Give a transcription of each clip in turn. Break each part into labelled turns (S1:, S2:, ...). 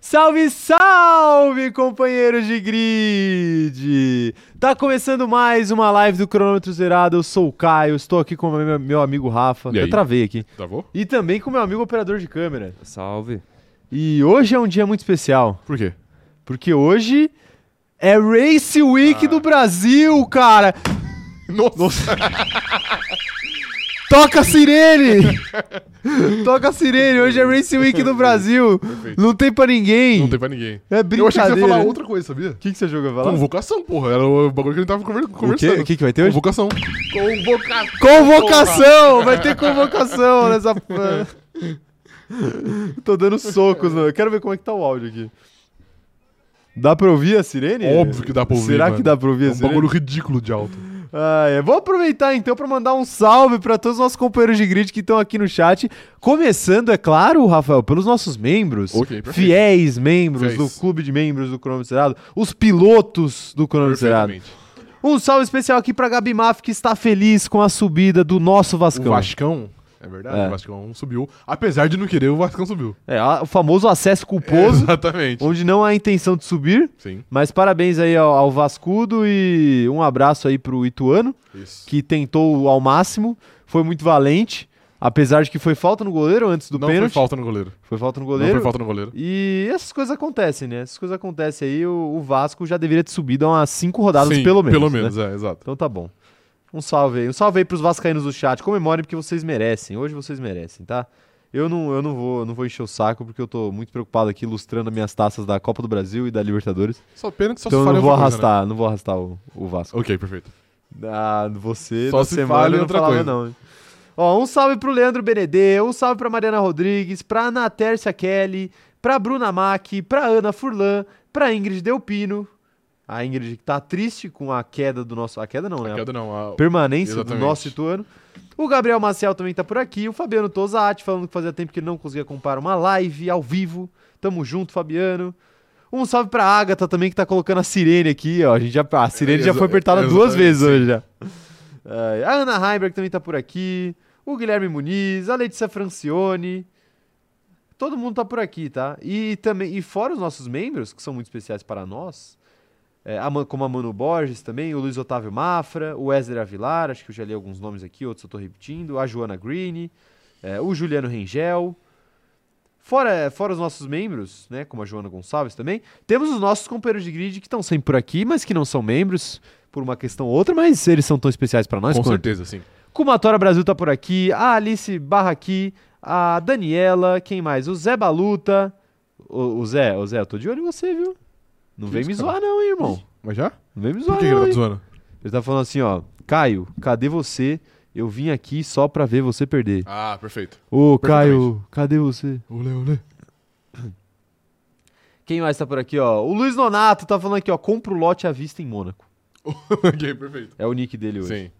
S1: Salve, salve, companheiros de grid! Tá começando mais uma live do Cronômetro Zerado. Eu sou o Caio, estou aqui com o meu- meu amigo Rafa.
S2: E
S1: Eu
S2: aí?
S1: travei aqui.
S2: Travou?
S1: E também com meu amigo operador de câmera.
S3: Salve.
S1: E hoje é um dia muito especial,
S2: Por quê?
S1: porque hoje é Race Week
S2: Ah.
S1: do Brasil, cara!
S2: Nossa!
S1: Toca a sirene! Toca a sirene, hoje é Race Week do Brasil.
S2: Perfeito.
S1: Não tem pra ninguém.
S2: Não tem pra ninguém.
S1: É
S2: Eu achei que
S1: brincadeira.
S2: você ia falar outra coisa, sabia?
S1: O que, que você jogou? Vai lá.
S2: Convocação, porra. Era o bagulho que a gente tava conver-
S1: O quê?
S2: conversando.
S1: O que, que vai ter hoje?
S2: Convocação. Convocação. É
S1: Convocação! Vai ter convocação nessa. Tô dando socos, mano. Eu quero ver como é que tá o áudio aqui. Dá pra ouvir a sirene?
S2: Óbvio que dá pra ouvir.
S1: Será que
S2: mano.
S1: dá pra ouvir a
S2: É um
S1: sirene?
S2: bagulho ridículo de alto.
S1: Ah, é. Vou aproveitar então pra mandar um salve pra todos os nossos companheiros de grid que estão aqui no chat. Começando, é claro, Rafael, pelos nossos membros.
S2: Ok, perfeito.
S1: fiéis membros
S2: Fiéis.
S1: do clube de membros do Cronômetro Zerado. Os pilotos do Cronômetro Zerado.
S2: Perfeitamente.
S1: Um salve especial aqui pra Gabi Maff, que está feliz com a subida do nosso
S2: O
S1: Vascão.
S2: Vascão. É verdade,
S1: É.
S2: o Vascão subiu. Apesar de não querer, o Vascão subiu.
S1: É, a- o famoso acesso culposo,
S2: Exatamente.
S1: onde não há intenção de subir.
S2: Sim,
S1: Mas parabéns aí ao, ao Vascudo e um abraço aí pro Ituano,
S2: isso.
S1: que tentou ao máximo, foi muito valente, apesar de que foi falta no goleiro antes do
S2: não
S1: pênalti.
S2: foi falta no goleiro.
S1: Foi falta no
S2: Não
S1: goleiro.
S2: foi falta no goleiro.
S1: E essas coisas acontecem, né? Essas coisas acontecem aí, o, o Vasco já deveria ter subido há umas cinco rodadas,
S2: Sim,
S1: pelo menos.
S2: Pelo
S1: né?
S2: menos, é, exato.
S1: Então tá bom. Um salve aí. Um salve aí pros vascaínos do chat. Comemorem porque vocês merecem. Hoje vocês merecem, tá? Eu não, eu não vou, eu não vou encher o saco porque eu tô muito preocupado aqui ilustrando minhas taças da Copa do Brasil e da Libertadores.
S2: Só pênalti, só
S1: então
S2: se
S1: eu
S2: falha
S1: não vou
S2: outra coisa,
S1: arrastar, não vou arrastar o, o Vasco.
S2: né? Ok, perfeito.
S1: Ah, você
S2: Só
S1: na
S2: se
S1: semana
S2: fala em
S1: não
S2: outra
S1: falava
S2: coisa.
S1: não. hein? Ó, um salve pro Leandro Benedê, um salve pra Mariana Rodrigues, pra Ana Tércia Kelly, pra Bruna Mack, pra Ana Furlan, pra Ingrid Delpino. A Ingrid que tá triste com a queda do nosso... A queda não, né? A
S2: Queda não. a-
S1: permanência
S2: Exatamente.
S1: do nosso Ituano. O Gabriel Maciel também tá por aqui. O Fabiano Tosati falando que fazia tempo que ele não conseguia comprar uma live ao vivo. Tamo junto, Fabiano. Um salve pra Agatha também, que tá colocando a sirene aqui, ó. A, gente já, a sirene já
S2: exa- é,
S1: foi apertada duas
S2: exatamente,
S1: vezes hoje já. Ai, a Ana Heimberg também tá por aqui. O Guilherme Muniz, a Letícia Francione. Todo mundo tá por aqui, tá? E também, e fora os nossos membros, que são muito especiais para nós, é, a Man- como a Mano Borges também, o Luiz Otávio Mafra, o Wesley Avilar, acho que eu já li alguns nomes aqui, outros eu tô repetindo, a Joana Green, é, o Juliano Rengel. Fora, fora os nossos membros, né, como a Joana Gonçalves também, temos os nossos companheiros de grid que estão sempre por aqui, mas que não são membros, por uma questão ou outra, mas eles são tão especiais para nós
S2: Com
S1: quanto.
S2: certeza, sim.
S1: Kumatora Brasil tá por aqui, a Alice Barra aqui, a Daniela, quem mais? O Zé Baluta. O, o Zé, o Zé, eu tô de olho em você, viu? Não
S2: Que
S1: vem
S2: isso,
S1: me
S2: cara?
S1: zoar, não, hein, irmão.
S2: Mas já?
S1: Não vem me
S2: Por
S1: zoar,
S2: que, que
S1: não.
S2: ele tá
S1: hein?
S2: zoando?
S1: Ele tá falando assim, ó. Caio, cadê você? Eu vim aqui só pra ver você perder.
S2: Ah, perfeito.
S1: Ô, Caio,
S2: perfeitamente.
S1: cadê você?
S2: Olê, olê.
S1: Quem mais tá por aqui, ó? O Luiz Nonato tá falando aqui, ó. Compra o lote à vista em Mônaco.
S2: ok, perfeito.
S1: É o nick dele hoje.
S2: Sim.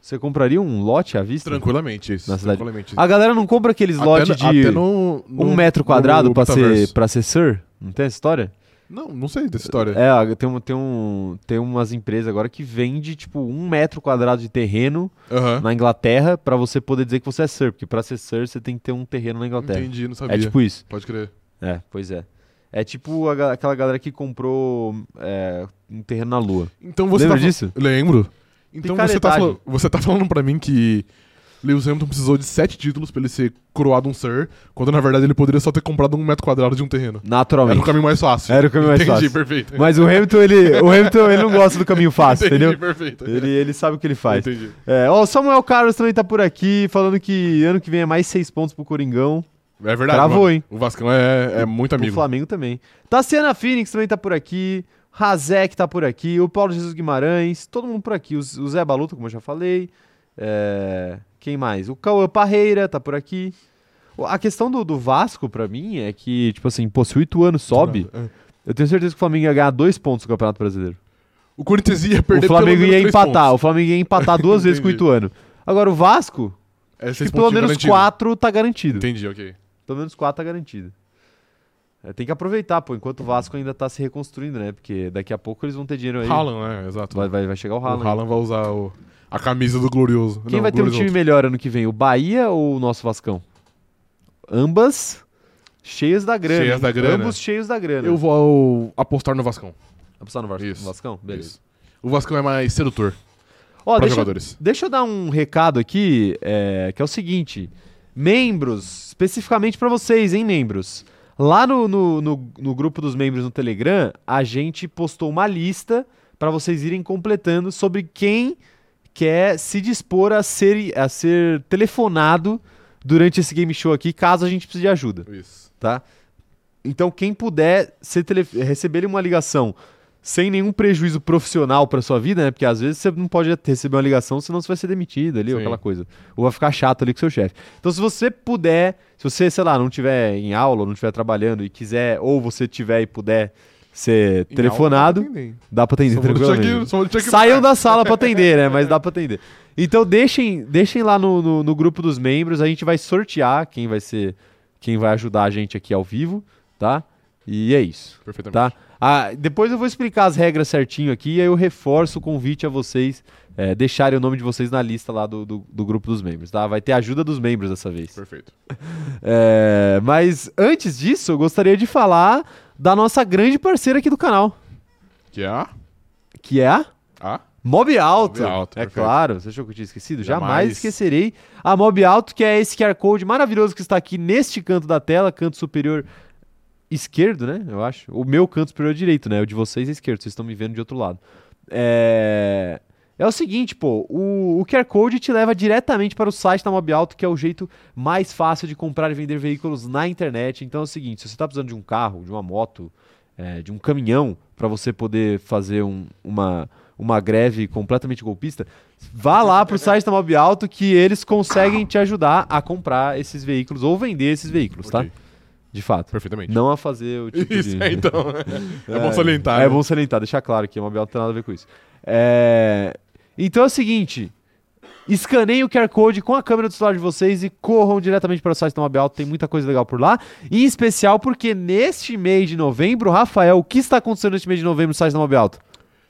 S1: Você compraria um lote à vista?
S2: Tranquilamente, isso.
S1: Na cidade-
S2: Tranquilamente.
S1: A galera não compra aqueles
S2: no-
S1: lotes de...
S2: até no, no-
S1: um metro
S2: no
S1: quadrado pra ser,
S2: metaverso.
S1: pra ser Sir? Não tem essa história?
S2: Não, não sei dessa história.
S1: É, ó, tem, um, tem, um, tem umas empresas agora que vende, tipo, um metro quadrado de terreno
S2: Aham.
S1: na Inglaterra pra você poder dizer que você é Sir. Porque pra ser Sir, você tem que ter um terreno na Inglaterra.
S2: Entendi, não sabia.
S1: É tipo isso.
S2: Pode crer.
S1: É, pois é. É tipo a ga- aquela galera que comprou é, um terreno na Lua.
S2: Então você
S1: Lembra
S2: tá fal-
S1: disso?
S2: Lembro. Então você tá,
S1: Picaretagem.
S2: fal- você tá falando pra mim que Lewis Hamilton precisou de sete títulos pra ele ser coroado um Sir, quando na verdade ele poderia só ter comprado um metro quadrado de um terreno. Era
S1: Naturalmente.
S2: o caminho mais fácil.
S1: Era o caminho mais
S2: Entendi,
S1: fácil.
S2: perfeito.
S1: É, Mas o Hamilton, ele, o Hamilton, ele não gosta do caminho fácil,
S2: Entendi,
S1: entendeu?
S2: perfeito.
S1: Ele, ele sabe o que ele faz.
S2: Entendi.
S1: É, ó, o Samuel Carlos também tá por aqui, falando que ano que vem é mais seis pontos pro Coringão.
S2: É verdade.
S1: Travou,
S2: mano.
S1: hein?
S2: O Vascão é, é muito
S1: O
S2: amigo.
S1: Flamengo também. Tassiana Phoenix também tá por aqui. Razek tá por aqui. O Paulo Jesus Guimarães. Todo mundo por aqui. O Z- o Zé Baluta, como eu já falei. É, Quem mais? O Cauã Parreira tá por aqui. O- A questão do, do Vasco, pra mim, é que, tipo assim, pô, se o Ituano sobe,
S2: É.
S1: eu tenho certeza que o Flamengo ia ganhar dois pontos no Campeonato Brasileiro.
S2: O Corinthians ia perder
S1: o Flamengo
S2: pelo menos
S1: ia
S2: três
S1: empatar.
S2: pontos.
S1: O Flamengo ia empatar duas vezes com o
S2: Entendi.
S1: Ituano. Agora, o Vasco,
S2: É, seis
S1: que pelo
S2: pontinhos
S1: menos
S2: garantido.
S1: quatro tá garantido.
S2: Entendi, ok.
S1: Pelo menos quatro tá garantido. É, tem que aproveitar, pô, enquanto o Vasco ainda tá se reconstruindo, né? Porque daqui a pouco eles vão ter dinheiro aí.
S2: Haaland, né? Exato.
S1: Vai, vai, vai chegar o
S2: O
S1: Haaland.
S2: Haaland vai usar o- a camisa do Glorioso.
S1: Quem
S2: Não,
S1: vai ter um
S2: Glorioso.
S1: time melhor ano que vem? O Bahia ou o nosso Vascão? Ambas Cheias da grana.
S2: Cheias
S1: hein?
S2: da grana.
S1: Ambos cheios da grana.
S2: Eu vou apostar no Vascão.
S1: Apostar no, Vas-
S2: Isso.
S1: no Vascão? Beleza.
S2: Isso. O Vascão é mais sedutor
S1: Ó,
S2: para
S1: deixa, eu-
S2: jogadores.
S1: deixa eu dar um recado aqui, é, que é o seguinte. Membros, especificamente pra vocês, hein, membros? Lá no, no, no- no grupo dos membros no Telegram, a gente postou uma lista pra vocês irem completando sobre quem quer se dispor a ser, a ser telefonado durante esse game show aqui, caso a gente precise de ajuda.
S2: Isso.
S1: tá? Então, quem puder ser tele- receber uma ligação sem nenhum prejuízo profissional para sua vida, né? Porque às vezes você não pode receber uma ligação, senão você vai ser demitido ali, ou
S2: Sim.
S1: aquela coisa. Ou vai ficar chato ali com seu chefe. Então, se você puder, se você, sei lá, não tiver em aula, ou não estiver trabalhando e quiser, ou você tiver e puder ser telefonado, dá pra atender
S2: Só vou deixar
S1: tranquilamente.
S2: aqui- só vou deixar aqui-
S1: Saiam da sala pra atender, né? Mas dá pra atender. Então deixem, deixem lá no, no, no grupo dos membros, a gente vai sortear quem vai ser, quem vai ajudar a gente aqui ao vivo, tá? E é isso,
S2: Perfeitamente.
S1: tá? Ah, depois eu vou explicar as regras certinho aqui e aí eu reforço o convite a vocês é, deixarem o nome de vocês na lista lá do, do, do grupo dos membros, tá? Vai ter ajuda dos membros dessa vez.
S2: Perfeito.
S1: É, mas antes disso, eu gostaria de falar da nossa grande parceira aqui do canal,
S2: Que é a...
S1: que é a
S2: a
S1: Mob Alto.
S2: Mob Alto,
S1: é
S2: perfeito.
S1: claro, você achou que eu tinha esquecido? Jamais.
S2: Jamais.
S1: esquecerei. A Mob Alto, que é esse QR Code maravilhoso que está aqui neste canto da tela, canto superior esquerdo, né? Eu acho. O meu canto superior direito, né? O de vocês é esquerdo, vocês estão me vendo de outro lado. É. É o seguinte, pô, o, o QR Code te leva diretamente para o site da Mob Alto, que é o jeito mais fácil de comprar e vender veículos na internet. Então é o seguinte, se você está precisando de um carro, de uma moto, é, de um caminhão, para você poder fazer um- uma, uma greve completamente golpista, vá lá para o site da Mob Alto que eles conseguem te ajudar a comprar esses veículos ou vender esses veículos,
S2: Ok,
S1: tá? De fato.
S2: Perfeitamente.
S1: Não a fazer o tipo
S2: Isso,
S1: de...
S2: é, então. É bom salientar.
S1: É
S2: né?
S1: bom salientar, deixar claro que a Mobile não tem nada a ver com isso. É, Então é o seguinte: escaneiem o QR Code com a câmera do celular de vocês e corram diretamente para o site da Mobile Alto, tem muita coisa legal por lá. E em especial porque neste mês de novembro, Rafael, o que está acontecendo neste mês de novembro no site da Mobile Alto?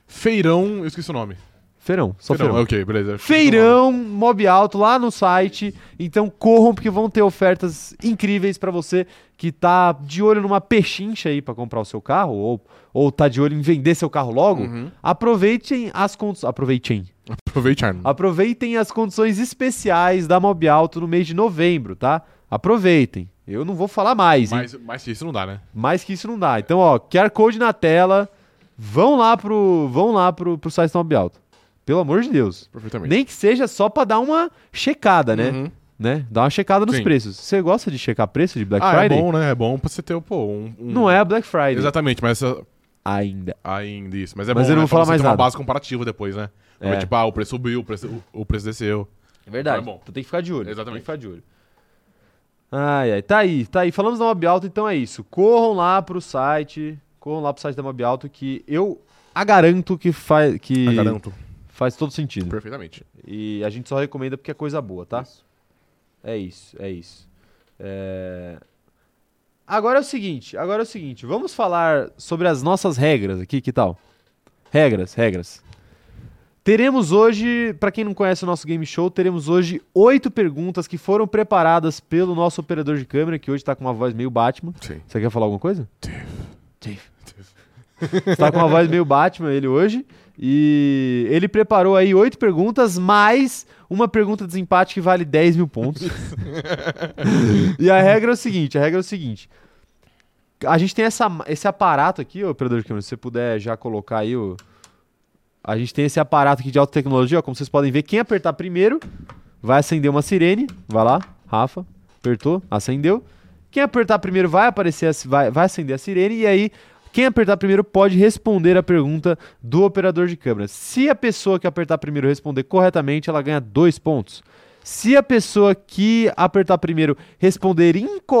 S2: Feirão, eu esqueci o nome.
S1: Feirão, só feirão.
S2: é ok, beleza. eu esqueci o nome.
S1: Feirão Mob Alto lá no site. Então corram, porque vão ter ofertas incríveis pra você que tá de olho numa pechincha aí pra comprar o seu carro, ou, ou tá de olho em vender seu carro logo.
S2: Uhum.
S1: Aproveitem as condições. Aproveitem.
S2: Aproveite, Arno.
S1: Aproveitem as condições especiais da Mob Alto no mês de novembro, tá? Aproveitem. Eu não vou falar mais, hein?
S2: Mas, mas que isso não dá, né?
S1: Mais que isso não dá. Então, ó, QR Code na tela. Vão lá pro. Vão lá pro, pro site da Mob Alto. Pelo amor de Deus.
S2: Perfeitamente.
S1: Nem que seja só pra dar uma checada, né?
S2: Uhum.
S1: né? Dá uma checada nos
S2: Sim.
S1: preços. Você gosta de checar preço de Black
S2: Ah, é
S1: Friday?
S2: bom, né? É bom pra você ter, pô, um... um-
S1: Não é a Black Friday
S2: Exatamente, mas essa-
S1: ainda.
S2: ainda isso. Mas é
S1: Mas
S2: bom,
S1: eu não
S2: né?
S1: vou
S2: pra
S1: falar
S2: você
S1: mais
S2: ter uma
S1: nada.
S2: base comparativa depois, né? Pra
S1: É.
S2: ver, Tipo, ah, o preço subiu, o preço, o, o preço desceu.
S1: É verdade.
S2: É bom.
S1: Então tem que ficar de olho. Tem que
S2: Exatamente.
S1: ficar de olho. Ai, ai. Tá aí, tá aí. Falamos da Mob Alto, então é isso. Corram lá pro site. Corram lá pro site da Mob Alto que eu a garanto que, fa que
S2: Ah, garanto.
S1: faz todo sentido.
S2: Perfeitamente.
S1: E a gente só recomenda porque é coisa boa, tá?
S2: Isso.
S1: É isso, é isso. É, Agora é o seguinte, agora é o seguinte, vamos falar sobre as nossas regras aqui, que tal? Regras, regras. Teremos hoje, pra quem não conhece o nosso game show, teremos hoje oito perguntas que foram preparadas pelo nosso operador de câmera, que hoje tá com uma voz meio Batman.
S2: Sim.
S1: Você quer falar alguma coisa? Dave. Você tá com uma voz meio Batman ele hoje. E ele preparou aí oito perguntas, mais uma pergunta de desempate que vale 10 mil pontos. e a regra é o seguinte, a regra é o seguinte. A gente tem essa, esse aparato aqui, ô, operador de câmera, se você puder já colocar aí o... A gente tem esse aparato aqui de alta tecnologia, ó, como vocês podem ver, quem apertar primeiro vai acender uma sirene. Vai lá, Rafa, apertou, acendeu. Quem apertar primeiro vai aparecer, a- vai, vai acender a sirene e aí quem apertar primeiro pode responder a pergunta do operador de câmera. Se a pessoa que apertar primeiro responder corretamente, ela ganha dois pontos. Se a pessoa que apertar primeiro responder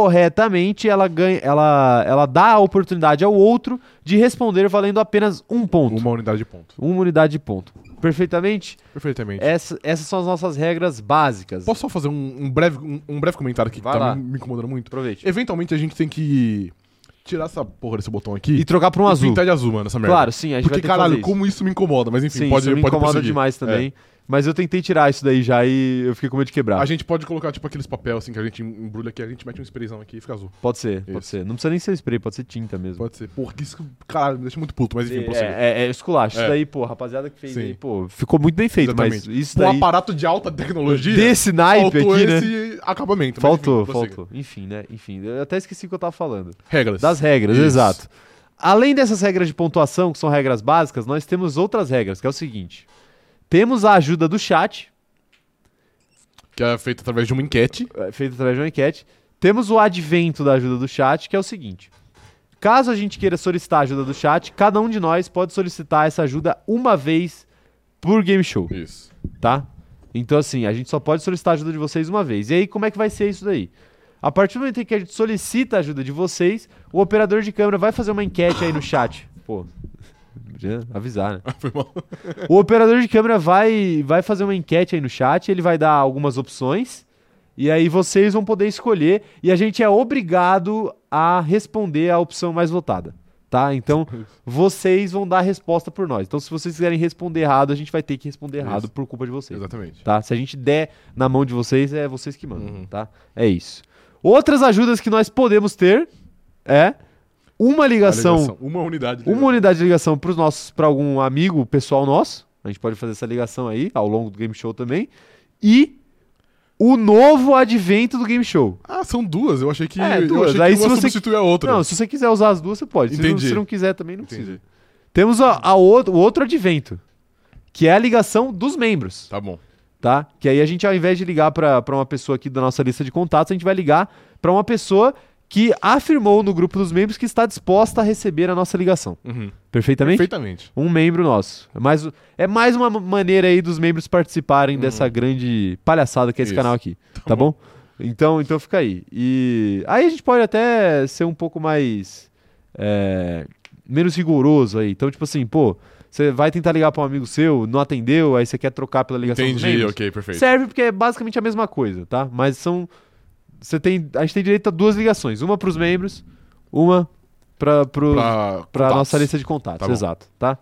S1: incorretamente, ela ganha, ela, ela dá a oportunidade ao outro de responder valendo apenas um ponto,
S2: Uma unidade de ponto.
S1: uma unidade de ponto. Perfeitamente.
S2: Perfeitamente.
S1: Essa- essas são as nossas regras básicas.
S2: Posso só fazer um, um breve, um, um breve comentário aqui
S1: Vai
S2: que
S1: lá.
S2: tá me, me incomodando muito?
S1: Aproveite.
S2: Eventualmente a gente tem que tirar essa porra desse botão aqui
S1: E trocar para um azul.
S2: pintar de azul, mano, essa merda.
S1: Claro, sim. A gente vai
S2: Porque,
S1: ter que fazer
S2: caralho,
S1: isso.
S2: como isso me incomoda, mas enfim,
S1: Sim,
S2: pode,
S1: isso me
S2: pode
S1: incomoda
S2: prosseguir. É.
S1: demais também. Mas eu tentei tirar isso daí já e eu fiquei com medo de quebrar.
S2: A gente pode colocar, tipo, aqueles papel assim que a gente embrulha aqui, a gente mete um sprayzão aqui e fica azul.
S1: Pode ser, pode
S2: Isso.
S1: ser. Não precisa nem ser spray, pode ser tinta mesmo.
S2: Pode ser. Porra, que isso, caralho, me deixa muito puto, mas enfim, prossegue.
S1: É, é, é esculacho.
S2: É.
S1: Isso daí, pô, a rapaziada que fez
S2: Sim.
S1: aí, pô, ficou muito bem feito, mas
S2: Exatamente.
S1: isso
S2: Com Um
S1: daí.
S2: aparato de alta tecnologia,
S1: Desse naipe
S2: faltou
S1: aqui, né?
S2: esse acabamento. mas
S1: Faltou,
S2: enfim, prossiga.
S1: faltou. Enfim, né? Enfim, eu até esqueci o que eu tava falando.
S2: Regras.
S1: Das regras,
S2: Isso.
S1: exato. Além dessas regras de pontuação, que são regras básicas, nós temos outras regras, que é o seguinte: temos a ajuda do chat,
S2: Que é feito através de uma enquete.
S1: é, feita através de uma enquete, temos o advento da ajuda do chat, que é o seguinte: caso a gente queira solicitar a ajuda do chat, cada um de nós pode solicitar essa ajuda uma vez por game show,
S2: Isso.
S1: tá? Então, assim, a gente só pode solicitar a ajuda de vocês uma vez. E aí, como é que vai ser isso daí? A partir do momento em que a gente solicita a ajuda de vocês, o operador de câmera vai fazer uma enquete aí no chat. Pô, podia avisar, né?
S2: Foi mal.
S1: O operador de câmera vai, vai fazer uma enquete aí no chat, ele vai dar algumas opções, e aí vocês vão poder escolher, e a gente é obrigado a responder a opção mais votada, tá? Então, vocês vão dar a resposta por nós. Então, se vocês quiserem responder errado, a gente vai ter que responder errado
S2: Isso.
S1: por culpa de vocês,
S2: Exatamente.
S1: tá? Se a gente der na mão de vocês, é vocês que mandam,
S2: Uhum.
S1: tá? É isso. Outras ajudas que nós podemos ter é uma
S2: A
S1: ligação
S2: ligação. Uma unidade. de
S1: uma unidade de ligação para nossos, para algum amigo pessoal nosso. A gente pode fazer essa ligação aí ao longo do game show também. E o novo advento do game show.
S2: Ah, são duas. Eu achei que,
S1: É,
S2: Eu
S1: duas.
S2: achei
S1: Aí
S2: que
S1: se
S2: uma
S1: você-
S2: substitui a outra.
S1: Não, se você quiser usar as duas, você pode. Se não,
S2: Entendi.
S1: se não quiser também, não precisa.
S2: Entendi.
S1: Temos a, a outro, o outro advento, que é a ligação dos membros,
S2: Tá bom.
S1: tá? Que aí a gente, ao invés de ligar para uma pessoa aqui da nossa lista de contatos, a gente vai ligar para uma pessoa que afirmou no grupo dos membros que está disposta a receber a nossa ligação.
S2: Uhum.
S1: Perfeitamente?
S2: Perfeitamente.
S1: Um membro nosso. É mais, é mais uma ma- maneira aí dos membros participarem dessa grande palhaçada que é esse
S2: Isso.
S1: canal aqui. Tá, bom? Então, então fica aí. E aí a gente pode até ser um pouco mais. é, menos rigoroso aí. Então, tipo assim, pô, você vai tentar ligar pra um amigo seu, não atendeu, aí você quer trocar pela ligação dos
S2: Entendi,
S1: membros.
S2: ok, perfeito.
S1: Serve porque é basicamente a mesma coisa, tá? Mas são. Você tem, a gente tem direito a duas ligações: uma pros membros, uma pra, pros,
S2: Pra,
S1: para
S2: contatos.
S1: nossa lista de contatos,
S2: Tá bom.
S1: exato, tá?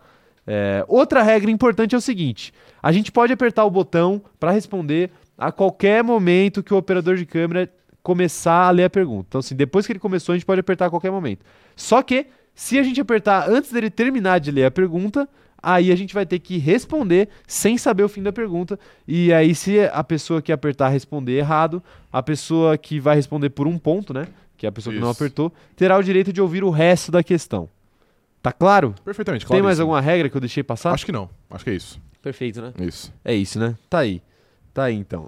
S1: É, outra regra importante é o seguinte: a gente pode apertar o botão para responder a qualquer momento que o operador de câmera começar a ler a pergunta. Então, assim, depois que ele começou, a gente pode apertar a qualquer momento. Só que, se a gente apertar antes dele terminar de ler a pergunta, aí a gente vai ter que responder sem saber o fim da pergunta. E aí, se a pessoa que apertar responder errado, a pessoa que vai responder por um ponto, né? Que é a pessoa que não
S2: Isso.
S1: apertou, terá o direito de ouvir o resto da questão. Tá claro?
S2: Perfeitamente,
S1: Tem mais
S2: claríssimo.
S1: alguma Tá. regra que eu deixei passar?
S2: Acho que não. Acho que é isso.
S1: Perfeito, né?
S2: Isso.
S1: É isso, né? Tá aí. Tá aí, então.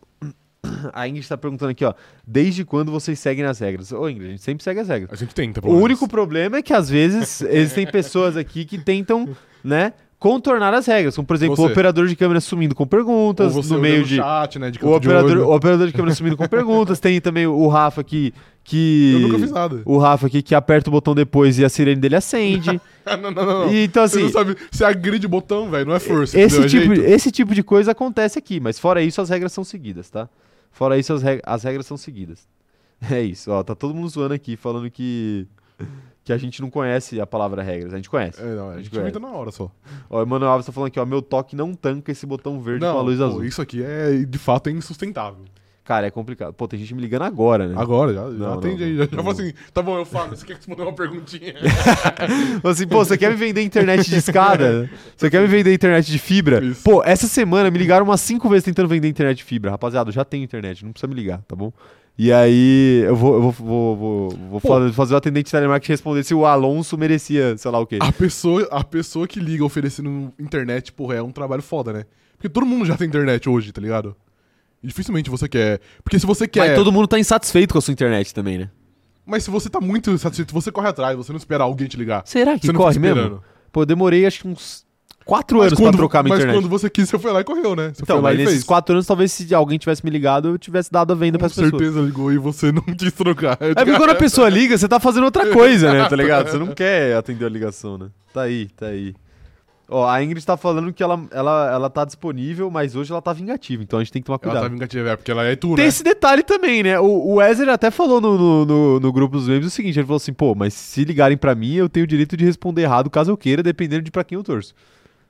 S1: A Ingrid tá perguntando aqui, ó. Desde quando vocês seguem as regras? Ô, Ingrid, a gente sempre segue as regras.
S2: A gente tenta,
S1: O
S2: pelo menos.
S1: único problema é que, às vezes, existem pessoas aqui que tentam, né, contornar as regras. Como, por exemplo,
S2: Você.
S1: o operador de câmera sumindo com
S2: Ou
S1: perguntas,
S2: você
S1: no
S2: olhando
S1: meio
S2: o
S1: de...
S2: chat, né, de
S1: O
S2: canto de
S1: operador,
S2: olho.
S1: o operador de câmera sumindo com perguntas. Tem também o Rafa que... que...
S2: Eu nunca fiz nada.
S1: O Rafa aqui que aperta o botão depois e a sirene dele acende.
S2: não, não, não. não.
S1: E, então,
S2: Você
S1: assim,
S2: não sabe. Você agride o botão, velho. Não é força.
S1: esse
S2: entendeu? É
S1: tipo,
S2: jeito.
S1: esse tipo de coisa acontece aqui, mas fora isso as regras são seguidas, tá? Fora isso as, reg- as regras são seguidas. É isso, ó, tá todo mundo zoando aqui, falando que que a gente não conhece a palavra regras, a gente conhece.
S2: É, não, a gente
S1: É.
S2: inventa na hora só.
S1: Ó, o Emanuel Alves tá falando aqui, ó, meu toque não tanca esse botão verde
S2: não,
S1: com a luz
S2: pô,
S1: azul.
S2: isso aqui é, de fato, é insustentável.
S1: Cara, é complicado. Pô, tem gente me ligando agora, né?
S2: Agora, já, já
S1: Não,
S2: atende
S1: não,
S2: aí.
S1: não,
S2: Já, já
S1: não.
S2: fala assim, tá bom, eu falo, você quer que você mandar uma perguntinha?
S1: Falou assim, pô, você quer me vender internet de escada? Você quer me vender internet de fibra?
S2: Isso.
S1: Pô, essa semana me ligaram umas cinco vezes tentando vender internet de fibra. Rapaziada, eu já tenho internet, não precisa me ligar, tá bom? E aí, eu vou, eu vou, vou, vou, vou
S2: Pô.
S1: fa- fazer o atendente telemarketing responder se o Alonso merecia, sei lá o quê.
S2: a, pessoa, a pessoa que liga oferecendo internet, porra, é um trabalho foda, né? Porque todo mundo já tem internet hoje, tá ligado? E dificilmente você quer. Porque se você quer.
S1: Mas todo mundo tá insatisfeito com a sua internet também, né?
S2: Mas se você tá muito satisfeito, você corre atrás, você não espera alguém te ligar.
S1: Será que
S2: Você não
S1: corre
S2: fica
S1: mesmo?
S2: esperando.
S1: Pô, eu demorei acho que uns quatro anos pra trocar minha
S2: mas
S1: internet.
S2: quando você quis, você foi lá e correu, né? Você
S1: Então,
S2: foi lá
S1: mas
S2: e
S1: nesses
S2: fez.
S1: quatro anos, talvez se alguém tivesse me ligado, eu tivesse dado a venda
S2: Com
S1: pras pessoas.
S2: certeza ligou e você não quis trocar. "Ah,
S1: É porque quando a pessoa liga, você tá fazendo outra coisa, né? Tá ligado? Você não quer atender a ligação, né? Tá aí, tá aí. Ó, a Ingrid tá falando que ela, ela, ela tá disponível, mas hoje ela tá vingativa, então a gente tem que tomar
S2: Ela
S1: cuidado.
S2: tá vingativa, é porque ela é tu,
S1: Tem
S2: né?
S1: esse detalhe também, né? O, o Wesley até falou no, no, no- no grupo dos membros o seguinte: ele falou assim, pô, mas se ligarem pra mim, eu tenho o direito de responder errado caso eu queira, dependendo de pra quem eu torço.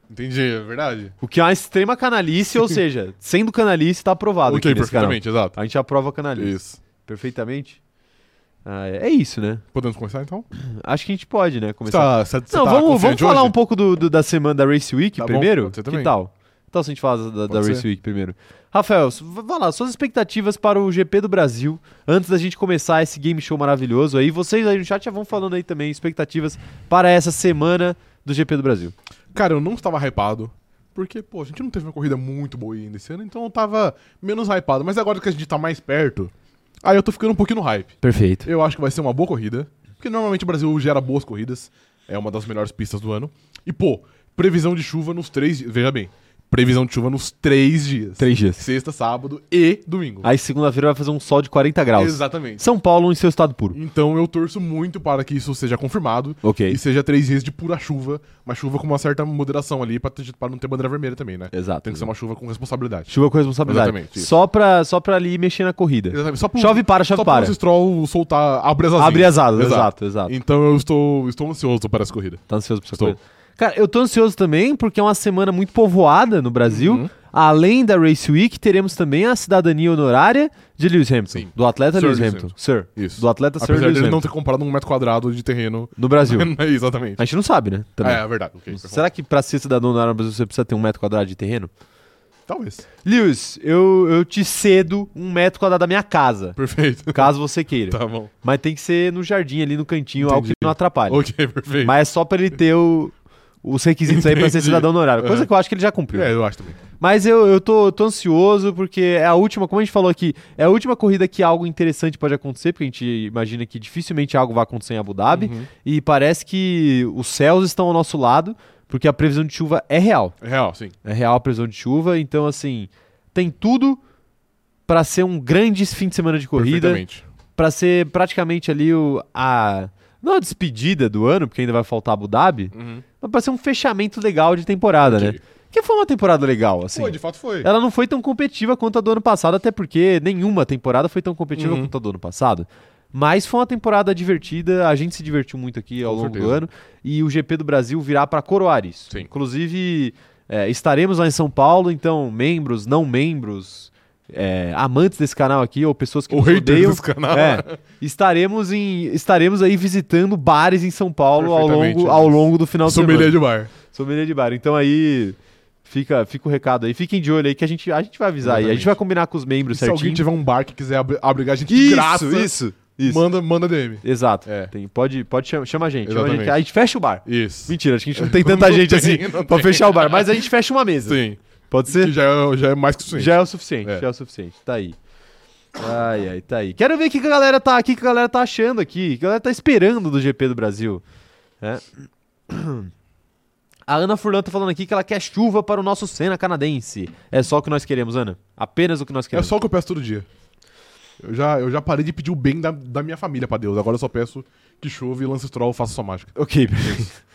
S2: Entendi, é verdade.
S1: O que é uma extrema canalice, ou seja, sendo canalice, tá aprovado.
S2: ok,
S1: aqui nesse canal.
S2: perfeitamente, exato.
S1: A gente aprova canalice.
S2: Isso.
S1: Perfeitamente. Ah, é é isso, né?
S2: Podemos começar então?
S1: Acho que a gente pode, né? Começar.
S2: Tá, cê, cê
S1: Não,
S2: tá
S1: vamos, vamos
S2: confiante
S1: falar
S2: hoje?
S1: um pouco do, do- da semana da Race Week
S2: Tá bom,
S1: primeiro?
S2: pode ser
S1: que
S2: também.
S1: tal? Que tal se a gente fala da, da
S2: Pode
S1: Race
S2: ser.
S1: Week primeiro? Rafael, s- v- vai lá, suas expectativas para o GP do Brasil, antes da gente começar esse game show maravilhoso aí. Vocês aí no chat já vão falando aí também expectativas para essa semana do GP do Brasil.
S2: Cara, eu não estava hypado. Porque, pô, a gente não teve uma corrida muito boa ainda esse ano, então eu tava menos hypado. Mas agora que a gente tá mais perto, aí eu tô ficando um pouquinho no hype.
S1: Perfeito.
S2: Eu acho que vai ser uma boa corrida, porque normalmente o Brasil gera boas corridas, é uma das melhores pistas do ano. E, pô, previsão de chuva nos três dias. Veja bem, previsão de chuva nos três dias.
S1: Três dias.
S2: Sexta, sábado e domingo.
S1: Aí segunda-feira vai fazer um sol de 40 graus.
S2: Exatamente.
S1: São Paulo em seu estado puro.
S2: Então eu torço muito para que isso seja confirmado
S1: Ok.
S2: e seja três dias de pura chuva, mas chuva com uma certa moderação ali pra, ter- pra não ter bandeira vermelha também, né?
S1: Exato.
S2: Tem que ser uma chuva com responsabilidade.
S1: Chuva com responsabilidade.
S2: Exatamente, isso.
S1: Só pra, só pra ali mexer na corrida.
S2: Exatamente. Só pro-
S1: Chove e para, chove
S2: só
S1: e para.
S2: pro Stroll soltar, abre as asinhas.
S1: Abre as asas, exato, exato.
S2: Então eu estou, estou ansioso para essa corrida.
S1: Tá ansioso pra essa
S2: Estou.
S1: coisa. Cara, eu tô ansioso também porque é uma semana muito povoada no Brasil.
S2: Uhum.
S1: Além da Race Week, teremos também a cidadania honorária de Lewis Hamilton.
S2: Sim.
S1: Do atleta
S2: Sir
S1: Lewis
S2: Lewis
S1: Hamilton. Sir.
S2: Isso.
S1: Do atleta Sir
S2: Apesar
S1: Lewis
S2: dele
S1: Hamilton.
S2: não ter comprado um metro quadrado de terreno.
S1: No Brasil.
S2: É, Exatamente.
S1: A gente não sabe, né? Também.
S2: É, é verdade. ok, perfeito.
S1: Será que pra ser cidadão honorário no Brasil você precisa ter um metro quadrado de terreno?
S2: Talvez.
S1: Lewis, eu, eu te cedo um metro quadrado da minha casa.
S2: Perfeito.
S1: Caso você queira.
S2: Tá bom.
S1: Mas tem que ser no jardim ali, no cantinho, algo que
S2: Entendi.
S1: não atrapalhe.
S2: Ok, perfeito.
S1: Mas é só pra ele ter o- os requisitos aí pra ser
S2: Entendi.
S1: cidadão honorário. Coisa
S2: Aham.
S1: que eu acho que ele já cumpriu.
S2: É, eu acho também.
S1: Mas eu, eu tô, tô ansioso, porque é a última, como a gente falou aqui, é a última corrida que algo interessante pode acontecer, porque a gente imagina que dificilmente algo vai acontecer em Abu Dhabi.
S2: Uhum.
S1: E parece que os céus estão ao nosso lado, porque a previsão de chuva é real.
S2: É real, sim.
S1: É real a previsão de chuva, então assim, tem tudo pra ser um grande fim de semana de corrida,
S2: Perfeitamente.
S1: Pra ser praticamente ali o, a não a despedida do ano, porque ainda vai faltar Abu Dhabi,
S2: Uhum.
S1: mas pra ser um fechamento legal de temporada, né?
S2: Ok.
S1: Que foi uma temporada legal, assim.
S2: Foi, de fato foi.
S1: Ela não foi tão competitiva quanto a do ano passado, até porque nenhuma temporada foi tão competitiva
S2: Uhum.
S1: quanto a do ano passado. Mas foi uma temporada divertida, a gente se divertiu muito aqui ao
S2: Com
S1: longo do
S2: certeza.
S1: ano e o GP do Brasil virá para coroar isso.
S2: Sim.
S1: Inclusive, é, estaremos lá em São Paulo, então, membros, não membros, é, amantes desse canal aqui ou pessoas que
S2: O
S1: nos
S2: hater
S1: odeiam,
S2: desse canal.
S1: é, estaremos, em, estaremos aí visitando bares em São Paulo ao
S2: Perfeitamente,
S1: longo, ao
S2: Jesus.
S1: longo do final de semana.
S2: Sommelier de bar.
S1: Sommelier de bar. Então aí fica, fica o recado aí. Fiquem de olho aí que a gente, a gente vai avisar aí. A gente
S2: Exatamente.
S1: vai combinar com os membros
S2: Se alguém
S1: certinho.
S2: tiver um bar que quiser abri- abrigar a gente de
S1: Isso,
S2: graça,
S1: isso, isso.
S2: Manda, manda DM.
S1: Exato.
S2: É.
S1: Tem- pode pode chama, chama a gente. chama a gente.
S2: Exatamente.
S1: A gente fecha o bar.
S2: Isso.
S1: Mentira, acho que a gente não tem tanta
S2: Não
S1: gente
S2: tem,
S1: assim
S2: não
S1: pra
S2: tem.
S1: fechar o bar, mas a gente fecha uma mesa.
S2: Sim.
S1: Pode
S2: Que
S1: ser?
S2: já é, já é mais que suficiente.
S1: Já é o suficiente,
S2: É.
S1: já é o suficiente. Tá aí. Ai, ai, tá aí. Quero ver o que que a galera tá aqui, o que a galera tá achando aqui, o que a galera tá esperando do GP do Brasil. É. A Ana Furlan tá falando aqui que ela quer chuva para o nosso Senna canadense. É só o que nós queremos, Ana. Apenas o que nós
S2: É
S1: queremos.
S2: só o que eu peço todo dia. Eu já, eu já parei de pedir o bem da, da minha família pra Deus. Agora eu só peço que chove e Lance Stroll faça sua mágica.
S1: Ok, perfeito.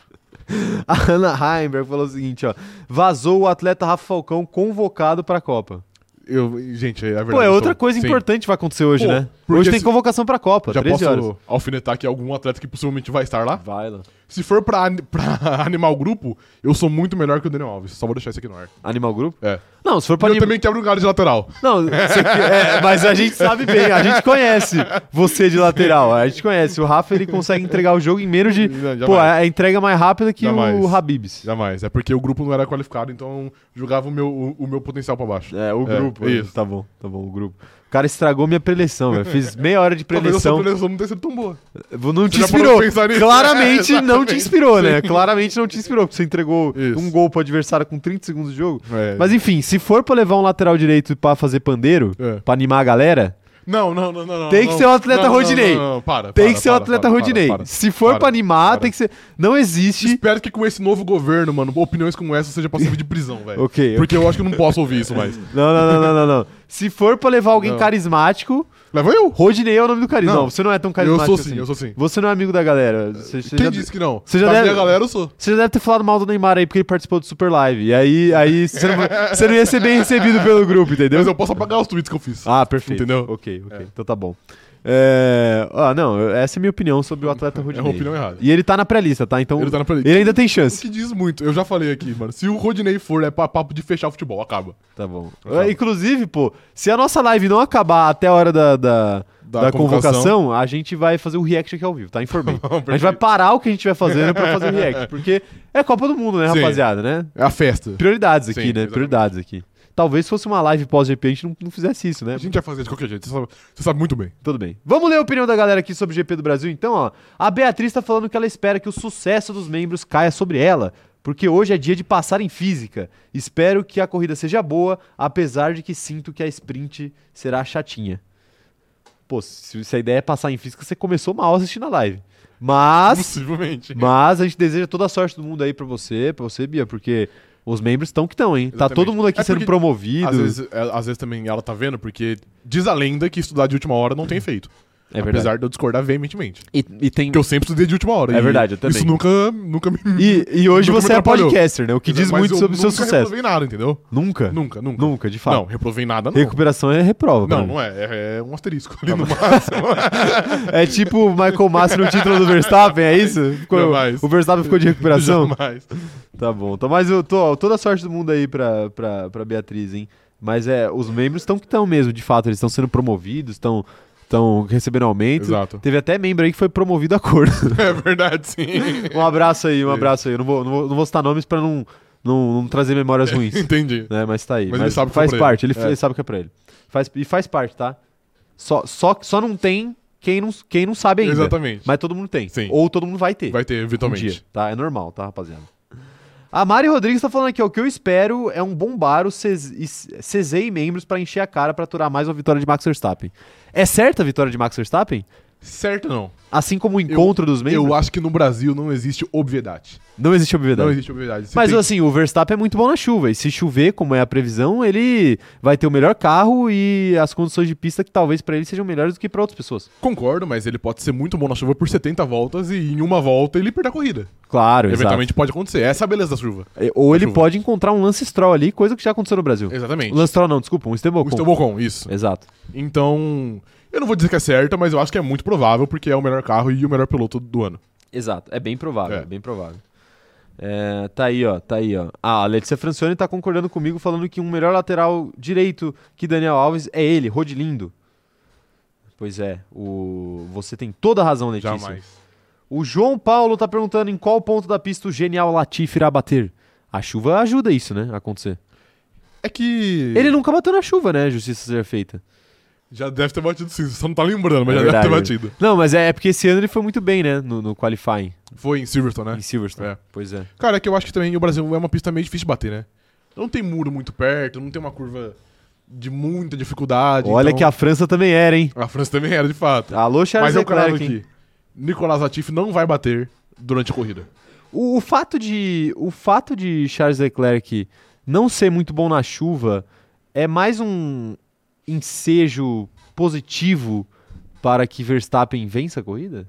S1: A Ana Heimberg falou o seguinte, ó. Vazou o atleta Rafa Falcão convocado para a Copa.
S2: Eu, gente, é verdade.
S1: Pô, é
S2: eu
S1: outra
S2: tô-
S1: coisa
S2: sim.
S1: importante que vai acontecer hoje,
S2: Pô,
S1: né?
S2: porque
S1: Hoje tem
S2: se-
S1: convocação para a Copa,
S2: Já
S1: 13
S2: posso
S1: horas.
S2: alfinetar aqui algum atleta que possivelmente vai estar lá?
S1: Vai, lá.
S2: Se for pra, ani- pra animar o grupo, eu sou muito melhor que o Daniel Alves. Só vou deixar isso aqui no ar.
S1: Animal Group?
S2: É.
S1: Não, se for pra
S2: Pode... Eu
S1: anim-
S2: também quebro um galho de lateral.
S1: Não, isso aqui- é, mas a gente sabe bem, a gente conhece você de lateral, a gente conhece. O Rafa ele consegue entregar o jogo em menos de.
S2: Não, jamais.
S1: Pô, é a entrega mais rápida que o
S2: Jamais.
S1: Habibs.
S2: Jamais. É porque o grupo não era qualificado, então jogava o meu, o, o meu potencial pra baixo.
S1: É, o
S2: É,
S1: grupo.
S2: isso.
S1: Tá bom, tá bom, o grupo. O cara estragou minha preleção, velho. Fiz meia hora de
S2: Talvez a sua
S1: preleção.
S2: preleção não tenha sido tão boa.
S1: Não te
S2: já parou
S1: inspirou.
S2: pra pensar nisso?
S1: Claramente
S2: É,
S1: não te
S2: exatamente.
S1: inspirou, né? Claramente não te inspirou, porque você entregou
S2: Isso.
S1: um gol pro adversário com 30 segundos de jogo.
S2: É.
S1: Mas enfim, se for pra levar um lateral direito pra fazer pandeiro,
S2: É.
S1: pra animar a galera,
S2: Não, não, não, não. não,
S1: Tem que
S2: não.
S1: ser um atleta
S2: Não, não,
S1: Rodinei.
S2: não, não, não, para,
S1: Tem
S2: para,
S1: que ser o
S2: para,
S1: atleta
S2: para, para,
S1: Rodinei.
S2: para.
S1: Se for
S2: Para,
S1: pra animar,
S2: para.
S1: tem que ser. Não existe.
S2: Espero que com esse novo governo, mano, opiniões como essa seja passível de prisão, velho.
S1: Ok,
S2: Porque eu acho que eu não posso ouvir isso mais.
S1: Não, não, não, não, não, não. Se for pra levar alguém
S2: Não.
S1: carismático,
S2: Leva eu?
S1: Rodinei é o nome do carisma. Não,
S2: Não.
S1: você não é tão
S2: Eu
S1: carismático.
S2: sou sim,
S1: assim.
S2: eu sou sim.
S1: Você não é amigo da galera. Você, você
S2: Quem
S1: já,
S2: disse que não?
S1: você já
S2: da
S1: deve-
S2: minha galera eu sou.
S1: você já deve ter falado mal do Neymar aí, porque ele participou do Super Live. E aí, aí você, não, você não ia ser bem recebido pelo grupo, entendeu?
S2: Mas eu posso apagar os tweets que eu fiz.
S1: Ah, perfeito.
S2: Entendeu?
S1: Ok, ok. Então tá bom. É, ó, não, eu- essa é minha opinião sobre o atleta Rodinei.
S2: É uma opinião errada.
S1: E ele tá na pré-lista, tá? Então
S2: Ele tá na pré-lista.
S1: ele ainda tem
S2: O
S1: chance.
S2: que diz muito, eu já falei aqui, mano. Se o Rodinei for, é pa- papo de fechar o futebol, acaba.
S1: Tá bom.
S2: Tá.
S1: É, Inclusive, pô, se a nossa live não acabar até a hora da, da,
S2: Da
S1: da convocação,
S2: convocação,
S1: a gente vai fazer o react aqui ao vivo, tá? Informei. a gente
S2: Perfeito.
S1: vai parar o que a gente vai fazendo pra fazer o react. Porque é Copa do Mundo, né,
S2: Sim.
S1: rapaziada, né?
S2: É a festa.
S1: Prioridades
S2: Sim,
S1: aqui, né?
S2: exatamente.
S1: Prioridades aqui. Talvez fosse uma live pós-GP, a gente não, não fizesse isso, né?
S2: A gente vai fazer de qualquer jeito, você sabe, você sabe muito bem.
S1: Tudo bem. Vamos ler a opinião da galera aqui sobre o GP do Brasil, então, ó. A Beatriz tá falando que ela espera que o sucesso dos membros caia sobre ela, porque hoje é dia de passar em física. Espero que a corrida seja boa, apesar de que sinto que a sprint será chatinha. Pô, se, se a ideia é passar em física, você começou mal assistindo a live. Mas,
S2: Possivelmente.
S1: mas a gente deseja toda a sorte do mundo aí pra você, pra você, Bia, porque os membros estão que estão, hein? Tá
S2: Exatamente.
S1: todo mundo aqui
S2: É
S1: sendo
S2: porque-
S1: promovido.
S2: Às vezes, é, às vezes também ela tá vendo, porque diz a lenda que estudar de última hora não tem efeito.
S1: é verdade.
S2: Apesar de eu discordar veementemente.
S1: E, e tem
S2: Porque eu sempre estudei de última hora.
S1: É
S2: e
S1: verdade, eu também.
S2: Isso nunca, nunca me.
S1: E, e hoje
S2: Nunca me
S1: você é
S2: atrapalhou.
S1: podcaster, né? O que diz
S2: Mas
S1: muito
S2: eu
S1: sobre o seu
S2: nunca
S1: sucesso. É.
S2: reprovei nada, entendeu?
S1: Nunca?
S2: Nunca, nunca.
S1: Nunca, de
S2: Não,
S1: fato.
S2: reprovei nada, não.
S1: Recuperação é reprova,
S2: Não,
S1: mano.
S2: não é. é- É um asterisco ali no máximo.
S1: É tipo o Michael Massa no título do Verstappen, é isso? Ficou-
S2: Jamais.
S1: o Verstappen ficou de recuperação?
S2: Jamais.
S1: Tá bom. Então, mas eu tô, ó, toda a sorte do mundo aí pra, pra, pra Beatriz, hein? Mas é, os membros estão que estão mesmo, de fato. Eles estão sendo promovidos, estão estão recebendo aumento.
S2: Exato.
S1: Teve até membro aí que foi promovido a cor.
S2: É verdade, sim.
S1: um abraço aí, um abraço aí. Eu não vou, não vou, não vou citar nomes pra não, não, não trazer memórias ruins.
S2: Entendi.
S1: né? Mas tá aí.
S2: Mas ele sabe que foi
S1: faz
S2: pra
S1: parte, ele,
S2: ele. É.
S1: ele sabe que é pra ele. Faz, e faz parte, tá? Só, só, só não tem quem não, quem não sabe ainda.
S2: Exatamente.
S1: Mas todo mundo tem.
S2: Sim.
S1: Ou todo mundo vai ter.
S2: Vai ter,
S1: um dia,
S2: eventualmente.
S1: tá? É normal, tá, rapaziada? A Mari Rodrigues tá falando aqui, ó, o que eu espero é um bombar os Cezei membros pra encher a cara pra aturar mais uma vitória de Max Verstappen. É certa a vitória de Max Verstappen?
S2: Certo, não.
S1: Assim como o encontro dos membros?
S2: Eu acho que no Brasil não existe obviedade.
S1: Não existe obviedade.
S2: Não existe obviedade. Você
S1: Mas
S2: tem-
S1: assim, o Verstappen é muito bom na chuva. E se chover, como é a previsão, ele vai ter o melhor carro e as condições de pista que talvez pra ele sejam melhores do que pra outras pessoas.
S2: Concordo, mas ele pode ser muito bom na chuva por 70 voltas e em uma volta ele perder a corrida.
S1: Claro,
S2: Eventualmente pode acontecer. Essa é a beleza da chuva.
S1: exato. Ou ele
S2: chuva.
S1: pode encontrar um Lance Stroll ali, coisa que já aconteceu no Brasil.
S2: Exatamente.
S1: Lance Stroll não, desculpa, um Esteban
S2: O
S1: Ocon.
S2: Estebocon, isso.
S1: Exato.
S2: Então, eu não vou dizer que é certa, mas eu acho que é muito provável porque é o melhor carro e o melhor piloto do ano.
S1: Exato, é bem provável,
S2: É.
S1: é bem provável. É, tá aí, ó, tá aí, ó. Ah, a Letícia Francione tá concordando comigo falando que um melhor lateral direito que Daniel Alves é ele, Rodilindo. Pois é, o... você tem toda a razão, Letícia. O João Paulo tá perguntando em qual ponto da pista o genial Latif irá bater. A chuva ajuda isso, né? A acontecer.
S2: É que.
S1: Ele nunca bateu na chuva, né? Justiça seja feita.
S2: Já deve ter batido sim, você só não tá lembrando, mas
S1: É
S2: já
S1: verdade,
S2: deve
S1: né?
S2: ter batido.
S1: Não, mas é, é porque esse ano ele foi muito bem, né? No, no qualifying
S2: Foi em Silverstone, né?
S1: em Silverstone.
S2: É.
S1: Pois é.
S2: Cara, é que eu acho que também o Brasil é uma pista meio difícil de bater, né? Não tem muro muito perto, não tem uma curva de muita dificuldade.
S1: Olha
S2: então-
S1: que a França também era, hein?
S2: a França também era, de fato.
S1: Alô, Charles
S2: Mas eu cravo
S1: Leclerc. hein?
S2: aqui. Nicolas Latifi não vai bater durante a corrida.
S1: O, o fato de o fato de Charles Leclerc não ser muito bom na chuva é mais um ensejo positivo para que Verstappen vença a corrida?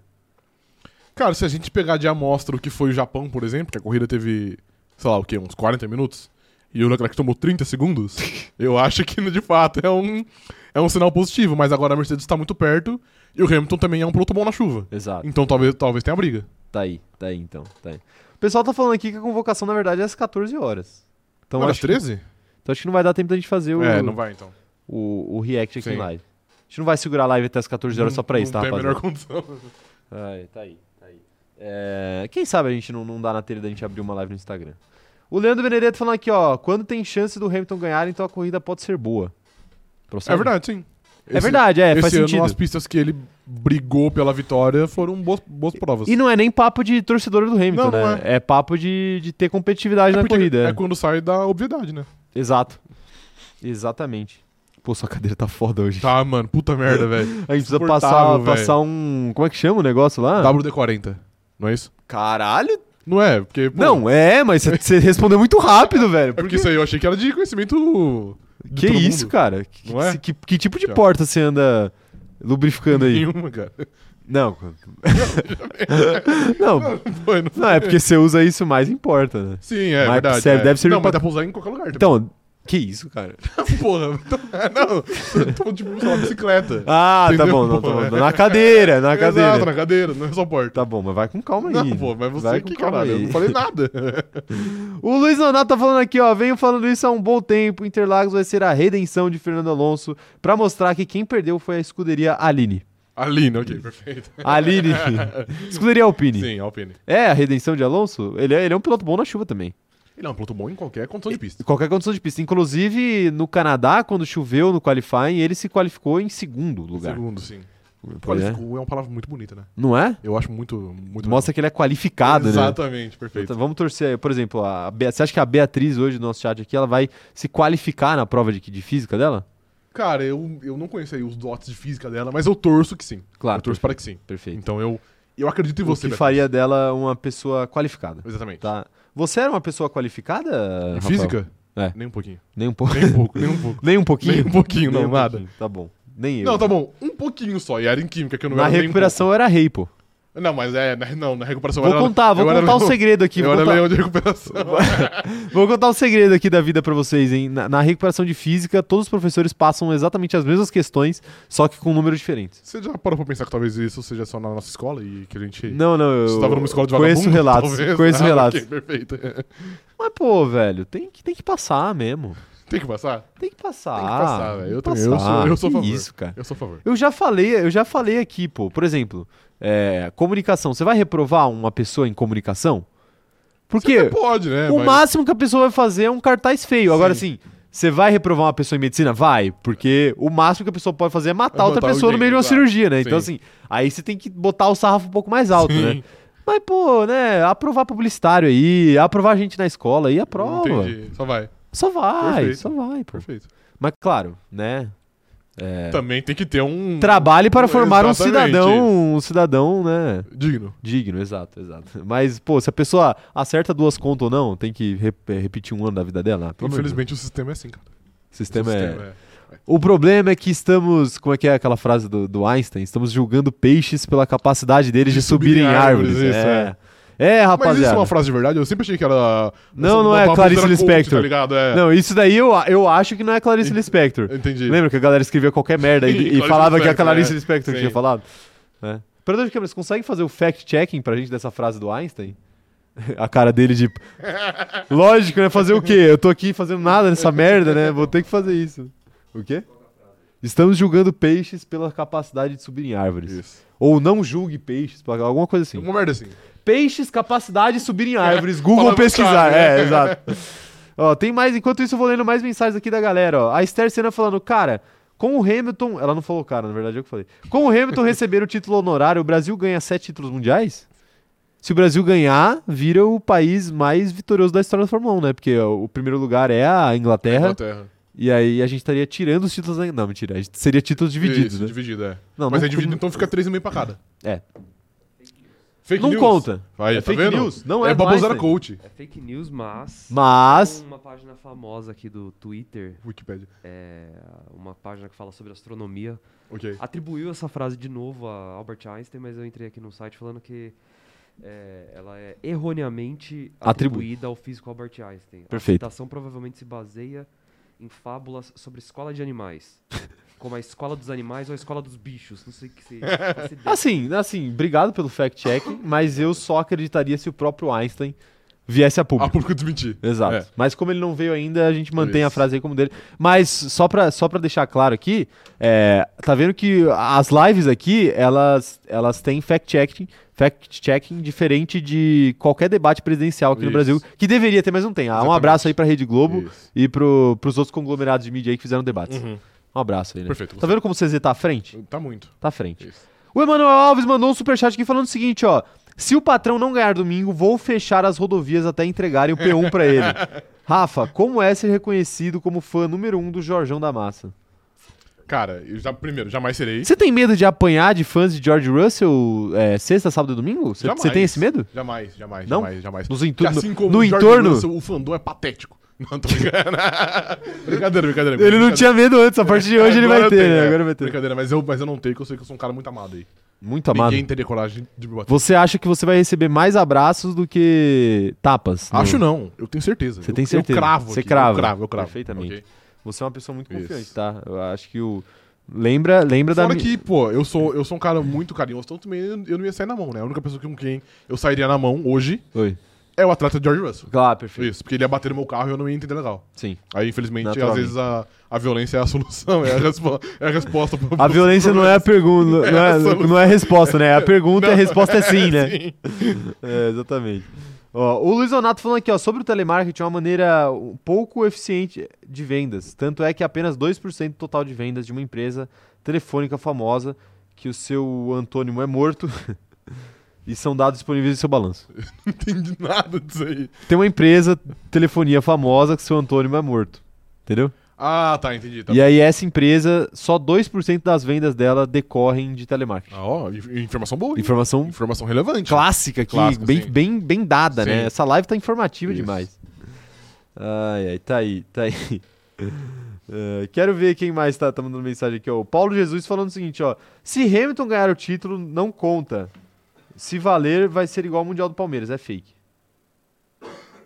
S2: Cara, se a gente pegar de amostra o que foi o Japão, por exemplo, que a corrida teve, sei lá, o quê? Uns 40 minutos? E o Leclerc tomou 30 segundos? eu acho que, de fato, é um, é um sinal positivo. Mas agora a Mercedes tá muito perto e o Hamilton também é um piloto bom na chuva.
S1: Exato.
S2: Então talvez, talvez tenha briga.
S1: Tá aí, tá aí então, tá aí. O pessoal tá falando aqui que a convocação, na verdade, é às 14 horas. Então,
S2: Não era
S1: acho, que-
S2: 13?
S1: então acho que não vai dar tempo da gente fazer o,
S2: É, não vai então.
S1: o, o react aqui
S2: Sim.
S1: em live. A gente não vai segurar a live até as 14 horas
S2: Não-
S1: só pra isso, tá,
S2: não tem a
S1: rapaziada?
S2: menor condição.
S1: Ai, tá aí, tá aí. É, quem sabe a gente não, não dá na telha da gente abrir uma live no Instagram. O Leandro Benedetto falando aqui, ó. Quando tem chance do Hamilton ganhar, então a corrida pode ser boa. Pra você
S2: É
S1: ver.
S2: verdade, sim.
S1: É verdade, é, faz
S2: esse ano,
S1: sentido.
S2: as pistas que ele brigou pela vitória foram boas, boas provas.
S1: E não é nem papo de torcedor do Hamilton,
S2: Não,
S1: né?
S2: não
S1: é. papo de, de ter competitividade
S2: é
S1: na
S2: porque
S1: corrida.
S2: é
S1: é.
S2: quando sai da obviedade, né?
S1: Exato. Exatamente. Pô, sua cadeira tá foda hoje.
S2: Tá, mano, puta merda, velho.
S1: A gente precisa
S2: Insuportável,
S1: passar,
S2: velho.
S1: passar um. Como é que chama o negócio lá?
S2: WD-40, não é isso?
S1: Caralho!
S2: Não é, porque... pô,
S1: Não, é, mas você respondeu muito rápido, velho.
S2: É porque isso aí eu achei que era de conhecimento... de
S1: Que
S2: todo
S1: isso,
S2: mundo.
S1: cara? Que,
S2: Não é?
S1: se- que- que tipo de
S2: Tchau.
S1: porta você anda lubrificando aí?
S2: Nenhuma, cara.
S1: Não. não,
S2: Foi, não-
S1: não, é porque você usa isso mais em porta, né?
S2: Sim, é
S1: Mas
S2: verdade.
S1: serve-
S2: é.
S1: deve servir
S2: Não,
S1: pra-
S2: mas dá pra usar em qualquer lugar. também.
S1: Então, Que isso, cara?
S2: Porra, então- é, não. Eu tô tipo, sei lá, bicicleta.
S1: Ah, tá
S2: Entendeu?
S1: bom, não, tá bom. Na cadeira, na
S2: Exato,
S1: cadeira.
S2: na cadeira, não é só porta.
S1: Tá bom, mas vai com calma aí.
S2: Não, pô, mas você
S1: Vai
S2: que
S1: com calma
S2: caralho, eu
S1: aí.
S2: não falei nada.
S1: O Luiz Leonardo tá falando aqui, ó. Venho falando isso há um bom tempo. Interlagos vai ser a redenção de Fernando Alonso pra mostrar que quem perdeu foi a escuderia Aline.
S2: Aline, ok, perfeito.
S1: Aline. escuderia Alpine.
S2: Sim, Alpine.
S1: É a redenção de Alonso? Ele é, ele é um piloto bom na chuva também.
S2: Ele é um piloto bom em qualquer condição de pista.
S1: Qualquer condição de pista. Inclusive, no Canadá, quando choveu no qualifying, ele se qualificou em segundo lugar.
S2: Segundo, sim.
S1: Pois é.
S2: Qualificou é uma palavra muito bonita, né?
S1: Não é?
S2: Eu acho muito. muito
S1: Mostra que ele é qualificado, né?
S2: Exatamente, perfeito.
S1: Então, vamos torcer aí. Por exemplo, a Bea- você acha que a Beatriz hoje no nosso chat aqui, ela vai se qualificar na prova de, de física dela?
S2: Cara, eu, eu não conheço aí os dotes de física dela, mas eu torço que sim.
S1: Claro.
S2: eu torço para que sim.
S1: Perfeito.
S2: Então eu, eu acredito em
S1: O
S2: você.
S1: que
S2: Beto.
S1: faria dela uma pessoa qualificada,
S2: Exatamente.
S1: tá? Você era uma pessoa qualificada,
S2: Em
S1: Rafael?
S2: física?
S1: É.
S2: Nem um pouquinho.
S1: Nem um pouco.
S2: Nem um pouco, nem um pouco.
S1: Nem um pouquinho?
S2: Nem um pouquinho, não,
S1: Nem um
S2: nada.
S1: pouquinho. Tá bom. Nem eu.
S2: Não, tá bom. Um pouquinho só. E era em química que eu não
S1: Na
S2: era nem um
S1: recuperação eu era rei, pô.
S2: pouco. Não, mas é. na- Não, na recuperação eu
S1: Vou
S2: era-
S1: contar, vou
S2: eu era
S1: contar um
S2: leão-
S1: segredo aqui.
S2: Eu
S1: Vou
S2: era
S1: contar,
S2: leão de recuperação.
S1: vou contar um segredo aqui da vida pra vocês, hein? Na, na recuperação de física, todos os professores passam exatamente as mesmas questões, só que com números diferentes.
S2: Você já parou pra pensar que talvez isso seja só na nossa escola e que a gente.
S1: Não, não, eu
S2: Você tava numa escola de vagabundo?
S1: conheço relatos,
S2: talvez?
S1: conheço
S2: Ah,
S1: relatos.
S2: ok, perfeito.
S1: Mas, pô, velho, tem que, tem que passar mesmo.
S2: Tem que passar?
S1: Tem que passar.
S2: Tem que passar, velho. Eu
S1: tem que
S2: também, eu
S1: passar.
S2: sou- eu sou a
S1: Que
S2: favor.
S1: isso, cara.
S2: Eu sou a favor.
S1: Eu já falei, eu já falei aqui, pô. Por exemplo, é, comunicação. Você vai reprovar uma pessoa em comunicação?
S2: Você
S1: Porque
S2: até pode, né?
S1: o
S2: mas-
S1: máximo que a pessoa vai fazer é um cartaz feio. Agora, assim, você vai reprovar uma pessoa em medicina? Vai, porque o máximo que a pessoa pode fazer é matar
S2: É
S1: outra
S2: matar
S1: pessoa no
S2: alguém,
S1: meio de uma
S2: exato.
S1: cirurgia, né? Então,
S2: Sim.
S1: assim, aí você tem que botar o sarrafo um pouco mais alto,
S2: Sim.
S1: né? Mas, pô, né? Aprovar publicitário aí, aprovar gente na escola aí, aprova.
S2: Entendi. Só vai.
S1: Só vai,
S2: Perfeito.
S1: só vai, pô.
S2: Perfeito.
S1: Mas, claro, né? É,
S2: Também tem que ter um.
S1: Trabalhe para formar um
S2: Exatamente.
S1: cidadão, um cidadão, né?
S2: Digno.
S1: Digno, exato, exato. Mas, pô, se a pessoa acerta duas contas ou não, tem que rep- eh, repetir um ano da vida dela. Pelo amor de Deus.
S2: Infelizmente o sistema é assim, cara.
S1: O sistema,
S2: o
S1: é... O problema é que estamos. Como é que é aquela frase do, do Einstein? Estamos julgando peixes pela capacidade deles de,
S2: De
S1: subir em
S2: subirem
S1: árvores.
S2: árvores, isso,
S1: é. É,
S2: Mas isso é
S1: rapaziada.
S2: uma frase de verdade? Eu sempre achei que era.
S1: Não, não
S2: uma
S1: é
S2: papo
S1: Clarice
S2: era coach,
S1: Lispector.
S2: Tá ligado? É.
S1: Não, isso daí eu, a- eu acho que não é Clarice Lispector.
S2: Entendi.
S1: Lembra que a galera escrevia qualquer merda
S2: Sim,
S1: e, e
S2: Clarice
S1: falava que a
S2: Lispector,
S1: Clarice
S2: é.
S1: Lispector
S2: Sim.
S1: tinha falado? Né? Operador de câmeras, consegue fazer o fact-checking pra gente dessa frase do Einstein? A cara dele de. Lógico, né? Fazer o quê? Eu tô aqui fazendo nada nessa merda, né? Vou ter que fazer isso. O quê? Estamos julgando peixes pela capacidade de subir em árvores.
S2: Isso.
S1: Ou não julgue peixes, pela- alguma coisa assim.
S2: Uma merda assim.
S1: Peixes, capacidade de
S2: É.
S1: subir em árvores. Google
S2: palavra
S1: pesquisar.
S2: chave,
S1: É,
S2: né?
S1: exato. Ó, tem mais. Enquanto isso, eu vou lendo mais mensagens aqui da galera. Ó. A Esther Senna falando, cara, com o Hamilton. Ela não falou, cara, na verdade eu que falei. Com o Hamilton receber o título honorário, o Brasil ganha sete títulos mundiais? Se o Brasil ganhar, vira o país mais vitorioso da história da Fórmula 1, né? Porque ó, o primeiro lugar é a Inglaterra.
S2: Inglaterra.
S1: E aí a gente estaria tirando os títulos da. Não, mentira. a gente- Seria títulos divididos,
S2: Isso,
S1: né?
S2: Dividido, é.
S1: Não,
S2: Mas
S1: não-
S2: é dividido, então fica 3,5 pra cada.
S1: É.
S2: Fake
S1: Não
S2: news.
S1: conta.
S2: Aí,
S1: É
S2: tá
S1: fake
S2: vendo?
S1: news, não é
S2: É
S1: do
S2: Babuzera
S1: Einstein.
S2: Coach.
S3: É fake news, mas.
S1: Mas-
S3: tem Uma página famosa aqui do Twitter,
S2: Wikipedia.
S3: é, uma página que fala sobre astronomia,
S2: Ok.
S3: atribuiu essa frase de novo a Albert Einstein, mas eu entrei aqui no site falando que é, ela é erroneamente
S1: Atribu-
S3: atribuída ao físico Albert Einstein.
S1: Perfeito.
S3: A citação provavelmente se baseia em fábulas sobre escola de animais. Como a escola dos animais ou a escola dos bichos. Não sei o que se considera.
S1: Assim, assim, obrigado pelo fact-checking, mas eu só acreditaria se o próprio Einstein viesse a
S2: A
S1: público.
S2: público desmentir.
S1: Exato.
S2: É.
S1: Mas como ele não veio ainda, a gente mantém a
S2: Isso.
S1: frase aí como dele. Mas só pra, só pra deixar claro aqui, é, tá vendo que as lives aqui, elas, elas têm fact-checking, fact-checking diferente de qualquer debate presidencial aqui no
S2: Isso.
S1: Brasil, que deveria ter, mas não tem. Ah, um
S2: Exatamente.
S1: abraço aí pra Rede Globo
S2: Isso.
S1: e pro, pros outros conglomerados de mídia aí que fizeram debates.
S2: Uhum.
S1: Um abraço aí, né?
S2: Perfeito.
S1: Tá vendo como o CZ tá à frente?
S2: Tá muito.
S1: Tá à frente.
S2: Isso.
S1: O Emanuel Alves mandou um superchat aqui falando o seguinte, ó. Se o patrão não ganhar domingo, vou fechar as rodovias até entregarem o P1 pra ele. Rafa, como é ser reconhecido como fã número um do Jorjão da Massa?
S2: Cara, eu já, primeiro, jamais serei.
S1: Você tem medo de apanhar de fãs de George Russell é, sexta, sábado e domingo? Você- Você
S2: Jamais.
S1: tem esse medo?
S2: Jamais, jamais,
S1: Não?
S2: jamais, jamais.
S1: Nos
S2: Que
S1: entorno-
S2: assim como
S1: no
S2: o George
S1: entorno?
S2: Russell, o fandom é patético. Não, tô brincando. brincadeira, brincadeira.
S1: Ele não
S2: é brincadeira.
S1: tinha medo antes, a partir de hoje ele
S2: Agora
S1: vai
S2: eu
S1: ter,
S2: tenho,
S1: né?
S2: é.
S1: Agora vai ter.
S2: Brincadeira, mas eu, mas eu não tenho, que eu sei que eu sou um cara muito amado aí.
S1: Muito amado.
S2: Ninguém teria coragem de me bater.
S1: Você acha que você vai receber mais abraços do que tapas? no-
S2: Acho não, eu tenho certeza.
S1: Você
S2: Eu-
S1: tem certeza.
S2: Eu cravo
S1: Você
S2: aqui,
S1: crava.
S2: Eu cravo, eu cravo.
S1: Perfeitamente.
S2: Ok.
S1: Você é uma pessoa muito confiante,
S2: Isso.
S1: tá? Eu acho que o. Lembra, lembra da.
S2: Fora
S1: mi-
S2: que, pô, eu sou, eu sou um cara muito carinhoso, então também eu eu não ia sair na mão, né? A única pessoa com quem eu sairia na mão hoje
S1: Oi.
S2: é o atleta George Russell.
S1: Claro, perfeito.
S2: Isso, porque ele ia bater no meu carro e eu não ia entender legal.
S1: Sim.
S2: Aí, infelizmente, às
S1: Naturalmente.
S2: vezes a, a violência é a solução, é a, respo é a resposta. pro-
S1: A violência não é a pergunta, não
S2: a
S1: é,
S2: solução.
S1: não é a resposta, né? A pergunta e a resposta é sim, né?
S2: Sim.
S1: É, exatamente. Ó, o Luiz Onato falando aqui, ó, sobre o telemarketing, é uma maneira um pouco eficiente de vendas. Tanto é que apenas 2% do total de vendas de uma empresa telefônica famosa, que o seu antônimo é morto, e são dados disponíveis no seu balanço.
S2: Não entendi nada disso aí.
S1: Tem uma empresa, telefonia famosa, que seu antônimo é morto. Entendeu?
S2: Ah, tá, entendi. Tá.
S1: E é- aí, essa empresa, só 2% das vendas dela decorrem de telemarketing.
S2: Ah, ó, inf- informação boa. hein?
S1: Informação
S2: Informação relevante.
S1: clássica aqui,
S2: Clássica,
S1: bem,
S2: sim.
S1: bem, bem dada, né?
S2: Sim.
S1: Essa live tá informativa
S2: Isso.
S1: demais. Ai, ai, tá aí, tá aí. Eh, quero ver quem mais tá, tá mandando mensagem aqui, ó. O Paulo Jesus falando o seguinte, ó. Se Hamilton ganhar o título, não conta. Se valer, vai ser igual ao Mundial do Palmeiras, é fake.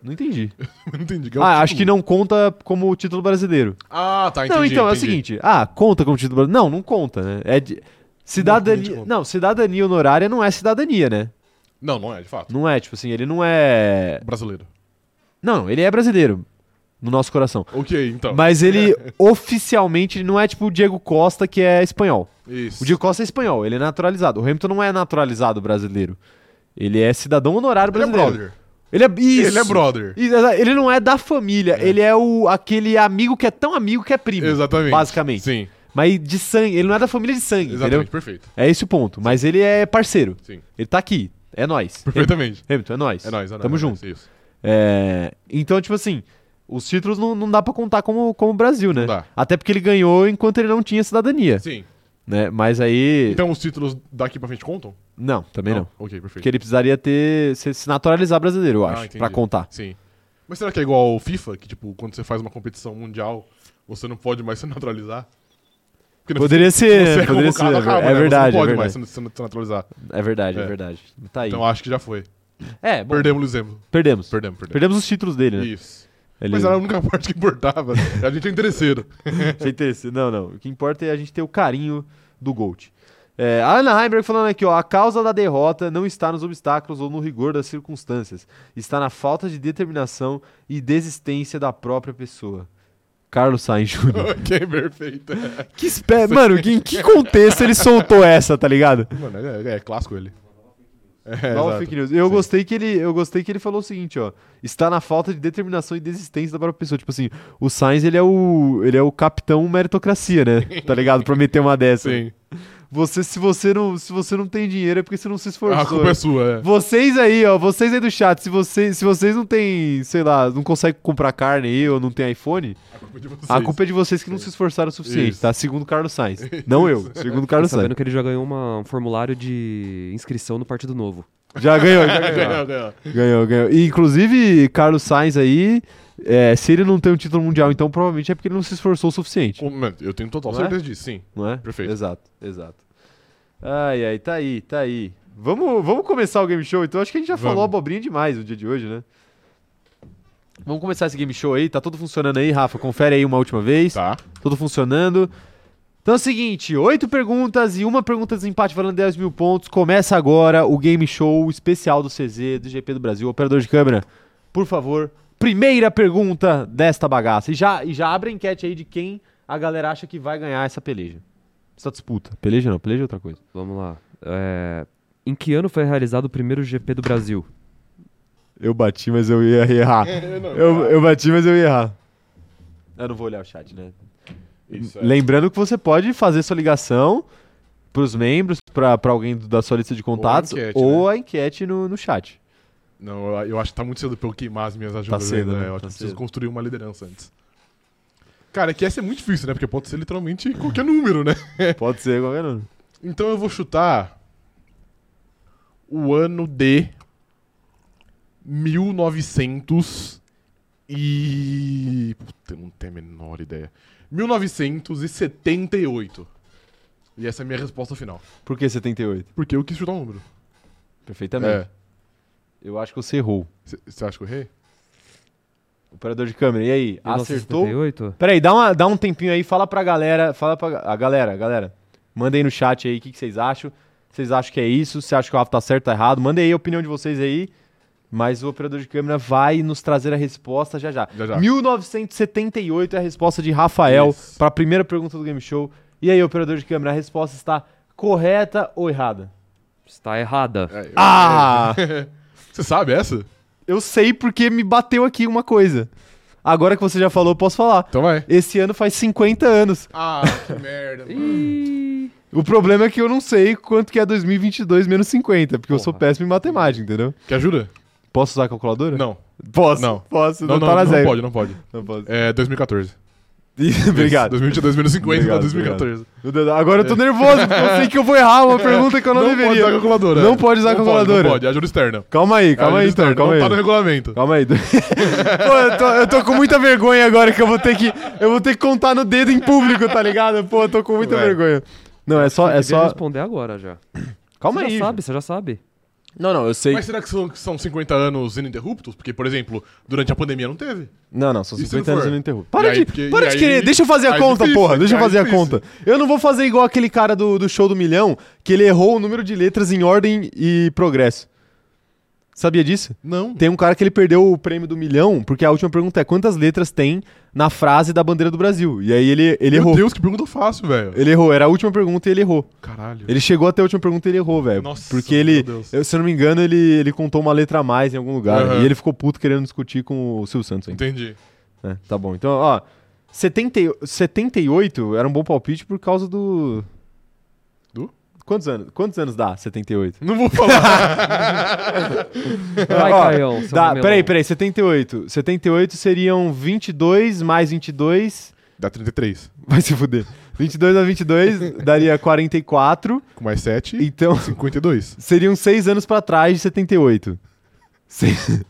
S1: Não entendi.
S2: Não entendi. que é um
S1: Ah,
S2: título.
S1: acho que não conta como título brasileiro.
S2: Ah, tá, entendi.
S1: não, então é o
S2: entendi.
S1: seguinte. Ah, conta como título brasileiro. Não, não conta, né? É de...
S2: Não, não
S1: Cidadania...
S2: conta.
S1: Não, cidadania honorária não é cidadania, né?
S2: Não, não é, de fato.
S1: Não é, tipo assim, ele não é.
S2: Brasileiro.
S1: Não, ele é brasileiro. No nosso coração.
S2: Ok, então.
S1: Mas ele, oficialmente, ele não é tipo o Diego Costa, que é espanhol.
S2: Isso.
S1: O Diego Costa é espanhol, ele é naturalizado. O Hamilton não é naturalizado brasileiro. Ele é cidadão honorário
S2: Ele é
S1: brasileiro.
S2: brother.
S1: Ele é, isso.
S2: Ele é brother.
S1: Isso, exa- Ele não é da família, ele é o, aquele amigo que é tão amigo que é primo.
S2: Exatamente.
S1: Basicamente.
S2: Sim,
S1: Mas de sangue, ele não é da família de sangue,
S2: exatamente.
S1: entendeu?
S2: Perfeito.
S1: É esse o ponto. Mas ele é parceiro.
S2: Sim.
S1: Ele tá aqui. É nóis.
S2: Perfeitamente.
S1: Hamilton, é nóis.
S2: É nóis, é nóis.
S1: Tamo
S2: é
S1: junto.
S2: nóis, Isso.
S1: É, então, tipo assim, os títulos não, não dá pra contar como, como Brasil, né?
S2: Não dá.
S1: Até porque ele ganhou enquanto ele não tinha cidadania,
S2: Sim.
S1: né? Mas aí...
S2: Então os títulos daqui pra frente contam?
S1: não, também não.
S2: Ok, perfeito.
S1: Porque ele precisaria ter... Se, se naturalizar brasileiro, eu
S2: Ah,
S1: acho,
S2: entendi.
S1: pra contar.
S2: Sim. Mas será que é igual ao FIFA? Que, tipo, quando você faz uma competição mundial, você não pode mais se naturalizar? Porque no
S1: Poderia ser,
S2: FIFA,
S1: né? Poderia ser.
S2: convocado, acaba,
S1: é,
S2: né?
S1: verdade,
S2: Você não
S1: é
S2: pode
S1: verdade,
S2: mais se se naturalizar.
S1: é verdade, é
S2: É.
S1: verdade. Tá aí.
S2: Então acho que já foi.
S1: é, bom,
S2: Perdemos o exemplo.
S1: perdemos.
S2: Perdemos, perdemos.
S1: Perdemos os títulos dele, né?
S2: Isso.
S1: Ele...
S2: Mas era a única parte que importava. A gente é interesseiro.
S1: Sem interesse. Não, não. O que importa é a gente ter o carinho do Gold. É, a Ana Heimberg falando aqui, ó, a causa da derrota não está nos obstáculos ou no rigor das circunstâncias. Está na falta de determinação e desistência da própria pessoa. Carlos Sainz Jr.
S2: ok, perfeito.
S1: que espé... Mano, que- em que contexto ele soltou essa, tá ligado?
S2: Mano, é, é clássico ele. É,
S1: Nova
S2: exato.
S1: fake news. Eu
S2: Sim.
S1: gostei que ele, eu gostei que ele falou o seguinte, ó. Está na falta de determinação e desistência da própria pessoa. Tipo assim, o Sainz ele é o, ele é o capitão meritocracia, né? Tá ligado? Pra meter uma dessa.
S2: Sim.
S1: Você, se você não, se você não tem dinheiro é porque você não se esforçou.
S2: A culpa é sua, é.
S1: Vocês aí, ó, vocês aí do chat, se vocês, se vocês não tem, sei lá, não conseguem comprar carne aí ou não tem iPhone,
S2: A culpa é de vocês.
S1: a culpa é de vocês que não se esforçaram o suficiente,
S2: Isso. Tá
S1: tá? Segundo Carlos Sainz. Não eu, segundo Carlos Sainz.
S3: Tá Sabendo que ele já ganhou uma- um formulário de inscrição no Partido Novo.
S1: Já ganhou, já ganhou.
S2: Ganhou, ganhou.
S1: ganhou, ganhou. E, inclusive, Carlos Sainz aí, é, se ele não tem um título mundial, então provavelmente é porque ele não se esforçou o suficiente,
S2: Com- mano, Eu tenho total
S1: Não é?
S2: certeza disso, sim.
S1: não é?
S2: Perfeito.
S1: Exato, exato. Ai, ai, tá aí, tá aí. Vamos, vamos começar o game show, então acho que a gente já falou
S2: Vamos.
S1: abobrinha demais no dia de hoje, né? Vamos começar esse game show aí, tá tudo funcionando aí, Rafa? Confere aí uma última vez.
S2: Tá.
S1: Tudo funcionando. Então é o seguinte: oito perguntas e uma pergunta de desempate valendo 10 mil pontos. Começa agora o game show especial do CZ, do GP do Brasil. Operador de câmera, por favor, primeira pergunta desta bagaça. E já, e já abre a enquete aí de quem a galera acha que vai ganhar essa peleja. Essa disputa. Peleja não, peleja é outra coisa.
S3: Vamos lá. É, Em que ano foi realizado o primeiro GP do Brasil?
S1: Eu bati, mas eu ia errar. Eu, bati, mas eu ia errar. Eu não vou olhar o chat, né?
S2: Isso, é.
S1: Lembrando que você pode fazer sua ligação pros membros, pra pra alguém do- da sua lista de contatos, ou a
S2: enquete,
S1: enquete,
S2: né?
S1: no, no chat.
S2: Não, eu- eu acho que tá muito cedo pra eu queimar as minhas ajudas
S1: cedo,
S2: ainda,
S1: né?
S2: Eu acho
S1: Tá
S2: que preciso
S1: cedo.
S2: construir uma liderança antes. Cara, é que essa é muito difícil, né? Porque pode ser literalmente qualquer número, né?
S1: Pode ser qualquer um. número.
S2: Então eu vou chutar o ano de 1900 e... Puta, eu não tenho a menor ideia. 1978. E essa é a minha resposta final.
S1: Por que 78?
S2: Porque eu quis chutar um número.
S1: Perfeitamente.
S2: É.
S1: Eu acho que você errou.
S2: Você acha que eu errei?
S1: Operador de câmera, e aí? Acertou?
S3: 1978?
S1: Peraí, dá, uma, dá um tempinho aí, fala pra galera. Fala pra ga- a galera, galera. Manda aí no chat aí o que, que vocês acham. Vocês acham que é isso? Você acha que o Rafa tá certo tá errado? Manda aí a opinião de vocês aí. Mas o operador de câmera vai nos trazer a resposta já já.
S2: Já, já.
S1: 1978 é a resposta de Rafael
S2: Isso.
S1: pra primeira pergunta do Game Show. E aí, operador de câmera, a resposta está correta ou errada?
S3: Está errada.
S2: É, eu-
S1: Ah!
S2: Você sabe essa?
S1: Eu sei porque me bateu aqui uma coisa. Agora que você já falou, eu posso falar.
S2: Então vai.
S1: Esse ano faz 50 anos.
S2: Ah, que merda.
S3: Ih,
S1: O problema é que eu não sei quanto que é 2022 menos 50, porque eu sou
S3: Porra.
S1: péssimo em matemática, entendeu?
S2: Quer ajuda?
S1: Posso usar a calculadora?
S2: Não.
S1: Posso.
S2: Não.
S1: Posso,
S2: Não,
S1: não,
S2: não,
S1: tá
S2: não,
S1: na zero.
S2: pode, não pode.
S1: Não posso.
S2: É 2014.
S1: Obrigado.
S2: 2022 menos 50 dá
S1: Obrigado,
S2: 2014.
S1: Meu Deus, Agora eu tô nervoso, porque eu sei que eu vou errar uma pergunta que eu não,
S2: É. pode
S1: deveria.
S2: usar calculadora.
S1: Não pode usar
S2: Não
S1: calculadora.
S2: Não pode, É ajuda externa.
S1: Calma aí, calma
S2: Ajuda
S1: aí,
S2: externa,
S1: então, calma
S2: não
S1: aí.
S2: tá no regulamento.
S1: Calma aí. Pô, eu tô, eu tô com muita vergonha agora que eu vou ter que eu vou ter que contar no dedo em público, tá ligado? Pô, eu tô com muita
S2: Ué.
S1: vergonha. Não, é só é
S3: devia
S1: só
S3: responder agora já.
S1: Calma
S3: você
S1: aí.
S3: já sabe, você já sabe.
S1: Não, não, eu sei.
S2: Mas será que são, que são 50 anos ininterruptos? Porque, por exemplo, durante a pandemia não teve.
S1: Não, não, são
S2: E se
S1: 50
S2: não
S1: anos
S2: for?
S1: eu não interrompo. Para
S2: aí,
S1: de,
S2: porque-
S1: para
S2: e
S1: de
S2: aí-
S1: querer, deixa eu fazer a
S2: aí é
S1: conta,
S2: difícil,
S1: porra, deixa eu
S2: aí
S1: fazer a
S2: difícil.
S1: conta. Eu não vou fazer igual aquele cara do, do show do milhão, que ele errou o número de letras em ordem e progresso. Sabia disso?
S2: Não.
S1: Tem um cara que ele perdeu o prêmio do milhão, porque a última pergunta é quantas letras tem na frase da bandeira do Brasil. E aí ele, ele
S2: Meu
S1: errou.
S2: Deus, que pergunta fácil, velho.
S1: Ele errou, era a última pergunta e ele errou.
S2: Caralho.
S1: Ele chegou até a última pergunta e ele errou, velho.
S2: Nossa,
S1: Porque ele,
S2: meu Deus.
S1: eu- se eu não me engano, ele, ele contou uma letra a mais em algum lugar.
S2: Aham.
S1: E ele ficou puto querendo discutir com o Silvio Santos ainda.
S2: Entendi.
S1: É, tá bom. Então, ó, 70, e- 78 era um bom palpite por causa do.
S2: Do?
S1: Quantos anos? Quantos anos dá 78?
S2: Não vou falar.
S3: Vai,
S1: Ó,
S3: Caião. seu
S1: Dá,
S3: mamelão.
S1: peraí, peraí, 78. 78 seriam 22 mais 22.
S2: Dá 33.
S1: Vai se fuder. 22 a 22 daria 44.
S2: Com mais 7,
S1: Então,
S2: 52.
S1: seriam 6 anos pra trás de 78. Se-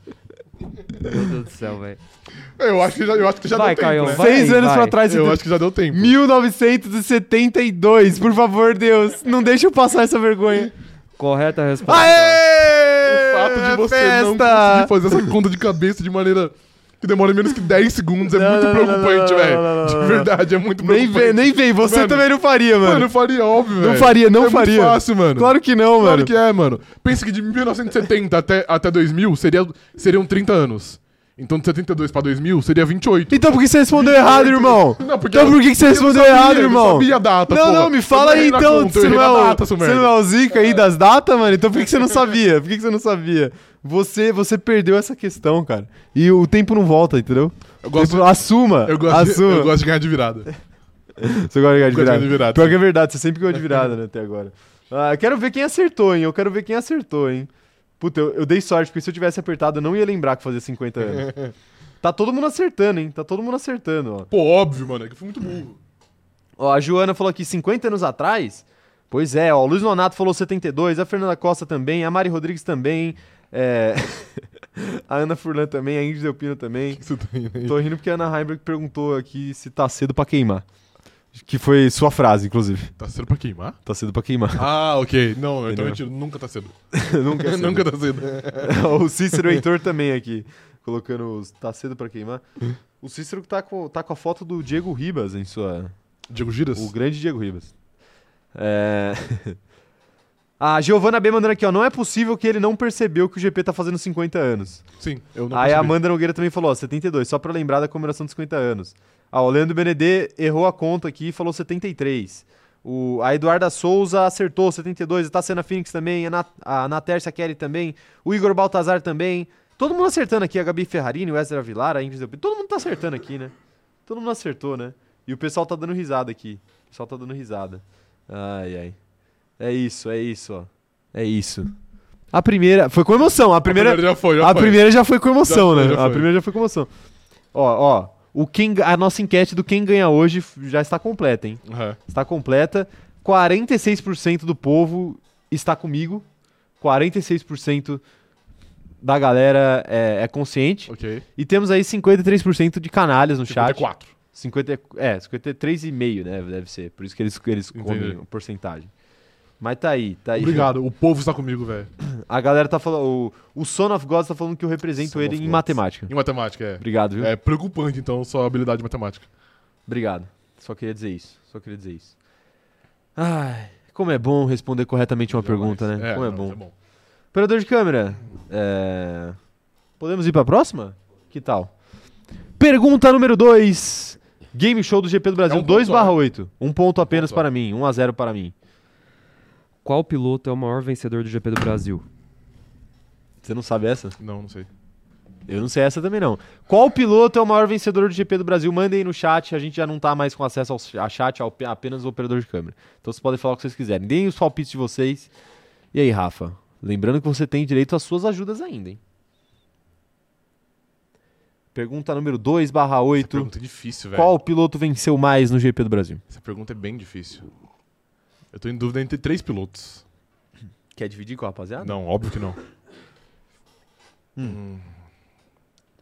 S3: Meu Deus do céu, velho.
S2: Eu acho que já, eu acho que já
S3: Vai,
S2: deu tempo,
S3: Caio,
S2: né?
S3: vai.
S1: Seis anos pra trás de
S2: Eu acho que já deu tempo.
S1: 1972. Por favor, Deus, não deixa eu passar essa vergonha.
S3: Correta a resposta.
S1: Aê!
S2: O fato de você
S1: Festa!
S2: não conseguir fazer essa conta de cabeça de maneira que demora menos que 10 segundos é
S1: Não,
S2: muito
S1: não, não,
S2: preocupante,
S1: não, não, não,
S2: velho.
S1: não, não,
S2: De
S1: não.
S2: verdade, é muito
S1: Nem
S2: preocupante.
S1: vem, nem vem. Você
S2: Mano.
S1: também não faria, mano.
S2: Mano, eu faria, óbvio, velho.
S1: não faria, não
S2: é
S1: faria.
S2: Muito fácil, mano.
S1: Claro que não,
S2: Claro
S1: mano.
S2: que é, mano. Pensa que de 1970 até, até 2000 seria, seriam 30 anos. Então de 72 pra 2000 seria 28.
S1: Então por que você respondeu errado, irmão?
S2: Não, porque
S1: então
S2: eu-
S1: por que que você
S2: eu
S1: respondeu
S2: sabia,
S1: errado,
S2: eu
S1: irmão?
S2: não sabia a data,
S1: Não,
S2: porra.
S1: não, me fala
S2: Eu
S1: aí
S2: errei na
S1: então,
S2: conta, eu
S1: você não,
S2: errei
S1: é
S2: na
S1: o,
S2: data, seu
S1: você
S2: merda.
S1: não é o Zica aí das datas, mano? Então por que que você não sabia? Por que que você não sabia? Você, você perdeu essa questão, cara. E o tempo não volta, entendeu?
S2: Eu gosto-
S1: Tempo- assuma,
S2: Eu gosto, de,
S1: assuma.
S2: eu gosto de ganhar de virada.
S1: Você gosta de ganhar de
S2: Gosto de
S1: virada.
S2: ganhar de virada,
S1: Pior
S2: sim.
S1: que é verdade, você sempre ganhou de virada, né, até agora. Ah, quero ver quem acertou, hein? Eu quero ver quem acertou, hein? Puta, eu, eu dei sorte, porque se eu tivesse apertado, eu não ia lembrar que fazia 50 anos. Tá todo mundo acertando, hein? Tá todo mundo acertando, ó.
S2: Pô, óbvio, mano. É que eu fui muito burro.
S1: Ó, a Joana falou aqui 50 anos atrás. Pois é, ó, o Luiz Nonato falou 72, a Fernanda Costa também, a Mari Rodrigues também, é, a Ana Furlan também, a Ingrid Delpino também.
S2: Isso tá indo aí.
S1: Tô rindo porque a Ana Heimberg perguntou aqui se tá cedo pra queimar. Que foi sua frase, inclusive.
S2: Tá cedo pra queimar?
S1: Tá cedo pra queimar.
S2: Ah, ok. Não, então
S1: Entendeu?
S2: eu tiro. Nunca tá cedo.
S1: Nunca é cedo.
S2: Nunca tá cedo.
S1: o Cícero Heitor também aqui, colocando os tá cedo pra queimar. O Cícero tá com, tá com a foto do Diego Ribas em sua...
S2: Diego Giras?
S1: O grande Diego Ribas. É... A Giovana B mandando aqui, ó. Não é possível que ele não percebeu que o GP tá fazendo 50 anos.
S2: Sim, eu não
S1: Aí a
S2: percebi.
S1: Amanda Nogueira também falou, ó, 72, só pra lembrar da comemoração dos 50 anos. Ah, o Leandro Benedê errou a conta aqui e falou 73. O, a Eduarda Souza acertou 72, tá a Tassiana Phoenix também, a, Nat, a Natércia Kelly também, o Igor Baltazar também. Todo mundo acertando aqui, a Gabi Ferrarini, o Ezra Vilar, a Ingrid Delpino. Todo mundo tá acertando aqui, né? Todo mundo acertou, né? E o pessoal tá dando risada aqui. O pessoal tá dando risada. Ai, ai. É isso, é isso, ó. É isso. A primeira. Foi com emoção. A primeira.
S2: A primeira já foi, já
S1: A
S2: foi.
S1: primeira já foi com emoção,
S2: Já foi,
S1: né?
S2: já
S1: A
S2: foi.
S1: primeira já foi com emoção. Ó, ó. O quem, ga- a nossa enquete do quem ganha hoje f- já está completa, hein?
S2: Aham.
S1: Está completa. 46% do povo está comigo. 46% da galera é, é consciente.
S2: Ok.
S1: E temos aí 53% de canalhas no chat.
S2: 54.
S1: 50, e- é, 53,5, né? Deve ser. Por isso que eles, eles comem
S2: Entendi.
S1: a porcentagem. Mas tá aí, tá aí.
S2: Obrigado, o povo está comigo, velho.
S1: A galera tá falando. O, o Son of God tá falando que eu represento
S2: Son
S1: ele
S2: of
S1: em
S2: Gods.
S1: matemática.
S2: Em matemática, é.
S1: Obrigado, viu?
S2: É preocupante, então, sua habilidade em matemática.
S1: Obrigado. Só queria dizer isso. Só queria dizer isso. Ai, como é bom responder corretamente uma pergunta, né? como é
S2: não,
S1: bom.
S2: É bom.
S1: Operador de câmera, é, podemos ir pra próxima? Que tal? Pergunta número 2. Game Show do GP do Brasil
S2: É um ponto
S1: 2
S2: só,
S1: barra 8. Um ponto apenas
S2: só.
S1: para mim, 1 a 0 para mim.
S3: Qual piloto é o maior vencedor do GP do Brasil?
S1: Você não sabe essa?
S2: Não, não sei.
S1: Eu não sei essa também não. Qual piloto é o maior vencedor do GP do Brasil? Mandem aí no chat, a gente já não tá mais com acesso ao ch- a chat, ao, pe- apenas o operador de câmera. Então vocês podem falar o que vocês quiserem. Deem os palpites de vocês. E aí, Rafa? Lembrando que você tem direito às suas ajudas ainda, hein? Pergunta número 2 barra
S2: Essa
S1: 8.
S2: pergunta é difícil, velho.
S1: Qual piloto venceu mais no GP do Brasil?
S2: Essa pergunta é bem difícil. Eu tô em dúvida entre três pilotos.
S1: Quer dividir com a rapaziada?
S2: Não, óbvio que não.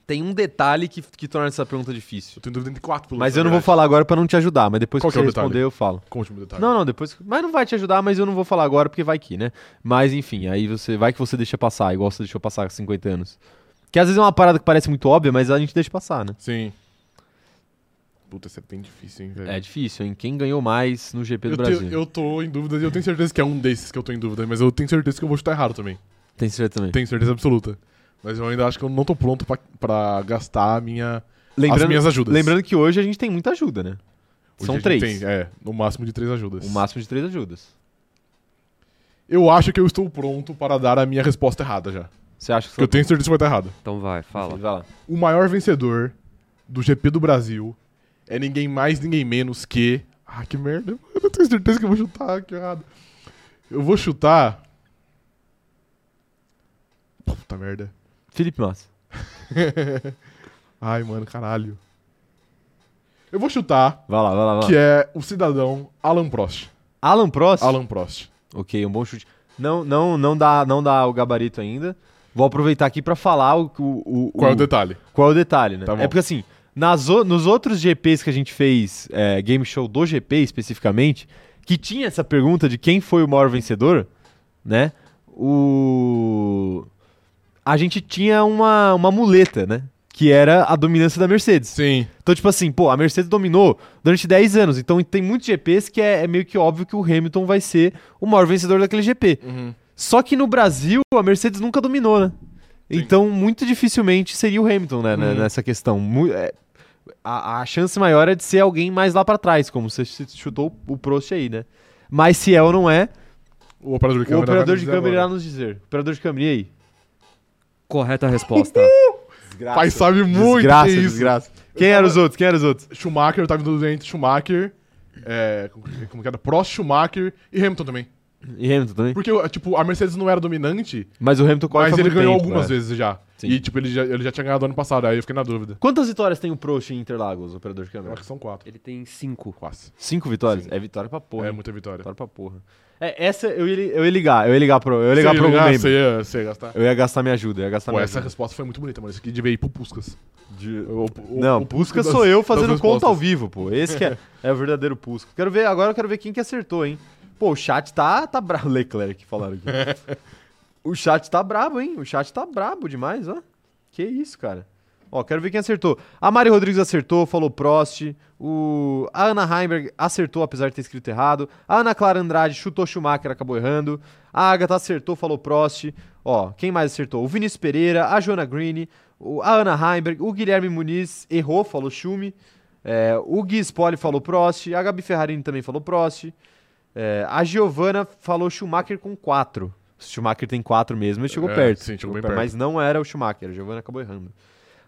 S1: Tem um detalhe que, que torna essa pergunta difícil.
S2: Eu tô em dúvida entre quatro pilotos.
S1: Mas
S2: na
S1: eu não vou
S2: verdade.
S1: falar agora pra não te ajudar, mas depois
S2: Qual
S1: que
S2: que é
S1: você
S2: o detalhe?
S1: responder eu falo.
S2: Conte o detalhe.
S1: Não, não, depois. Mas não vai te ajudar, mas eu não vou falar agora porque vai que, né? Mas enfim, aí você vai que você deixa passar, igual você deixou passar há 50 anos. Que às vezes é uma parada que parece muito óbvia, mas a gente deixa passar, né?
S2: Sim. Puta, essa é bem difícil, hein, velho.
S1: É difícil, hein? Quem ganhou mais no GP do
S2: eu,
S1: Brasil?
S2: tenho- eu tô em dúvida e eu tenho certeza que é um desses que eu tô em dúvida, mas eu tenho certeza que eu vou chutar errado também.
S1: Tem certeza também.
S2: Tenho certeza absoluta. Mas eu ainda acho que eu não tô pronto pra, pra gastar a minha, as
S1: Lembrando,
S2: minhas ajudas.
S1: lembrando que hoje a gente tem muita ajuda, né?
S2: Hoje
S1: São
S2: a gente
S1: três.
S2: Tem, é, no máximo de três ajudas.
S1: O máximo de três ajudas.
S2: Eu acho que eu estou pronto para dar a minha resposta errada já.
S1: Você acha que
S2: Porque eu tenho certeza que vai estar errada.
S3: Então vai, fala.
S1: Vai lá.
S2: O maior vencedor do GP do Brasil é ninguém mais, ninguém menos que. Ah, que merda. Eu tenho certeza que eu vou chutar, que errado. Eu vou chutar. Puta merda.
S1: Felipe Massa.
S2: Ai, mano, caralho. Eu vou chutar,
S1: Vai lá, vai lá, vai lá.
S2: que é o cidadão Alan Prost.
S1: Alan Prost?
S2: Alan Prost.
S1: Ok, um bom chute. Não, não, não dá, não dá o gabarito ainda. Vou aproveitar aqui pra falar o, o, o,
S2: Qual é o detalhe?
S1: qual é o detalhe, né?
S2: Tá bom.
S1: é porque assim, nas o- nos outros GPs que a gente fez, é, game show do GP especificamente, que tinha essa pergunta de quem foi o maior vencedor, né? O a gente tinha uma, uma muleta, né? Que era a dominância da Mercedes.
S2: Sim.
S1: Então, tipo assim, pô, a Mercedes dominou durante 10 anos. Então, tem muitos GPs que é, é meio que óbvio que o Hamilton vai ser o maior vencedor daquele GP. Só que no Brasil, a Mercedes nunca dominou, né?
S2: Uhum. Sim.
S1: Então, muito dificilmente seria o Hamilton, né? né,
S2: Uhum.
S1: Nessa questão. Mu- é, a, a chance maior é de ser alguém mais lá pra trás, como você ch- chutou o Prost aí, né? Mas se é ou não é,
S2: é O operador de
S1: o
S2: câmera. vai
S1: operador
S2: nos
S1: de
S2: dizer
S1: câmera irá
S2: agora.
S1: nos dizer. Operador de câmera, e aí?
S3: Correta resposta.
S1: Desgraça.
S2: Pai sabe muito
S1: desgraça,
S2: que isso.
S1: desgraça. Quem eram os outros? Quem eram os outros?
S2: Schumacher, tá eu tava em dúvida entre Schumacher, é, como que- como que era? Prost, Schumacher e Hamilton também.
S1: E Hamilton também?
S2: Porque, tipo, a Mercedes não era dominante,
S1: Mas o Hamilton corre
S2: mas
S1: faz
S2: ele
S1: muito
S2: ganhou
S1: tempo,
S2: algumas
S1: é.
S2: vezes já.
S1: Sim.
S2: E, tipo, ele já, ele já tinha ganhado ano passado, aí eu fiquei na dúvida.
S1: Quantas vitórias tem o Prost em Interlagos, operador de
S2: Eu
S1: câmera?
S2: acho que são quatro.
S3: Ele tem cinco.
S2: Quase.
S1: Cinco vitórias? É vitória pra porra.
S2: é
S1: hein?
S2: muita vitória.
S1: Vitória pra porra. É, essa eu ia, li- eu ia ligar, eu ia ligar pro, eu ia ligar
S2: Você
S1: pro algum
S2: ia-
S1: membro.
S2: você ia, você ia gastar.
S1: Eu ia gastar minha ajuda, eu ia gastar
S2: Pô,
S1: minha
S2: essa
S1: ajuda.
S2: resposta foi muito bonita, mano. Isso aqui devia ir pro Puskas.
S1: De-
S2: O- o-
S1: Não,
S2: é o
S1: Pusca
S2: das-
S1: sou eu
S2: das
S1: fazendo conta
S2: respostas.
S1: ao vivo, pô. Esse que é, é o verdadeiro Pusca. Quero ver, agora eu quero ver quem que acertou, hein. Pô, o chat tá, tá brabo. Leclerc, falaram aqui. o chat tá brabo, hein. O chat tá brabo demais, ó. Que isso, cara. Ó, quero ver quem acertou. A Mari Rodrigues acertou, falou Prost. O... A Ana Heimberg acertou, apesar de ter escrito errado. A Ana Clara Andrade chutou Schumacher, acabou errando. A Agatha acertou, falou Prost. Ó, quem mais acertou? O Vinícius Pereira, a Joana Green, o- a Ana Heimberg, o Guilherme Muniz errou, falou Schumi. É, o Gui Spoli falou Prost. A Gabi Ferrarini também falou Prost. É, a Giovana falou Schumacher com 4. Schumacher tem 4 mesmo, ele chegou
S2: É,
S1: perto.
S2: sim, chegou
S1: Chegou
S2: bem
S1: perto,
S2: perto.
S1: Mas não era o Schumacher, a Giovana acabou errando.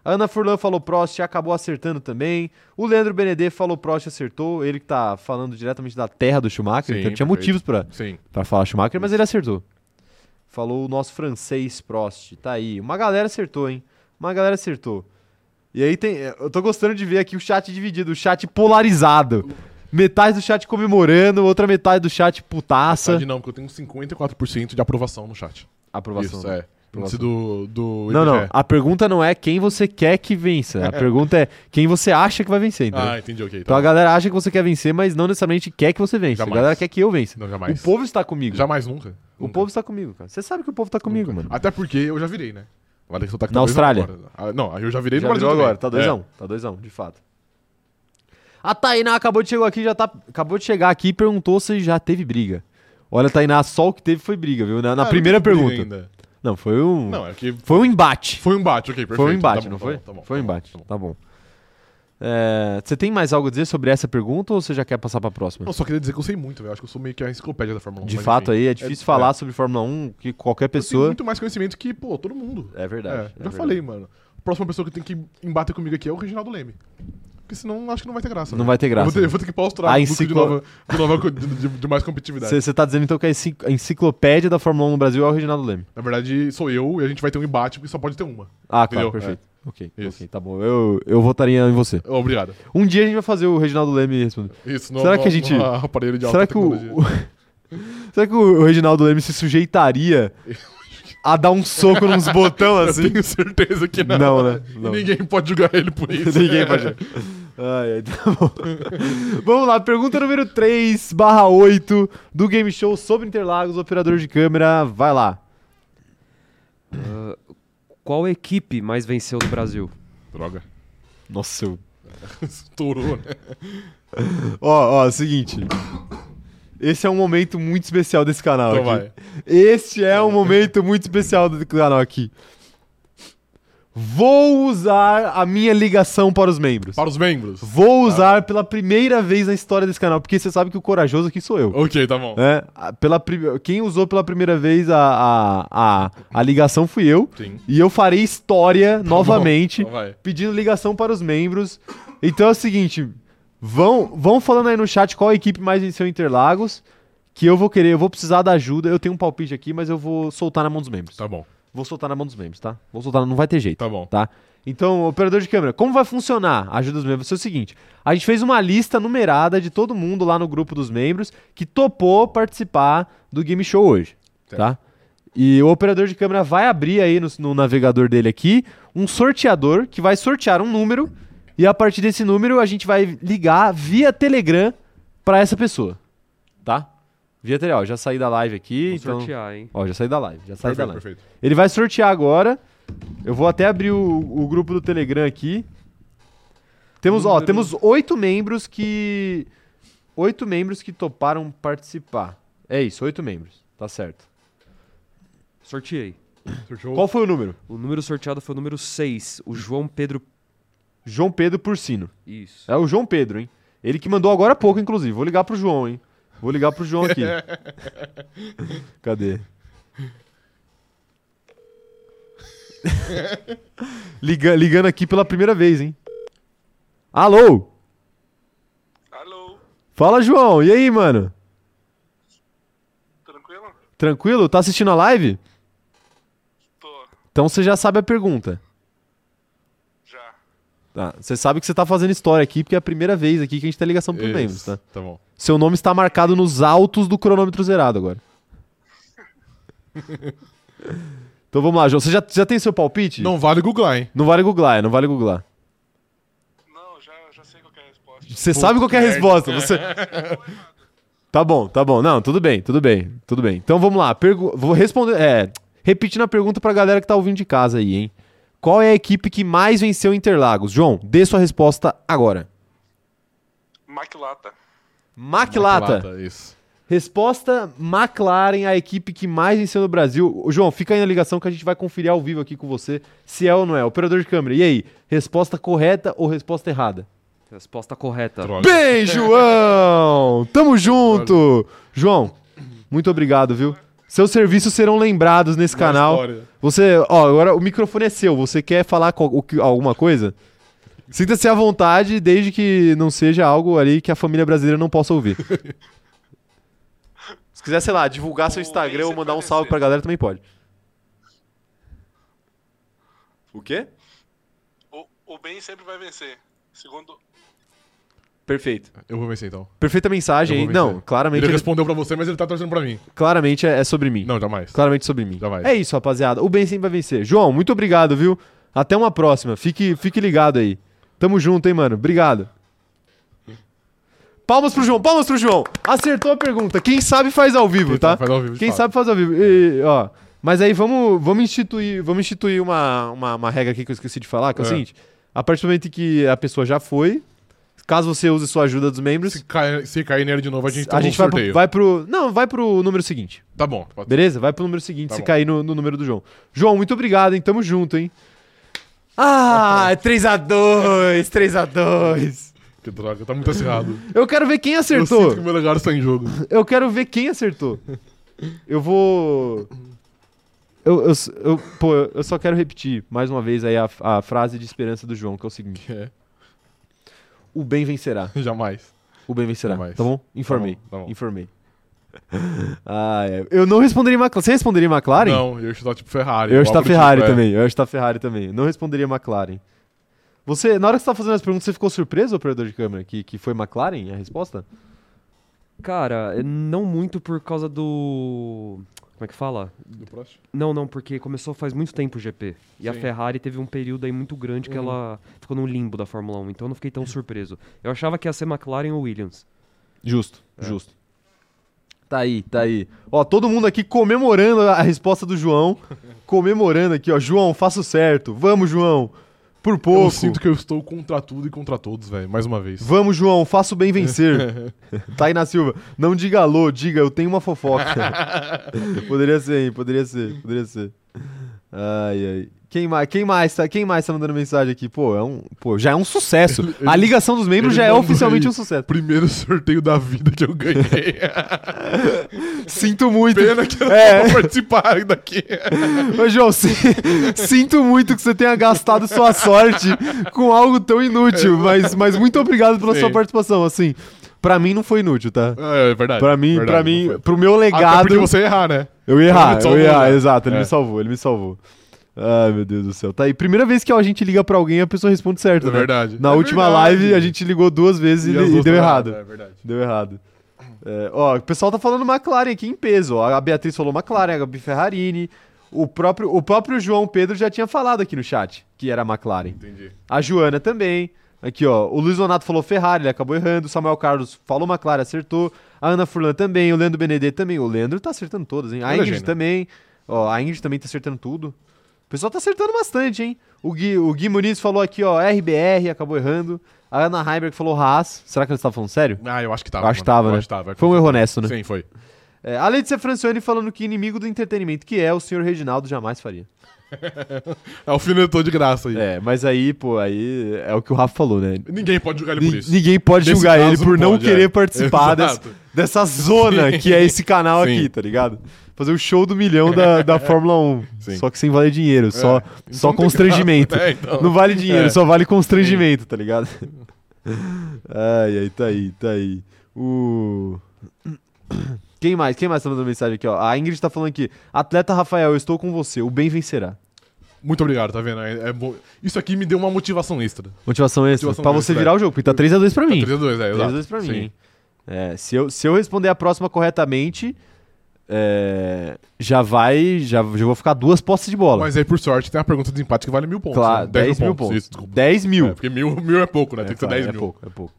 S1: A Ana Furlan falou Prost e acabou acertando também. O Leandro Benedê falou Prost e acertou. Ele que tá falando diretamente da terra do Schumacher,
S2: Sim,
S1: então tinha
S2: perfeito.
S1: motivos pra,
S2: Sim.
S1: pra falar Schumacher, mas ele acertou. Falou o nosso francês Prost. Tá aí. Uma galera acertou, hein? Uma galera acertou. E aí tem. Eu tô gostando de ver aqui o chat dividido, o chat polarizado. Metade do chat comemorando, outra metade do chat putaça.
S2: Tá, Sabe não, porque eu tenho 54% de aprovação no chat.
S1: Aprovação. né?
S2: Isso, é. Antes
S1: aprovação.
S2: do, do
S1: Não, não.
S2: IBGE.
S1: A pergunta não é quem você quer que vença. A pergunta é quem você acha que vai vencer, entendeu?
S2: Ah, entendi, ok.
S1: Então
S2: Tá.
S1: a galera acha que você quer vencer, mas não necessariamente quer que você vença.
S2: Jamais.
S1: A galera quer que eu vença.
S2: Não, jamais.
S1: O povo está comigo.
S2: Jamais, Ah, nunca.
S1: O
S2: Nunca.
S1: povo está comigo, cara. Você sabe que o povo está comigo, mano.
S2: Até porque eu já virei, né? Vale ressaltar que
S1: Na
S2: talvez não
S1: Austrália.
S2: agora. Ah, Não, aí eu já virei
S1: já
S2: no Brasil
S1: virou agora,
S2: também.
S1: tá 2x1.
S2: É.
S1: Um, tá 2x1, um, de fato. A Tainá acabou de chegar aqui, já tá, acabou de chegar aqui e perguntou se já teve briga. Olha, Tainá, só o que teve foi briga, viu? Na, na
S2: Ah, não
S1: primeira
S2: teve briga
S1: pergunta.
S2: ainda.
S1: Não, foi um.
S2: Não, é que
S1: Foi um embate.
S2: foi um embate, ok, perfeito.
S1: foi um embate,
S2: Tá bom,
S1: não
S2: tá
S1: foi?
S2: bom, tá bom,
S1: foi um
S2: tá bom,
S1: embate.
S2: tá bom.
S1: Tá bom. É, você tem mais algo a dizer sobre essa pergunta ou você já quer passar pra próxima?
S2: Não, só queria dizer que eu sei muito, velho. Acho que eu sou meio que a enciclopédia da Fórmula 1.
S1: De
S2: mas
S1: fato,
S2: enfim.
S1: aí é difícil
S2: é-
S1: falar sobre Fórmula 1 que qualquer
S2: Eu tenho
S1: pessoa.
S2: muito mais conhecimento que, pô, todo mundo.
S1: É
S2: É,
S1: verdade. é
S2: já
S1: verdade.
S2: falei, mano. A próxima pessoa que tem que embater comigo aqui é o Reginaldo Leme. Porque senão acho que não vai ter graça.
S1: Não
S2: né?
S1: vai ter
S2: Eu
S1: graça.
S2: vou ter, eu vou ter que
S1: A
S2: paustrar o Duque de,
S1: enciclo-
S2: nova, de, nova co- de- de- de mais competitividade.
S1: Você tá dizendo então que a encicl- a enciclopédia da Fórmula 1 no Brasil é o Reginaldo Leme.
S2: Na verdade, sou eu e a gente vai ter um embate porque só pode ter uma.
S1: Ah, claro,
S2: Entendeu? É.
S1: perfeito. Ok,
S2: Isso.
S1: ok, tá bom. Eu, eu votaria em você.
S2: Oh, Obrigado.
S1: Um dia a gente vai fazer o Reginaldo Leme responder.
S2: Isso, no,
S1: Será
S2: no-
S1: que a gente-
S2: no aparelho de
S1: Será
S2: alta
S1: que o.
S2: tecnologia.
S1: Será que o Reginaldo Leme se sujeitaria a dar um soco nos botão
S2: Eu
S1: assim?
S2: tenho certeza que não.
S1: Não, né?
S2: E
S1: Não.
S2: Ninguém pode julgar ele por isso. é.
S1: Ninguém pode. Ai, ai, tá bom. Vamos lá, pergunta número 3 barra 8 do Game Show sobre Interlagos, operador de câmera, vai lá.
S3: Ah, qual equipe mais venceu do Brasil?
S2: Droga.
S1: Nossa, eu...
S2: Estourou, né?
S1: Ah, Ó, ó, seguinte. Esse é um momento muito especial desse canal
S2: Então
S1: aqui.
S2: vai.
S1: Este é um momento muito especial do canal aqui. Vou usar a minha ligação para os membros.
S2: Para os membros.
S1: Vou usar pela primeira vez na história desse canal, porque você sabe que o corajoso aqui sou eu.
S2: Ok, tá bom.
S1: né? A- Pela, prim- quem usou pela primeira vez a, a, a, a ligação fui eu.
S2: Sim.
S1: E eu farei história novamente,
S2: Então vai.
S1: pedindo ligação para os membros. Então é o seguinte: vão, vão falando aí no chat qual a equipe mais venceu Interlagos. Que eu vou querer, eu vou precisar da ajuda. Eu tenho um palpite aqui, mas eu vou soltar na mão dos membros.
S2: Tá bom,
S1: Vou soltar na mão dos membros, tá? Vou soltar, não vai ter jeito.
S2: tá bom.
S1: Tá? Então, operador de câmera, como vai funcionar? a Ajuda dos membros. Vai ser o seguinte: a gente fez uma lista numerada de todo mundo lá no grupo dos membros que topou participar do game show hoje.
S2: Certo.
S1: Tá? E o operador de câmera vai abrir aí no, no navegador dele aqui um sorteador que vai sortear um número e a partir desse número a gente vai ligar via Telegram pra essa pessoa. Tá? Via Telegram. Ó, já saí da live aqui.
S3: Vou
S1: então...
S3: sortear, hein?
S1: Ó, já saí da live. Já saí da
S2: Perfeito,
S1: live.
S2: perfeito.
S1: Ele vai sortear agora. Eu vou até abrir o, o grupo do Telegram aqui. Temos, ó,
S3: Número-
S1: temos oito membros que. Oito membros que toparam participar. É isso, oito membros. Tá certo.
S3: Sorteei.
S2: Fechou?
S1: Qual foi o número?
S3: O número sorteado foi o número 6, o João Pedro.
S1: João Pedro Porcino.
S3: Isso.
S1: É o João Pedro, hein? Ele que mandou agora há pouco, inclusive. Vou ligar pro João, hein? Vou ligar pro João aqui. Cadê? Liga- ligando aqui pela primeira vez, hein? Alô?
S4: Alô,
S1: Fala, João. E aí, mano?
S4: tranquilo?
S1: Tranquilo? Tá assistindo a live?
S4: Tô,
S1: Então você já sabe a pergunta.
S4: já.
S1: Tá, Você sabe que você tá fazendo história aqui, porque é a primeira vez aqui que a gente tá ligação pros
S2: Isso,
S1: membros, tá?
S2: Tá bom.
S1: Seu nome está marcado nos altos do cronômetro zerado agora. então vamos lá, João. Você já, já tem seu palpite?
S2: Não vale googlar, hein?
S1: Não vale googlar, é, não vale googlar.
S4: Não, já, já sei qual que é a resposta.
S1: Você sabe qual que é a
S2: merda.
S1: resposta. Você... tá bom, tá bom. Não, tudo bem, tudo bem, tudo bem. Então vamos lá. pergu- Vou responder. É, repetindo a pergunta pra galera que tá ouvindo de casa aí, hein? Qual é a equipe que mais venceu Interlagos? João, dê sua resposta agora.
S4: Maquilata.
S1: Maquilata.
S2: Isso.
S1: Resposta McLaren, a equipe que mais venceu no Brasil. Ô, João, fica aí na ligação que a gente vai conferir ao vivo aqui com você se é ou não é. Operador de câmera, e aí? Resposta correta ou resposta errada?
S3: Resposta
S1: Tá.
S3: correta.
S2: Droga.
S1: Bem, João! Tamo junto! João, muito obrigado, viu? Seus serviços serão lembrados nesse
S2: Boa
S1: canal.
S2: história.
S1: Você, ó, agora o microfone é seu. Você quer falar co- o que- alguma coisa? Sinta-se à vontade, desde que não seja algo ali que a família brasileira não possa ouvir. Se quiser, sei lá, divulgar seu
S4: O
S1: Instagram ou
S4: Insta
S1: mandar um
S4: aparecer.
S1: salve pra galera, também pode. O quê?
S4: O, o bem sempre vai vencer. Segundo.
S1: Perfeito.
S2: Eu vou vencer então.
S1: Perfeita mensagem,
S2: Eu
S1: hein?
S2: vou
S1: Não,
S2: vencer.
S1: claramente,
S2: Ele
S1: ele-
S2: respondeu pra você, mas ele tá torcendo pra mim.
S1: claramente é é sobre mim.
S2: Não, jamais.
S1: Claramente sobre mim.
S2: Jamais.
S1: É isso, rapaziada. O Ben sempre vai vencer. João, muito obrigado, viu? Até uma próxima. Fique, fique ligado aí. Tamo junto, hein, mano. Obrigado. Palmas pro João, palmas pro João. Acertou a pergunta. Quem sabe faz ao vivo,
S2: Quem
S1: tá?
S2: sabe Então, faz ao vivo, de
S1: Quem
S2: fato. É.
S1: sabe faz ao vivo. E, ó, mas aí vamos, vamos instituir, vamos instituir uma, uma, uma regra aqui que eu esqueci de falar, que é, o
S2: É.
S1: seguinte. A partir do momento que a pessoa já foi, caso você use sua ajuda dos membros,
S2: Se cair, se cair nele de novo, a gente
S1: a
S2: toma
S1: gente
S2: um
S1: vai
S2: sorteio.
S1: pro, vai pro... Não, vai pro número seguinte.
S2: Tá bom. pode-
S1: Beleza? Vai pro número seguinte
S2: Tá
S1: se
S2: bom.
S1: cair no, no número do João. João, muito obrigado, hein? Tamo junto, hein? Ah, 3x2, 3x2.
S2: Que droga, tá muito acirrado.
S1: Eu quero ver quem
S2: Eu
S1: acertou.
S2: sinto que o meu legado está em jogo.
S1: Eu quero ver quem acertou. Eu vou. Eu, eu, eu- pô, eu só quero repetir mais uma vez aí a, a frase de esperança do João, que é o seguinte:
S2: Que é,
S1: O bem vencerá.
S2: jamais.
S1: O bem vencerá.
S2: Jamais.
S1: Tá bom? Informei.
S2: Tá bom, tá bom.
S1: Informei. Ah, é. Eu não responderia McLaren. Você responderia McLaren?
S2: Não, eu estou tipo Ferrari.
S1: Eu
S2: igual
S1: acho que tá
S2: pro tipo,
S1: Ferrari
S2: é.
S1: também. Eu acho que tá Ferrari também. Não responderia McLaren. Você, na hora que você tá fazendo as perguntas, você ficou surpreso, operador de câmera, que, que foi McLaren a resposta?
S3: Cara, eh, não muito por causa do. Como é que fala?
S2: Do próximo?
S3: Não, não, porque começou faz muito tempo o GP. E a
S2: Sim. Uhum.
S3: Ferrari teve um período aí muito grande que ela ficou num limbo da Fórmula 1, então eu não fiquei tão surpreso. Eu achava que ia ser McLaren ou Williams.
S1: Justo, justo. É. Tá aí, tá aí. Ó, todo mundo aqui comemorando a a resposta do João. comemorando aqui, ó. João, faça o certo. Vamos, João. Por
S2: Eu
S1: pouco.
S2: sinto que eu estou contra tudo e contra todos, velho. Mais uma vez.
S1: Vamos, João, faça o bem vencer. Tainá Silva, não diga alô, diga eu tenho uma fofoca. poderia ser, hein? Poderia ser, poderia ser. Ai, ai. Quem mais, quem, mais tá, quem mais tá mandando mensagem aqui? Pô, é um, pô, já é um sucesso.
S2: Ele-
S1: A ligação dos membros
S2: ele
S1: já é
S2: mandou
S1: oficialmente
S2: aí.
S1: um sucesso.
S2: Primeiro sorteio da vida que eu ganhei.
S1: Sinto muito.
S2: Pena que eu não
S1: É.
S2: vou participar daqui.
S1: Ô, João, si- sinto muito que você tenha gastado sua sorte com algo tão inútil, mas, mas muito obrigado pela
S2: Sim.
S1: sua participação. Assim, pra mim não foi inútil, tá?
S2: É, é verdade.
S1: Pra mim,
S2: verdade,
S1: pra
S2: não
S1: mim,
S2: foi.
S1: pro meu
S2: Ah, Até
S1: legado.
S2: porque você ia errar, né?
S1: Eu ia
S2: Ele
S1: errar,
S2: me
S1: eu
S2: salvou,
S1: ia errar,
S2: né?
S1: exato, ele
S2: É.
S1: me salvou, ele me salvou. Ai, meu Deus do céu. Tá aí, primeira vez que a gente liga pra alguém, a pessoa responde certo,
S2: É
S1: né?
S2: verdade.
S1: Na
S2: É
S1: última
S2: verdade.
S1: live, a gente ligou duas vezes e,
S2: as
S1: e
S2: duas
S1: deu
S2: tá
S1: errado.
S2: É verdade.
S1: Deu errado. É, ó, o pessoal tá falando McLaren aqui em peso. ó. A Beatriz falou McLaren, a Gabi Ferrarini. O próprio, o próprio João Pedro já tinha falado aqui no chat que era McLaren.
S2: Entendi.
S1: A Joana também. Aqui, ó. O Luiz Donato falou Ferrari, ele acabou errando. O Samuel Carlos falou McLaren, acertou. A Ana Furlan também. O Leandro Benedetti também. O Leandro tá acertando todas, hein? A
S2: Ele é
S1: Ingrid
S2: gênio.
S1: também. Ó, a Ingrid também tá acertando tudo. O pessoal tá acertando bastante, hein? O Gui, o Gui Muniz falou aqui, ó, RBR, acabou errando. A Ana Heimberg falou Haas. Será que eles estavam falando sério?
S2: Ah, eu acho que tava.
S1: Acho que
S2: mano.
S1: tava,
S2: Eu
S1: né?
S2: Acho que tava. é
S1: Foi um erro honesto, né?
S2: Sim, foi.
S1: É, a Letícia Francione falando que inimigo do entretenimento que é, o senhor Reginaldo jamais faria.
S2: É o finetou de graça aí.
S1: É, mas aí, pô, aí é o que o Rafa falou, né?
S2: Ninguém pode julgar ele É por
S1: Ni-
S2: isso.
S1: Ninguém pode
S2: Nesse
S1: julgar
S2: caso,
S1: ele por não
S2: pode,
S1: querer
S2: é.
S1: participar dessa,
S2: Exato.
S1: dessa zona que é esse canal
S2: Sim.
S1: aqui, tá ligado? Fazer o show do milhão da, da Fórmula 1.
S2: Sim. É.
S1: Só que sem valer dinheiro, só, só
S2: Então não tem
S1: constrangimento.
S2: graça, né? Então-
S1: Não vale dinheiro,
S2: É.
S1: só vale constrangimento, tá ligado? Ai, ai, tá aí, tá aí. O. Quem mais? Quem mais tá mandando mensagem aqui, ó? A Ingrid tá falando aqui. Atleta Rafael, eu estou com você. O bem vencerá.
S2: Muito obrigado, tá vendo? É, é bom. Isso aqui me deu uma motivação extra. Tá,
S1: Motivação extra.
S2: Motivação
S1: pra você
S2: extra, é.
S1: virar o jogo, porque tá 3x2 pra mim.
S2: 3x2, é, exato.
S1: 3 pra mim.
S2: Sim.
S1: hein? É, se, eu, se eu responder a próxima corretamente, é, já vai. Já, já vou ficar duas postes de bola.
S2: Mas aí, por sorte, tem uma pergunta de empate que vale mil pontos.
S1: claro,
S2: né?
S1: 10 mil pontos.
S2: Isso, desculpa.
S1: 10 mil.
S2: É, porque mil, mil é pouco, né? tem que ser
S1: claro,
S2: 10
S1: é
S2: mil.
S1: pouco, é pouco.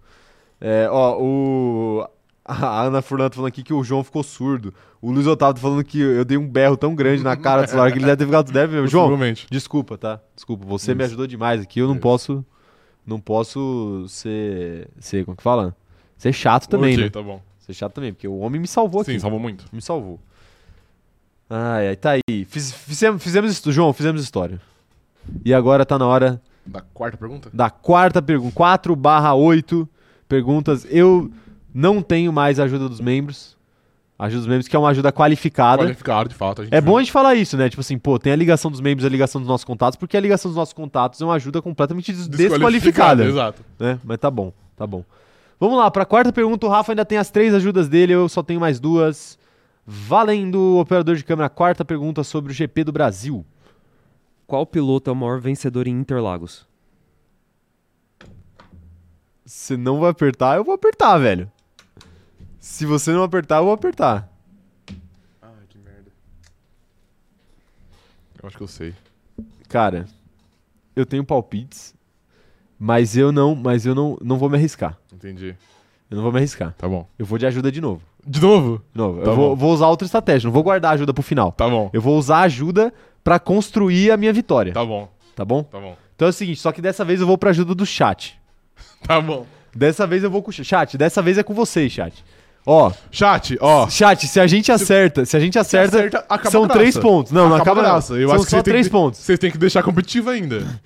S1: É, ó, o. A Ana Furlan tá falando aqui que o João ficou surdo. O Luiz Otávio tá falando que eu dei um berro tão grande na cara do celular que ele deve ter ficado deve mesmo. João,
S2: Provavelmente.
S1: Desculpa, tá? Desculpa, você me
S2: Isso.
S1: ajudou demais aqui. Eu não
S2: Isso.
S1: posso. Não posso ser. ser como que fala? Ser chato também,
S2: Ok,
S1: né?
S2: tá bom.
S1: Ser chato também, porque o homem me salvou
S2: Sim,
S1: aqui.
S2: salvou muito.
S1: Me salvou. Ai, ai, tá aí. Fiz- fizemos, fizemos isso, João, fizemos história. E agora tá na hora
S2: Da quarta pergunta?
S1: da quarta pergunta. 4 barra 8 perguntas. Eu não tenho mais a ajuda dos membros. A Ajuda dos membros, que é uma ajuda qualificada.
S2: Qualificado, de fato. A gente
S1: É bom a
S2: viu.
S1: gente falar isso, né? Tipo assim, pô, tem a ligação dos membros e a ligação dos nossos contatos, porque a ligação dos nossos contatos é uma ajuda completamente des-
S2: Desqualificado,
S1: desqualificada,
S2: Exato.
S1: né? Mas tá bom, tá bom. Vamos lá, pra quarta pergunta, o Rafa ainda tem as três ajudas dele, eu só tenho mais duas. Valendo, operador de câmera, quarta pergunta sobre o GP do Brasil.
S3: Qual piloto é o maior vencedor em Interlagos?
S1: você não vai apertar, eu vou apertar, velho. Se você não apertar, eu vou apertar.
S2: Ai, que merda. Eu acho que eu sei.
S1: Cara, eu tenho palpites, mas eu não, mas eu não, não vou me arriscar.
S2: Entendi.
S1: Eu não vou me arriscar.
S2: Tá bom.
S1: Eu vou de ajuda de novo.
S2: De novo?
S1: De novo.
S2: Tá
S1: eu vou,
S2: bom.
S1: vou usar outra estratégia, não vou guardar a ajuda pro final.
S2: Tá bom.
S1: Eu vou usar a ajuda pra construir a minha vitória,
S2: Tá bom.
S1: tá bom?
S2: Tá bom.
S1: Então é o seguinte, só que dessa vez eu vou pra ajuda do chat.
S2: Tá bom.
S1: Dessa vez eu vou com o chat, dessa vez é com vocês, chat. Ó,
S2: Chat, ó.
S1: chat, se a gente acerta, se a gente acerta,
S2: acerta, acaba
S1: são
S2: a
S1: três
S2: graça.
S1: pontos. Não, não acaba não.
S2: graça. Eu
S1: são
S2: acho que
S1: só
S2: você tem
S1: três
S2: que-
S1: pontos.
S2: Vocês têm que deixar competitivo ainda.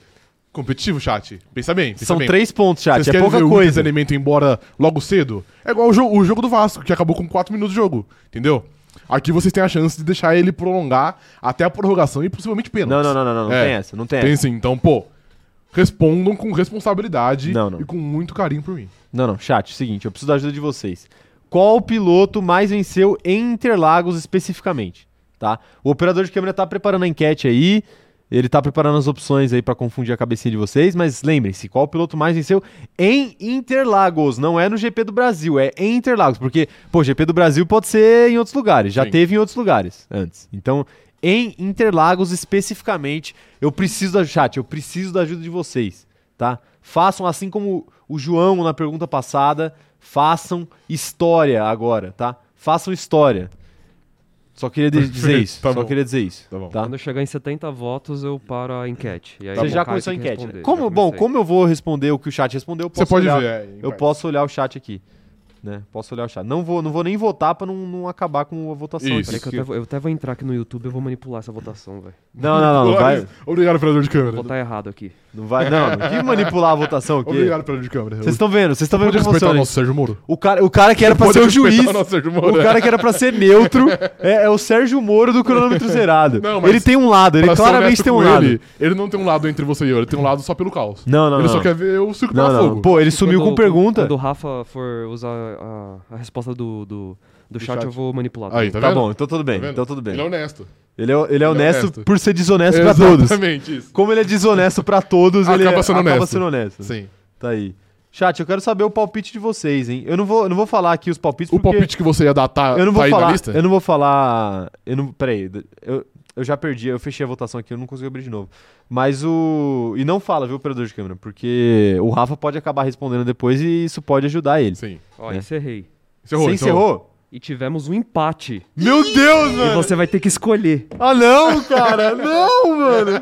S2: Competitivo, chat. Pensa bem, pensa
S1: São
S2: bem.
S1: três pontos, chat,
S2: Vocês
S1: é
S2: querem
S1: pouca
S2: ver o
S1: coisa.
S2: desanimento ir embora logo cedo? É igual o jogo, o jogo do Vasco, que acabou com 4 minutos de jogo, entendeu? Aqui vocês têm a chance de deixar ele prolongar até a prorrogação e possivelmente pênalti.
S1: Não, não, não, não, não, não
S2: É.
S1: tem essa, não tem,
S2: Tem
S1: essa.
S2: sim, então, pô, respondam com responsabilidade
S1: Não, não.
S2: e com muito carinho por mim.
S1: Não, não, chat, seguinte, eu preciso da ajuda de vocês. Qual piloto mais venceu em Interlagos especificamente, tá? O operador de câmera tá preparando a enquete aí, ele tá preparando as opções aí pra confundir a cabecinha de vocês, mas lembrem-se, qual piloto mais venceu em Interlagos, não é no GP do Brasil, é em Interlagos, porque, pô, GP do Brasil pode ser em outros lugares, já
S2: Sim.
S1: teve em outros lugares antes. Então, em Interlagos especificamente, eu preciso da chat, eu preciso da ajuda de vocês tá? Façam assim como o João na pergunta passada, façam história agora, tá? Façam história. Só queria de- dizer isso.
S2: Tá
S1: só
S2: bom.
S1: queria dizer isso.
S2: Tá bom.
S1: Tá?
S3: Quando eu chegar em 70 votos, eu paro a enquete. E aí
S1: Você
S3: o
S1: já
S3: Caio
S1: começou a
S3: tem que
S1: enquete. né?
S3: responder.
S1: Como,
S3: Já
S1: bom,
S3: comecei.
S1: como eu vou responder o que o chat respondeu, eu posso
S2: Você pode
S1: olhar,
S2: ver. é, em
S1: eu
S2: parte.
S1: posso olhar o chat aqui, né? Posso olhar o chat. Não vou, não vou nem votar pra não, não acabar com a votação.
S2: Isso.
S1: aqui.
S3: Peraí que eu até, vou, eu até vou entrar aqui no YouTube e eu vou manipular essa votação, velho.
S1: Não, não, não, não vai,
S2: Obrigado, operador de
S3: Vou
S2: câmera.
S3: votar errado aqui.
S1: não vai, não. não. Que manipular a votação aqui?
S2: Obrigado, operador de câmera.
S1: Vocês estão vendo? Vocês estão vendo
S2: Pode
S1: como né?
S2: respeitar o
S1: funciona?
S2: nosso Sérgio Moro.
S1: O cara, o cara que era pra
S2: Pode
S1: ser o
S2: respeitar
S1: juiz.
S2: o nosso Sérgio Moro.
S1: O cara que era pra ser neutro é, é o Sérgio Moro do cronômetro zerado.
S2: Não, mas
S1: ele tem um lado, ele
S2: Pra ser
S1: claramente
S2: honesto
S1: tem um
S2: com
S1: lado.
S2: Ele, ele não tem um lado entre você e eu, ele tem um lado só pelo caos.
S1: Não, não,
S2: ele
S1: não.
S2: só quer ver o circo
S1: Não,
S2: pegar
S1: não.
S2: fogo.
S1: Pô, ele sumiu
S3: Quando-
S1: com pergunta.
S3: Quando o Rafa for usar a, a resposta do, do, do chat,
S2: chat.
S3: eu vou manipular.
S2: Aí,
S3: também.
S2: tá,
S1: Tá
S2: vendo?
S1: bom, então tudo
S2: Tá
S1: bem,
S2: vendo?
S1: então tudo bem.
S2: Ele é honesto.
S1: Ele é, ele é honesto
S2: honesto.
S1: por ser desonesto pra todos.
S2: Exatamente isso.
S1: Como ele é desonesto pra todos, ele
S2: Acaba
S1: é-
S2: sendo
S1: acaba
S2: honesto.
S1: sendo honesto.
S2: Sim.
S1: Tá aí. Chat, eu quero saber o palpite de vocês, hein? Eu não vou, eu não vou falar aqui os palpites
S2: O
S1: porque
S2: palpite que você ia dar tá,
S1: eu não
S2: tá
S1: vou
S2: aí na
S1: falar,
S2: lista?
S1: eu não vou falar, eu não, peraí, eu, eu já perdi, eu fechei a votação aqui, eu não consegui abrir de novo. Mas o e não fala, viu, operador de câmera, porque o Rafa pode acabar respondendo depois e isso pode ajudar ele.
S2: Sim.
S3: Ó,
S1: né?
S3: encerrei.
S2: Encerrou, então?
S1: Você
S2: encerrou.
S1: encerrou?
S3: E tivemos um empate.
S1: Meu Deus,
S3: E
S1: mano!
S3: você vai ter que escolher.
S1: Ah, não, cara! não, mano!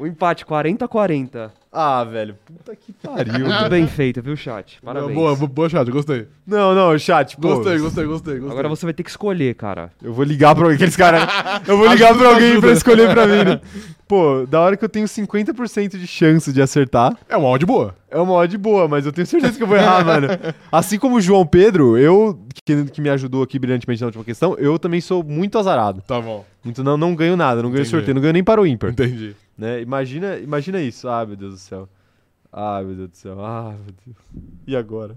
S3: O empate 40-40.
S1: Ah, velho, puta que pariu.
S3: Muito bem feito, viu, chat? Parabéns.
S2: Boa, boa, boa chat, gostei.
S1: não, não, chat, pô.
S2: Gostei, gostei, gostei, gostei.
S3: Agora você vai ter que escolher, cara.
S1: Eu vou ligar pra alguém, aqueles caras. Eu vou ligar pra alguém pra escolher pra mim, né? Pô, da hora que eu tenho 50% de chance de acertar,
S2: É uma áudio boa.
S1: É uma odd boa, mas eu tenho certeza que eu vou errar, mano. Assim como o João Pedro, eu, que, que me ajudou aqui brilhantemente na última questão, eu também sou muito azarado.
S2: Tá bom,
S1: Muito não, não ganho nada, não ganho
S2: Entendi.
S1: sorteio, não ganho nem para o ímpar.
S2: entendi.
S1: Né? Imagina, imagina isso. Ah, meu Deus do céu. Ah, meu Deus do céu. Ah, meu Deus. E agora?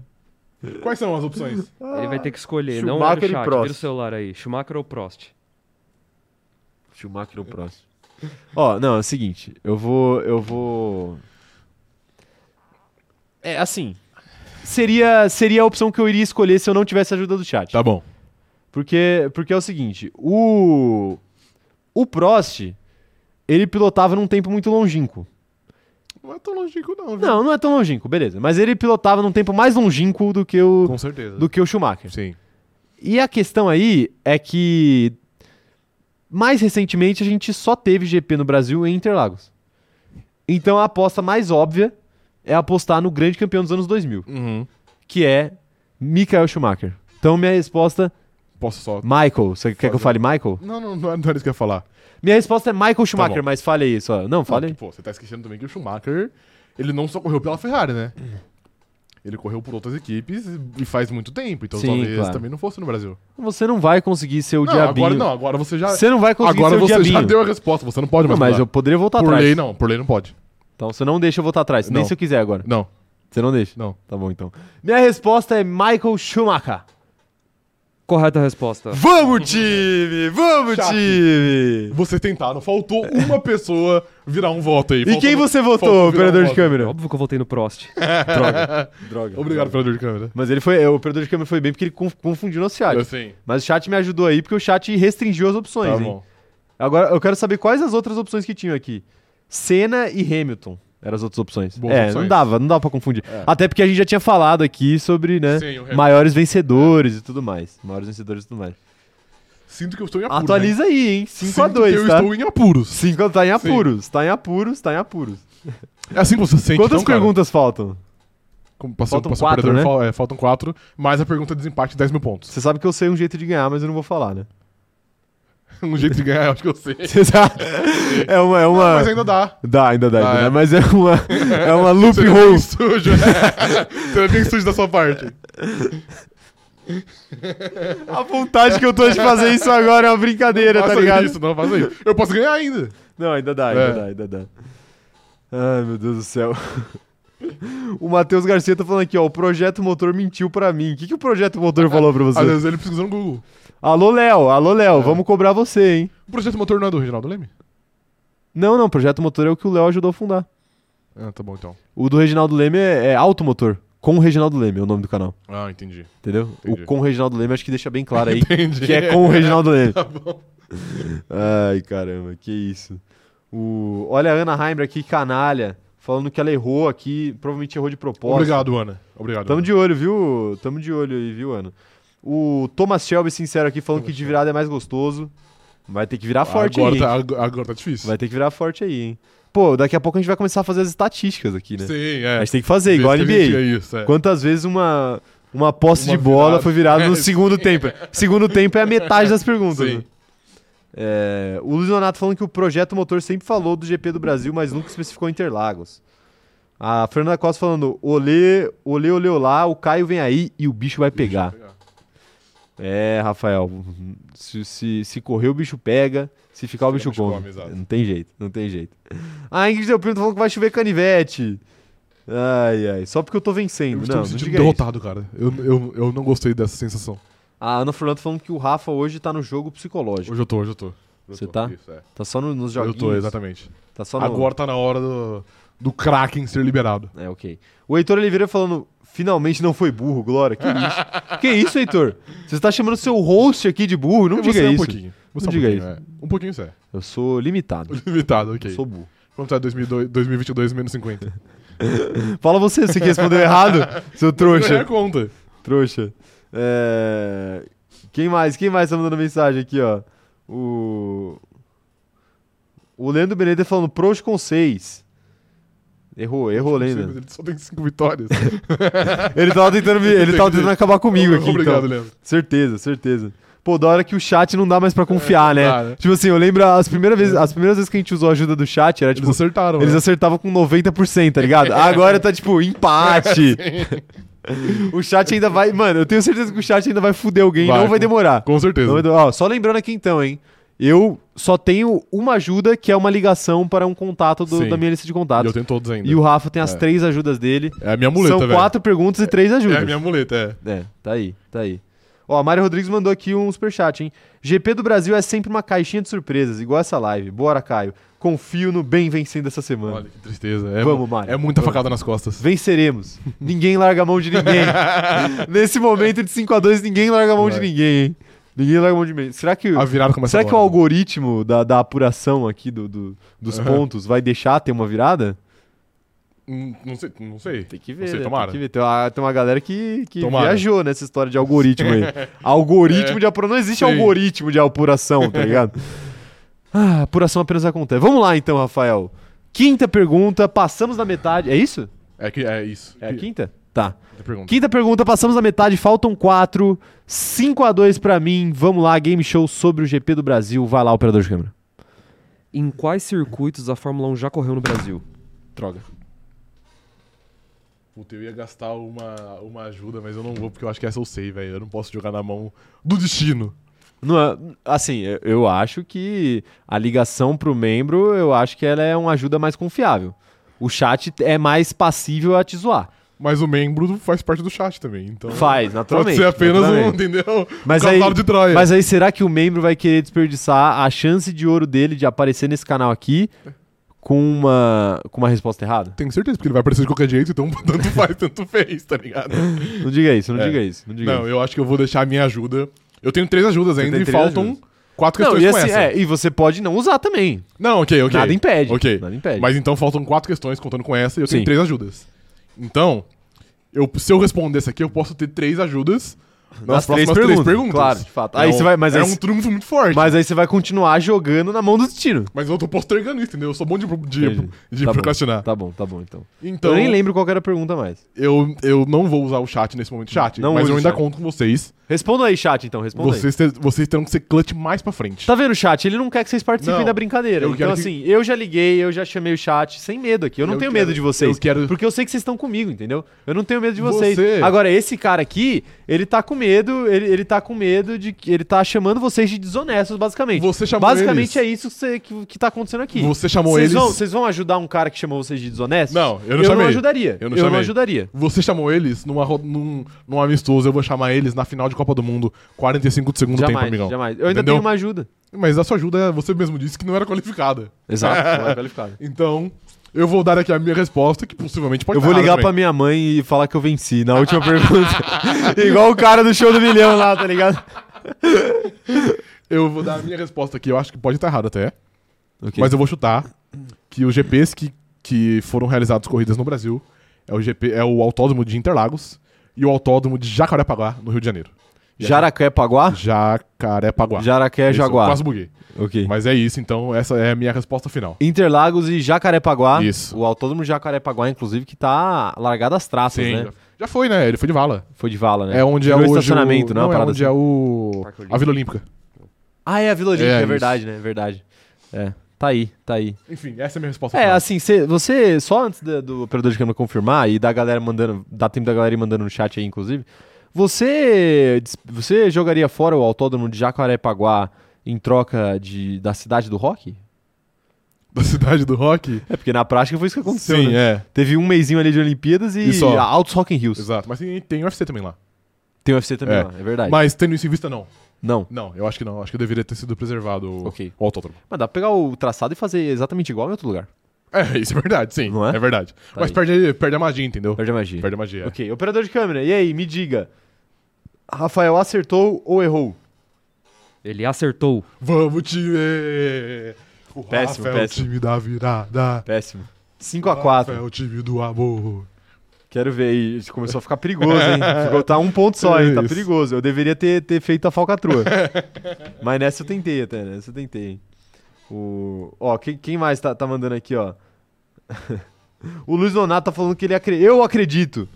S2: Quais são as opções?
S3: Ele vai ter que escolher, não olha o
S1: Schumacher e
S3: chat.
S1: Prost.
S3: Vira o celular aí. Schumacher ou Prost?
S1: Schumacher no próximo. Ó, não, é o seguinte, eu vou. Eu vou. É assim. Seria, seria a opção que eu iria escolher se eu não tivesse a ajuda do chat.
S2: Tá bom.
S1: Porque, porque é o seguinte, o o Prost, ele pilotava num tempo muito longínquo.
S2: Não é tão lógico não, viu?
S1: Não, não é tão longínquo, beleza, mas ele pilotava num tempo mais longínquo do que o
S2: Com certeza.
S1: do que o Schumacher.
S2: Sim.
S1: E a questão aí é que mais recentemente a gente só teve GP no Brasil em Interlagos. Então a aposta mais óbvia é apostar no grande campeão dos anos 2000,
S2: Uhum.
S1: que é Michael Schumacher. Então minha resposta,
S2: Posso só...
S1: Michael. Você quer que eu
S2: Fazer.
S1: fale Michael?
S2: Não, não, não era isso que eu ia falar.
S1: Minha resposta é Michael Schumacher,
S2: bom.
S1: mas fale aí só. Não, fale aí.
S2: Pô, você tá esquecendo também que o Schumacher, ele não só correu pela Ferrari, né? Ele correu por outras equipes e faz muito tempo, então
S1: Sim,
S2: talvez
S1: claro.
S2: também não fosse no Brasil.
S1: Você não vai conseguir ser o
S2: não,
S1: diabinho.
S2: agora não, agora você já.
S1: Você não vai conseguir ser
S2: agora
S1: o
S2: você
S1: diabinho.
S2: já deu a resposta, você não pode
S1: Não,
S2: mais.
S1: mas
S2: mudar.
S1: eu poderia voltar
S2: por
S1: atrás.
S2: lei não, por lei não pode.
S1: Então você não deixa eu voltar atrás. Nem
S2: Não.
S1: se eu quiser agora.
S2: Não,
S1: Você não deixa?
S2: não.
S1: Tá bom então. Minha resposta é Michael Schumacher.
S3: Correta resposta.
S1: Vamos, time! Vamos,
S2: Chato.
S1: time!
S2: Vocês tentaram, faltou uma pessoa virar um voto aí.
S1: E quem
S2: Faltou-
S1: você
S2: faltou
S1: votou, operador
S2: virar
S1: de
S2: um voto.
S1: câmera?
S3: Óbvio que eu voltei no Prost.
S1: Droga. Droga.
S2: Obrigado, operador de câmera.
S1: Mas ele foi. é, O operador de câmera foi bem porque ele conf- confundiu no chat.
S2: Assim,
S1: Mas o chat me ajudou aí porque o chat restringiu as opções,
S2: tá
S1: hein?
S2: bom.
S1: Agora eu quero saber quais as outras opções que tinham aqui. Senna e Hamilton eram as outras opções.
S2: Boas
S1: é,
S2: opções.
S1: não dava, não dava pra confundir.
S2: É.
S1: Até porque a gente já tinha falado aqui sobre, né,
S2: Sim, o Hamilton.
S1: maiores vencedores e tudo mais. Maiores vencedores e tudo mais.
S2: Sinto que eu estou em apuros. hein?
S1: Atualiza aí, hein?
S2: Sinto que
S1: 5x2,
S2: eu
S1: tá?
S2: estou em apuros.
S1: 5 tá em
S2: Sim.
S1: apuros, tá em apuros, tá em apuros.
S2: É assim que você se sente,
S1: Quantas
S2: então, cara?
S1: perguntas faltam?
S2: Como passou,
S1: Faltam
S2: passou
S1: quatro,
S2: o
S1: né?
S2: operador, fal- é, faltam quatro, mais a pergunta de desempate, 10 mil pontos.
S1: Você sabe que eu sei um jeito de ganhar, mas eu não vou falar, né?
S2: um jeito de ganhar, eu acho que eu sei.
S1: Você sabe? É uma. É uma...
S2: Mas ainda dá.
S1: Dá, ainda dá, ainda
S2: Ah,
S1: dá,
S2: é.
S1: mas é uma, é uma
S2: Você é bem
S1: loophole.
S2: sujo. Você é bem sujo da sua parte.
S1: A vontade que eu tô de fazer isso agora é uma brincadeira, tá
S2: Faça
S1: ligado?
S2: isso, não faça isso. Eu posso ganhar ainda.
S1: Não, ainda dá, ainda
S2: É.
S1: dá, ainda dá. Ai, meu Deus do céu. O Matheus Garcia tá falando aqui, ó. O projeto motor mentiu pra mim. O que, que o projeto motor falou pra
S2: Às
S1: você?
S2: vezes ele precisa no Google.
S1: Alô, Léo, alô, Léo,
S2: É.
S1: vamos cobrar você, hein?
S2: O projeto motor não é do Reginaldo Leme?
S1: Não, não, projeto motor é o que o Léo ajudou a fundar.
S2: Ah, tá bom então.
S1: O do Reginaldo Leme é, é Automotor. Com o Reginaldo Leme é o nome do canal,
S2: Ah, entendi.
S1: entendeu?
S2: Entendi.
S1: O com o Reginaldo Leme acho que deixa bem claro aí
S2: Entendi.
S1: que é com o Reginaldo Leme.
S2: Tá bom.
S1: Ai, caramba, que isso. O... Olha a Ana Heimberg aqui, canalha, falando que ela errou aqui, provavelmente errou de propósito.
S2: Obrigado, Ana. Obrigado.
S1: Tamo
S2: Ana.
S1: de olho, viu? Tamo de olho aí, viu, Ana? O Thomas Shelby, sincero aqui, falando que de virada é mais gostoso. Vai ter que virar forte
S2: agora,
S1: aí,
S2: tá,
S1: hein?
S2: ag- agora tá difícil.
S1: Vai ter que virar forte aí, hein? Pô, daqui a pouco a gente vai começar a fazer as estatísticas aqui, né?
S2: Sim, é.
S1: A gente tem que fazer, igual a
S2: Vê
S1: NBA.
S2: se gente é isso, é.
S1: Quantas vezes uma, uma posse
S2: Uma
S1: de bola
S2: virada.
S1: foi virada no
S2: É,
S1: segundo tempo? Segundo tempo é a metade das perguntas.
S2: Sim.
S1: né? É, o Luiz Leonardo falando que o projeto motor sempre falou do GP do Brasil, mas nunca especificou Interlagos. A Fernanda Costa falando: olê, olê, olê, olá, o Caio vem aí e o bicho vai pegar. É, Rafael, se, se, se correr o bicho pega, se ficar o
S2: Fica,
S1: bicho
S2: o bicho
S1: come.
S2: come, exato.
S1: não tem jeito, não tem jeito. A Ingrid Del Primo tá falando que vai chover canivete. Ai, ai, só porque eu tô
S2: Eu
S1: vencendo.
S2: estou
S1: Não,
S2: me
S1: não
S2: sentindo
S1: diga isso.
S2: um derrotado, cara. Eu, eu, eu não gostei dessa sensação.
S1: A Ana Furlando falando que o Rafa hoje tá no jogo psicológico.
S2: Hoje eu tô, hoje eu tô. Hoje eu
S1: Você
S2: tô.
S1: tá?
S2: Isso, é.
S1: Tá só no- nos
S2: Eu
S1: joguinhos.
S2: tô, exatamente.
S1: Tá só no...
S2: Agora tá na hora do, do Kraken ser liberado.
S1: É, ok. O Heitor Oliveira falando, finalmente não foi burro, Glória. Que isso? que isso, Heitor? Você tá chamando seu host aqui de burro? Não
S2: Você
S1: diga
S2: é um
S1: isso.
S2: pouquinho. Você
S1: Não
S2: é um
S1: diga
S2: pouquinho, é. Um pouquinho isso é.
S1: Eu sou limitado.
S2: Limitado,
S1: Eu
S2: ok.
S1: sou burro.
S2: Quanto tá 2002, 2022 menos 50?
S1: Fala você, você que respondeu errado, seu
S2: Ganhei
S1: trouxa.
S2: a conta.
S1: Trouxa. É... Quem mais? Quem mais tá mandando mensagem aqui, ó? O. O Leandro Benedito falando pros com seis. Errou, errou, Leandro.
S2: Ele só tem 5 vitórias.
S1: Ele tava tentando, me- ele tava tentando acabar comigo aqui.
S2: Obrigado,
S1: então.
S2: Leandro.
S1: Certeza, certeza. Pô, da hora que o chat não dá mais pra confiar, né?
S2: dá, né? É.
S1: Tipo assim, eu lembro as primeiras vezes, as primeiras vezes que a gente usou a ajuda do chat, era tipo,
S2: Eles acertaram.
S1: eles
S2: né?
S1: acertavam com 90%, tá ligado? Agora tá tipo empate.
S2: É,
S1: o chat ainda vai, mano, eu tenho certeza que o chat ainda vai fuder alguém,
S2: Vai,
S1: não vai
S2: com-
S1: demorar.
S2: Com
S1: Não é
S2: certeza.
S1: vai de- ó, só lembrando aqui então, hein? Eu só tenho uma ajuda que é uma ligação para um contato do-
S2: Sim.
S1: da minha lista de
S2: E
S1: contatos.
S2: eu tenho todos ainda.
S1: E o Rafa tem as
S2: É.
S1: três ajudas dele.
S2: É a minha muleta,
S1: São
S2: velho.
S1: quatro perguntas e três ajudas.
S2: É a minha muleta, é.
S1: É, tá aí, tá aí. Ó, a Mário Rodrigues mandou aqui um superchat, hein? GP do Brasil é sempre uma caixinha de surpresas, igual essa live. Bora, Caio. Confio no bem vencendo essa semana.
S2: Olha, que tristeza. É,
S1: Vamos, Mário.
S2: É muita facada nas costas.
S1: Venceremos. ninguém larga a mão de ninguém. Nesse momento de 5 a 2 ninguém larga a mão de
S2: Vai.
S1: ninguém, hein? Ninguém larga a mão de ninguém. Será que,
S2: A virada começa
S1: será que o
S2: agora.
S1: algoritmo da, da apuração aqui do, do- dos
S2: Aham.
S1: pontos vai deixar ter uma virada?
S2: Hum, Não sei, não sei.
S1: Tem que
S2: Não
S1: ver,
S2: sei,
S1: né?
S2: tomara.
S1: Tem que ver. Tem uma, tem uma galera que, que
S2: Tomara. É.
S1: viajou nessa história de algoritmo aí. algoritmo de apuração. Não existe
S2: Sim.
S1: algoritmo de apuração, tá ligado? ah, apuração apenas acontece. Vamos lá então, Rafael. Quinta pergunta, passamos da metade. É isso?
S2: É, que, é isso.
S1: É a
S2: Que-
S1: quinta? Tá.
S2: que pergunta.
S1: Quinta pergunta, passamos da metade, faltam quatro. 5 a 2 pra mim. Vamos lá, game show sobre o GP do Brasil. Vai lá, operador de câmera.
S3: Em quais circuitos a Fórmula 1 já correu no Brasil?
S2: Droga. Puta, eu ia gastar uma, uma ajuda, mas eu não vou, porque eu acho que essa eu sei, velho. Eu não posso jogar na mão do destino.
S1: Não é- assim, eu- eu acho que a ligação pro membro, eu acho que ela é uma ajuda mais confiável. O chat é mais passível a te zoar.
S2: Mas o membro faz parte do chat também, então.
S1: Faz,
S2: Pode
S1: naturalmente.
S2: ser apenas um,
S1: naturalmente.
S2: entendeu?
S1: Mas
S2: Cavalo
S1: aí-
S2: de Troia.
S1: Mas aí será que o membro vai querer desperdiçar a chance de ouro dele de aparecer nesse canal aqui com uma, com uma resposta errada?
S2: Tenho certeza, porque ele vai aparecer de qualquer jeito, então tanto faz, tanto fez, tá ligado?
S1: Não diga isso, não
S2: É.
S1: diga isso. Não, diga
S2: Não,
S1: isso.
S2: eu acho que eu vou deixar a minha ajuda. Eu tenho três ajudas ainda
S1: tem
S2: e
S1: três
S2: faltam
S1: ajudas.
S2: quatro
S1: Não,
S2: questões
S1: e
S2: com
S1: assim,
S2: essa.
S1: é, e você pode não usar também.
S2: Não, ok, ok.
S1: Nada impede.
S2: Ok.
S1: Nada impede.
S2: Mas então faltam quatro questões contando com essa e eu tenho
S1: Sim.
S2: três ajudas. Então, eu, se eu responder essa aqui, eu posso ter três ajudas nas
S1: Nas três
S2: próximas três
S1: perguntas,
S2: perguntas.
S1: claro, de fato.
S2: É
S1: Aí
S2: um-
S1: você vai- mas
S2: é
S1: aí-
S2: um triunfo muito forte. Mas...
S1: Mas aí você vai continuar jogando na mão do destino.
S2: eu tô postergando isso, entendeu? Eu sou bom de, de,
S1: Entendi.
S2: de
S1: Tá bom,
S2: procrastinar.
S1: Tá bom, tá bom, então.
S2: Então,
S1: Eu nem lembro qual que era a pergunta mais.
S2: eu, eu não vou usar o chat nesse momento, chat.
S1: Não
S2: mas
S1: use
S2: eu
S1: o
S2: ainda
S1: chat.
S2: conto com vocês.
S1: Responda aí, chat, então. Responda aí.
S2: Vocês, ter- vocês terão que ser clutch mais pra frente.
S1: Tá vendo, chat? Ele não quer que vocês participem
S2: Não,
S1: da brincadeira.
S2: eu
S1: Então,
S2: quero que-
S1: assim, eu já liguei, eu já chamei o chat, sem medo aqui. Eu não
S2: Eu
S1: tenho
S2: quero-
S1: medo de vocês.
S2: eu quero-
S1: Porque eu sei que vocês estão comigo, entendeu? Eu não tenho medo de vocês.
S2: Você-
S1: Agora, esse cara aqui, ele tá com medo, ele, ele tá com medo de que. Ele tá chamando vocês de desonestos, basicamente.
S2: Você chamou
S1: basicamente
S2: eles.
S1: é isso que, você- que, que tá acontecendo aqui.
S2: Você chamou
S1: vocês
S2: eles.
S1: Vão, vocês vão ajudar um cara que chamou vocês de desonestos?
S2: Não, eu
S1: eu
S2: não chamei.
S1: Não ajudaria.
S2: Eu
S1: Eu
S2: não
S1: não,
S2: chamei.
S1: ajudaria.
S2: Você chamou eles numa, ro- num, num amistoso, eu vou chamar eles na final de Copa do Mundo, 45 de segundo tempo,
S1: jamais,
S2: amigão.
S1: jamais. Eu ainda
S2: Entendeu?
S1: tenho uma ajuda.
S2: Mas a sua ajuda, você mesmo disse que não era qualificada.
S1: Exato, não é qualificado.
S2: Então, eu vou dar aqui a minha resposta, que possivelmente pode
S1: Eu vou
S2: estar
S1: ligar
S2: errada
S1: pra
S2: também.
S1: minha mãe e falar que eu venci na última pergunta. Igual o cara do show do milhão lá, tá ligado?
S2: Eu vou dar a minha resposta aqui, eu acho que pode estar errado até.
S1: Ok.
S2: Mas eu vou chutar que os GPs que, que foram realizados corridas no Brasil é o, GP, é o Autódromo de Interlagos e o Autódromo de Jacarepaguá, no Rio de Janeiro.
S1: Jaraqué Paguá?
S2: Jacarepaguá.
S1: Jaraqué
S2: Isso,
S1: É Jaguar.
S2: Quase buguei.
S1: Ok.
S2: Mas é isso, então essa é a minha resposta final.
S1: Interlagos e Jacarepaguá.
S2: Isso.
S1: O Autódromo de Jacarepaguá, inclusive, que tá largado as traças,
S2: Sim.
S1: né?
S2: Já foi, né? Ele foi de vala.
S1: Foi de vala, né?
S2: É onde é
S1: Virou
S2: hoje o
S1: estacionamento, não, é
S2: não,
S1: uma
S2: é
S1: parada
S2: onde
S1: assim.
S2: é o
S3: Parque
S2: a Vila Olímpica.
S1: Ah, é a Vila Olímpica,
S2: É,
S1: é,
S2: isso.
S1: verdade, né? É verdade. É. Tá aí, tá aí.
S2: Enfim, essa é a minha resposta.
S1: É,
S2: final.
S1: assim, cê- você, só antes da- do operador de câmera confirmar e da galera mandando, dá tempo da galera ir mandando no chat aí, inclusive, você, dis- você jogaria fora o autódromo de Jacarepaguá em troca de, da cidade do rock?
S2: da cidade do rock.
S1: É, porque na prática foi isso que aconteceu,
S2: Sim,
S1: né?
S2: é.
S1: Teve um mêsinho ali de Olimpíadas e,
S2: E só.
S1: altos Rock in Rios.
S2: Exato, mas tem, tem UFC também lá.
S1: Tem UFC também
S2: É.
S1: lá, é verdade.
S2: Mas tendo isso em vista, não.
S1: Não,
S2: Não, eu acho que não. Eu Acho que deveria ter sido preservado o-
S1: Ok.
S2: o autódromo.
S1: mas dá pra pegar o traçado e fazer exatamente igual em outro lugar.
S2: É, isso é verdade, sim.
S1: Não é?
S2: verdade. mas
S1: aí.
S2: perde, perde a magia, entendeu? Perde,
S1: Perde a magia.
S2: a magia. é.
S1: Ok, operador de câmera, e aí, me diga, Rafael acertou ou errou?
S3: Ele acertou.
S2: Vamos, time! O
S1: Péssimo,
S2: Rafa é o
S1: péssimo.
S2: time da virada.
S1: Péssimo. 5x4.
S2: O Rafa é o time do amor.
S1: Quero ver aí. Isso começou a ficar perigoso, hein? Ficou, tá um ponto só, hein? Tá
S2: Isso.
S1: perigoso. Eu deveria ter, ter feito a falcatrua. Mas nessa eu tentei até, nessa eu tentei. O... Ó, quem, quem mais tá, tá mandando aqui, ó? o Luiz Donato tá falando que ele acredita. Eu acredito.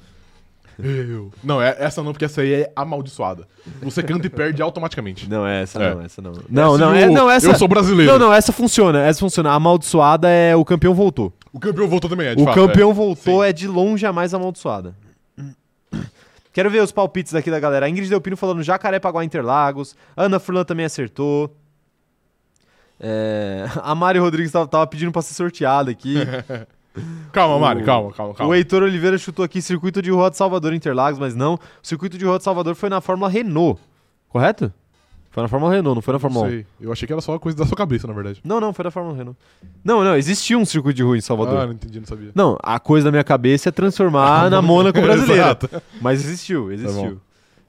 S2: Eu. Não, é, essa não, porque essa aí é amaldiçoada. Você canta e perde automaticamente.
S1: Não, é essa
S2: É.
S1: não, essa não. Não, não,
S2: Se
S1: é,
S2: o-
S1: não, essa.
S2: Eu sou brasileiro.
S1: Não, não, essa funciona. Essa funciona. A amaldiçoada é o campeão voltou.
S2: O campeão voltou também, é de
S1: o
S2: fato,
S1: campeão voltou
S2: Sim.
S1: é de longe a mais amaldiçoada. Quero ver os palpites aqui da galera. A Ingrid Delpino falando Jacarepaguá Interlagos. Ana Furlan também acertou. É, A Mari Rodrigues tava, tava pedindo pra ser sorteada aqui.
S2: é. Calma, Mari,
S1: O-
S2: calma, calma, calma.
S1: O Heitor Oliveira chutou aqui Circuito de Rua de Salvador Interlagos, mas não. O Circuito de Rua de Salvador foi na Fórmula Renault, correto? Foi na Fórmula Renault, não foi na Fórmula
S2: Não
S1: 1.
S2: sei. Eu achei que era só coisa da sua cabeça, na verdade.
S1: Não, não, foi na Fórmula Renault. Não, não, existia um circuito de rua em Salvador.
S2: Ah, não entendi, não sabia.
S1: Não, a coisa da minha cabeça é transformar na Mônaco brasileira.
S2: Exato.
S1: Mas existiu,
S2: Tá
S1: existiu.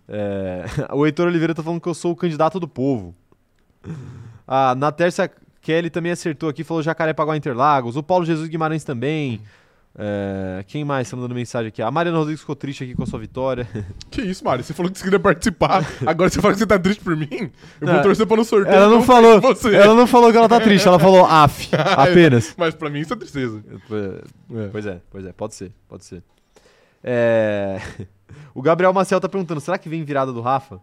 S1: É, o Heitor Oliveira tá falando que eu sou o candidato do povo. A Natércia Kelly também acertou aqui, falou Jacarepaguá Interlagos. O Paulo Jesus Guimarães também. É, quem mais tá mandando mensagem aqui? A Mariana Rodrigues ficou triste aqui com a sua vitória.
S2: Que isso, Mari? Você falou que você queria participar. Agora você fala que você tá triste por mim? Eu vou
S1: Não,
S2: torcer pra não então. sorteio.
S1: Ela não
S2: sei
S1: falou,
S2: Você.
S1: ela não falou que ela tá triste, ela falou af, apenas.
S2: Mas pra mim isso é tristeza. É.
S1: Pois é, pois é, pode ser, pode ser. É, O Gabriel Maciel tá perguntando, será que vem virada do Rafa?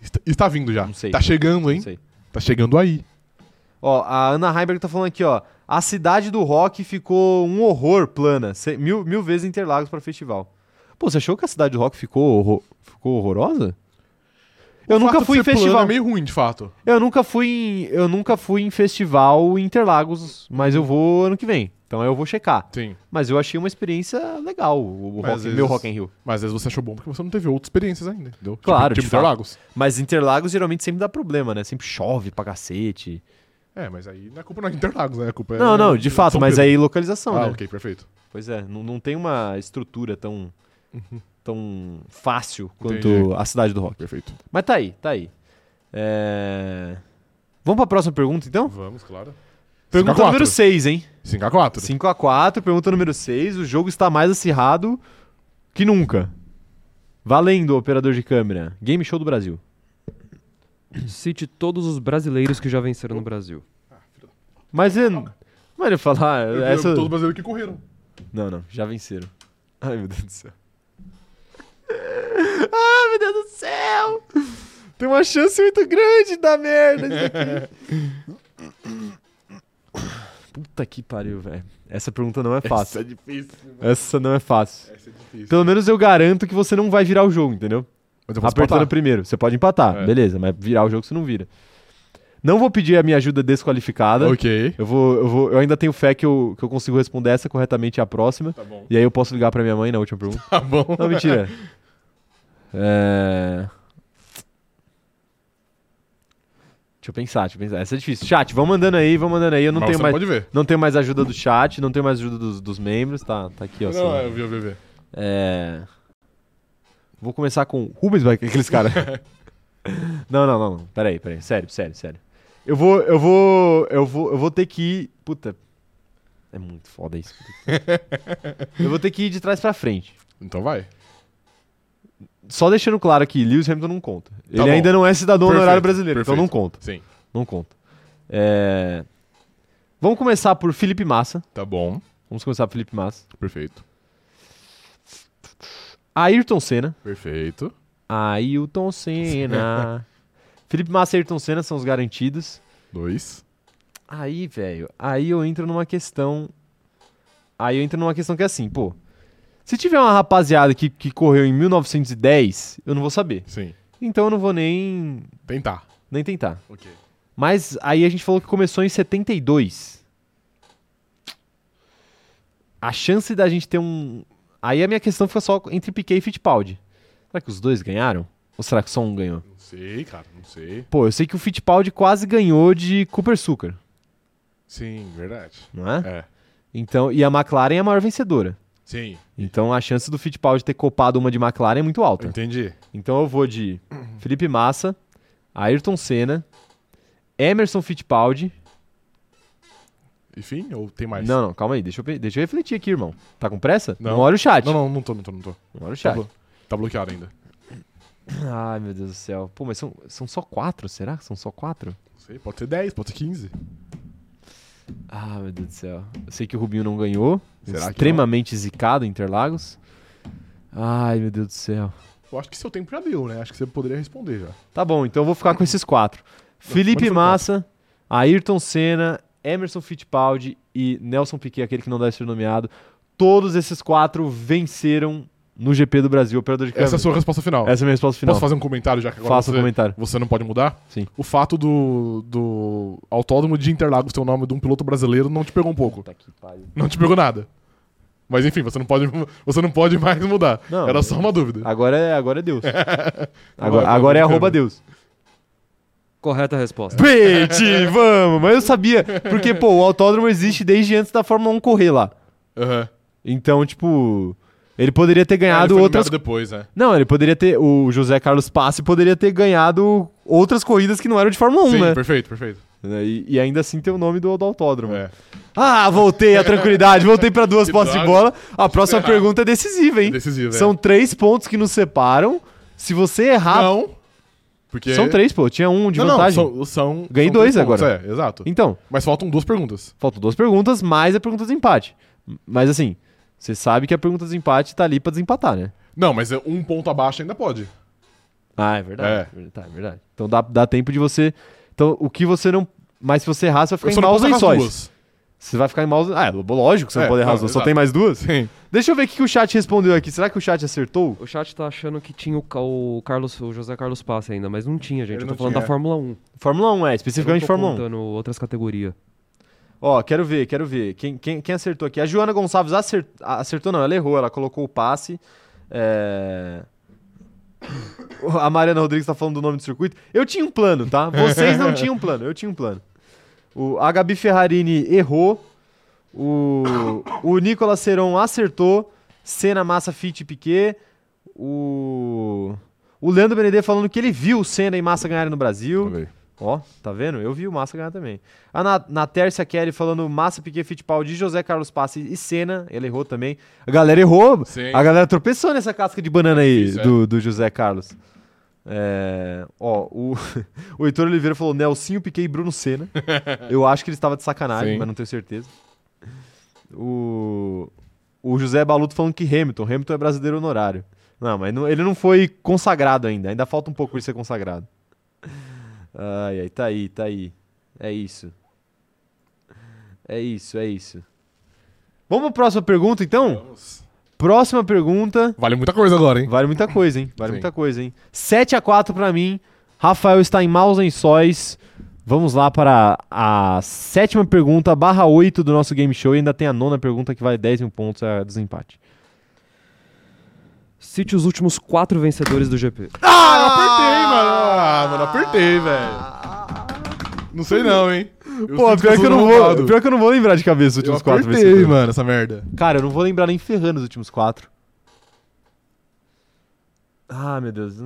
S2: Está, está vindo já.
S1: Não sei.
S2: Tá chegando, hein?
S1: Não sei.
S2: Tá chegando aí.
S1: Ó, a Ana Heimberg tá falando aqui, ó. A cidade do rock ficou um horror plana. Se- Mil, mil vezes Interlagos para festival. Pô, você achou que a cidade do rock ficou, horro- ficou horrorosa? Eu
S2: O
S1: nunca
S2: fato de
S1: fui em
S2: ser plano
S1: festival.
S2: É meio ruim, de fato.
S1: Eu nunca fui em, eu nunca fui em festival em Interlagos, mas eu vou ano que vem. Então eu vou checar.
S2: Sim.
S1: Mas eu achei uma experiência legal, o, o
S2: Mas
S1: Rock-
S2: às vezes-
S1: meu Rock in Rio.
S2: Mas às vezes você achou bom porque você não teve outras experiências ainda, entendeu? Tipo-
S1: Claro,
S2: Tipo
S1: de fato.
S2: Interlagos.
S1: Mas Interlagos geralmente sempre dá problema, né? Sempre chove pra cacete.
S2: É, mas aí não é culpa não é Interlagos, né? A culpa é-
S1: não, não, de fato,
S2: São
S1: mas
S2: Pedro.
S1: aí localização,
S2: Ah,
S1: né?
S2: ok, perfeito.
S1: Pois é, não, não tem uma estrutura tão, tão fácil quanto
S2: Uhum. Entendi.
S1: a cidade do rock.
S2: Perfeito.
S1: Mas tá aí, tá aí. É... Vamos pra próxima pergunta, então?
S2: Vamos, claro.
S1: Pergunta
S2: Cinco a
S1: número
S2: quatro.
S1: 6, hein?
S2: 5x4.
S1: 5x4, pergunta número 6. O jogo está mais acirrado que nunca. Valendo, operador de câmera. Game Show do Brasil.
S3: Cite todos os brasileiros que já venceram no Brasil.
S1: Mas eu. Mano, eu falar.
S2: Eu lembro
S1: essa...
S2: todos os brasileiros que correram.
S1: Não, não, já venceram. Ai, meu Deus do céu. Ai, Ah, meu Deus do céu! Tem uma chance muito grande da merda isso aqui. Puta que pariu, velho. Essa pergunta não é fácil.
S2: é difícil.
S1: Essa não é fácil.
S2: Essa é difícil.
S1: Pelo menos eu garanto que você não vai virar o jogo, entendeu?
S2: Mas eu posso
S1: Apertando
S2: empatar.
S1: primeiro. Você pode empatar,
S2: É.
S1: beleza, mas virar o jogo você não vira. Não vou pedir a minha ajuda desqualificada.
S2: Ok.
S1: Eu, vou, eu, vou, eu ainda tenho fé que eu, que eu consigo responder essa corretamente e a próxima.
S2: Tá bom.
S1: E aí eu posso ligar pra minha mãe na última pergunta.
S2: Tá bom.
S1: Não, mentira. É... Deixa eu pensar, deixa eu pensar. Essa é difícil. Chat, vão mandando aí, vão mandando aí. Eu não
S2: Mas
S1: tenho
S2: você
S1: mais.
S2: pode ver.
S1: Não tenho mais ajuda do chat, não tenho mais ajuda dos, dos membros. Tá, tá aqui, ó.
S2: não,
S1: só-
S2: é, eu vi, eu vi, eu vi.
S1: é. Vou começar com Rubens, vai, aqueles caras. não, não, não, não. Peraí, peraí. Sério, sério, sério. Eu vou, eu vou, eu vou, eu vou ter que ir. Puta. É muito foda isso. eu vou ter que ir de trás pra frente.
S2: Então vai.
S1: Só deixando claro aqui, Lewis Hamilton não conta. Ele
S2: Tá bom.
S1: ainda não é cidadão
S2: Perfeito,
S1: honorário brasileiro, então
S2: perfeito.
S1: não conta.
S2: Sim.
S1: Não conta. É, Vamos começar por Felipe Massa.
S2: Tá bom.
S1: Vamos começar por Felipe Massa.
S2: Perfeito.
S1: Ayrton Senna.
S2: Perfeito.
S1: Ailton Senna. Felipe Massa e Ayrton Senna são os garantidos.
S2: Dois.
S1: Aí, velho, aí eu entro numa questão. Aí eu entro numa questão que é assim, pô. Se tiver uma rapaziada que, que correu em 1910, eu não vou saber.
S2: Sim.
S1: Então eu não vou nem,
S2: Tentar.
S1: nem tentar.
S2: Ok.
S1: Mas aí a gente falou que começou em 72. A chance da gente ter um. Aí a minha questão fica só entre Piquet e Fittipaldi. Será que os dois ganharam? Ou será que só um ganhou?
S2: Não sei, cara. Não sei.
S1: Pô, eu sei que o Fittipaldi quase ganhou de Cooper Sucker,
S2: Sim, verdade.
S1: não é?
S2: É.
S1: Então, e a McLaren é a maior vencedora.
S2: Sim.
S1: Então a chance do Fittipaldi ter copado uma de McLaren é muito alta.
S2: Entendi.
S1: Então eu vou de Felipe Massa, Ayrton Senna, Emerson Fittipaldi.
S2: Enfim, ou tem mais?
S1: Não, não, calma aí, deixa eu, pe- deixa eu refletir aqui, irmão. Tá com pressa?
S2: Não.
S1: olha o chat.
S2: Não, não, não tô, não tô, não tô.
S1: Não olha o
S2: Tá,
S1: chat.
S2: blo- tá bloqueado ainda.
S1: Ai, meu Deus do céu. Pô, mas são, são só quatro, será? que São só quatro?
S2: Não sei, pode ser 10, pode ser 15.
S1: Ah, meu Deus do céu. Eu sei que o Rubinho não ganhou.
S2: Será que não?
S1: extremamente zicado em Interlagos. Ai, meu Deus do céu.
S2: Eu acho que seu tempo já deu, né? Acho que você poderia responder já.
S1: Tá bom, então eu vou ficar com esses quatro. Felipe
S2: ser
S1: Massa, Ayrton Senna, Emerson Fittipaldi e Nelson Piquet, aquele que não deve ser nomeado. Todos esses quatro venceram no GP do Brasil, operador de câmera.
S2: Essa é a sua resposta final.
S1: Essa é a minha resposta final.
S2: Posso fazer um comentário já que agora
S1: Faça
S2: você,
S1: um comentário.
S2: você não pode mudar?
S1: Sim.
S2: O fato do, do autódromo de Interlagos ter o nome de um piloto brasileiro não te pegou um pouco.
S1: Puta que pariu.
S2: Não te pegou nada. Mas enfim, você não pode, você não pode mais mudar.
S1: Não,
S2: Era só uma dúvida.
S1: Agora é, agora é Deus.
S2: Agora-
S1: Agora, agora é
S2: agora
S1: arroba
S2: tá câmera.
S1: Deus.
S3: Correta resposta.
S1: Pete, vamos! Mas eu sabia, porque, pô, o autódromo existe desde antes da Fórmula 1 correr lá.
S2: Aham.
S1: Então, tipo, ele poderia ter
S2: É, ele
S1: ganhado
S2: foi
S1: outras
S2: nomeado depois, né?
S1: Não, ele poderia ter. O José Carlos Passe poderia ter ganhado outras corridas que não eram de Fórmula 1,
S2: Sim,
S1: né?
S2: perfeito, perfeito.
S1: E, e ainda assim tem o nome do, do autódromo.
S2: É.
S1: Ah, voltei à tranquilidade, voltei pra duas
S2: Que
S1: postes de
S2: droga.
S1: bola. A próxima
S2: errado.
S1: pergunta é decisiva, hein?
S2: Decisivo,
S1: São três pontos que nos separam. Se você
S2: é.
S1: errar.
S2: Não. Porque...
S1: Ah. São três, pô. Tinha um de
S2: não,
S1: vantagem.
S2: Não, são, são,
S1: Ganhei
S2: são
S1: dois
S2: três pontos,
S1: agora.
S2: É, exato.
S1: Então,
S2: Mas faltam duas perguntas.
S1: faltam duas perguntas, mais a pergunta de empate. Mas assim, você sabe que a pergunta de empate tá ali pra desempatar, né?
S2: Não, mas é um ponto abaixo ainda pode.
S1: Ah, é verdade. É. Tá, é verdade. Então dá, dá tempo de você. Então, o que você não. Mas se você errar, você vai ficar
S2: Eu
S1: em
S2: só não
S1: maus
S2: posso errar as
S1: lençóis.
S2: duas.
S1: Você vai ficar em mouse. Ah, é, lógico que você
S2: É,
S1: não pode errar
S2: não,
S1: as duas. Só
S2: exato.
S1: tem mais duas?
S2: Sim.
S1: Deixa eu ver o que que o chat respondeu aqui. Será que o chat acertou?
S3: O chat tá achando que tinha o, Ca- o Carlos, o José Carlos Passe ainda, mas não tinha,
S2: Ele
S3: gente. eu tô
S2: não
S3: falando
S2: tinha. é.
S3: da Fórmula 1.
S1: Fórmula 1, é, especificamente
S3: eu não tô
S1: Fórmula 1.
S3: contando outras categorias.
S1: Ó, quero ver, quero ver. Quem, quem, quem acertou aqui? A Joana Gonçalves acer- acertou, não, ela errou, ela colocou o passe. É... A Mariana Rodrigues tá falando do nome do circuito. Eu tinha um plano, tá? Vocês não tinham um plano, eu tinha um plano. O, a Gabi Ferrarini errou. O, o Nicolas Seron acertou. Senna, Massa, Fit e Piquet. O, o Leandro Benedet falando que ele viu o Senna e Massa ganharem no Brasil.
S2: Ok.
S1: Ó, tá vendo? Eu vi o Massa ganhar também. A Na- Natércia Kelly falando Massa, Piquet, Fittipaldi, José Carlos Passi e Senna. Ele errou também. A galera errou.
S2: Sim.
S1: A galera tropeçou nessa casca de banana aí
S2: Isso, é.
S1: do, do José Carlos. É, ó, o, o Heitor Oliveira falou Nelsinho, Piquet e Bruno Senna. Eu acho que ele estava de sacanagem,
S2: Sim.
S1: mas não tenho certeza. O, o José Baluto falando que Hamilton. Hamilton é brasileiro honorário. Não, mas não- ele não foi consagrado ainda. Ainda falta um pouco pra ele ser consagrado. Ai, ai, tá aí, tá aí. É isso. É isso, é isso. Vamos pra próxima pergunta, então?
S2: Vamos.
S1: Próxima pergunta.
S2: Vale muita coisa agora, hein?
S1: Vale muita coisa, hein? Vale
S2: Sim.
S1: muita coisa, hein? 7x4 pra mim. Rafael está em maus lençóis. Vamos lá para a sétima pergunta, barra 8 do nosso game show. E ainda tem a nona pergunta que vale 10 mil pontos, é a desempate.
S3: Cite os últimos quatro vencedores do GP.
S2: Ah, apertei, mano. Ah, mano, apertei, velho. Não sei não, hein? Eu
S1: Pô,
S2: sinto
S1: pior que, eu não vou,
S2: roubado.
S1: pior que eu não vou lembrar de cabeça os
S2: Eu
S1: últimos quatro
S2: apertei,
S1: vencedores.
S2: mano, essa merda.
S1: Cara, eu não vou lembrar nem ferrando os últimos quatro. Ah, meu Deus.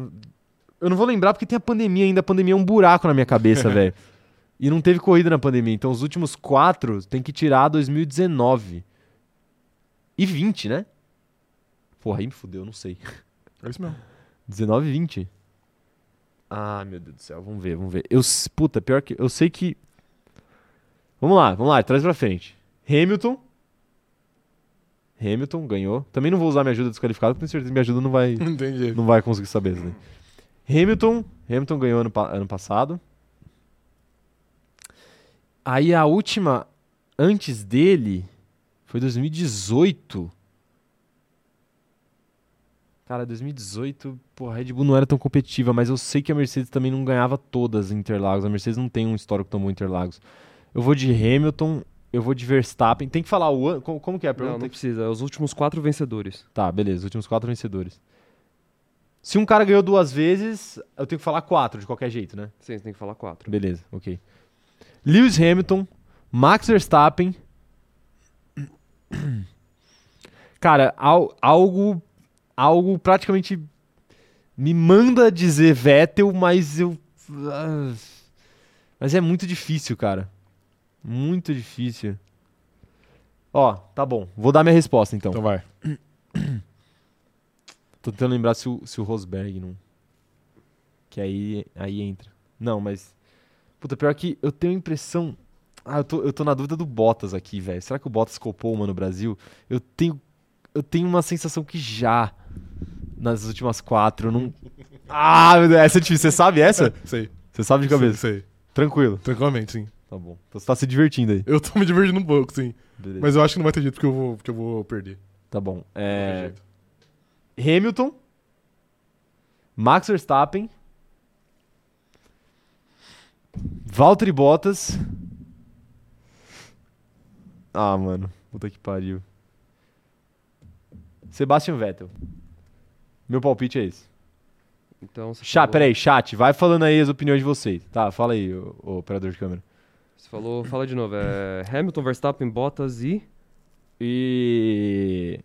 S1: Eu não vou lembrar porque tem a pandemia ainda. A pandemia é um buraco na minha cabeça, velho. E não teve corrida na pandemia. Então os últimos quatro tem que tirar 2019. E 20, né? Porra, aí me fudeu, não sei.
S2: É isso mesmo.
S1: 19 e 20. Ah, meu Deus do céu. Vamos ver, vamos ver. Eu, s- puta, pior que. Eu sei que. Vamos lá, vamos lá, traz pra frente. Hamilton. Hamilton ganhou. Também não vou usar minha ajuda desqualificada, porque tenho certeza que minha ajuda não vai,
S2: Entendi.
S1: não vai conseguir saber isso daí. Hamilton. Hamilton ganhou ano, pa- ano passado. Aí a última antes dele foi 2018. Cara, 2018, porra, a Red Bull não era tão competitiva, mas eu sei que a Mercedes também não ganhava todas em Interlagos. A Mercedes não tem um histórico tão bom em Interlagos. Eu vou de Hamilton, eu vou de Verstappen. Tem que falar o ano. Como, como que é a pergunta?
S3: Não, não precisa. É os últimos quatro vencedores.
S1: Tá, beleza. Os últimos quatro vencedores. Se um cara ganhou duas vezes, eu tenho que falar quatro de qualquer jeito, né?
S3: Sim, você tem que falar quatro.
S1: Beleza, ok. Lewis Hamilton, Max Verstappen. Cara, al- algo, algo praticamente me manda dizer Vettel, mas eu. ah, Mas é muito difícil, cara. Muito difícil. Ó, tá bom. Vou dar minha resposta então.
S2: Então vai.
S1: Tô tentando lembrar se o, se o Rosberg não. Que aí, aí entra. Não, mas. Puta, pior que eu tenho a impressão. Ah, eu tô, eu tô na dúvida do Bottas aqui, velho. Será que o Bottas copou uma no Brasil? Eu tenho. Eu tenho uma sensação que já. Nas últimas quatro, eu não. Ah, meu Deus, essa é difícil. Você sabe essa?
S2: Sei.
S1: Você sabe de cabeça.
S2: Sei, sei.
S1: Tranquilo.
S2: Tranquilamente, sim.
S1: Tá bom. Então você tá se divertindo aí.
S2: Eu tô me divertindo um pouco, sim.
S1: Beleza.
S2: Mas eu acho que não vai ter jeito porque eu vou, porque eu vou perder.
S1: Tá bom.
S2: Não vai ter
S1: É.
S2: jeito.
S1: Hamilton, Max Verstappen, Valtteri Bottas. Ah, mano, puta que pariu. Sebastian Vettel. Meu palpite é esse.
S3: Então, você
S1: Chat,
S3: falou-
S1: peraí, chat, vai falando aí as opiniões de vocês. Tá, fala aí, ô, ô operador de câmera.
S3: Você falou, fala de novo. É Hamilton, Verstappen, Bottas e
S1: E.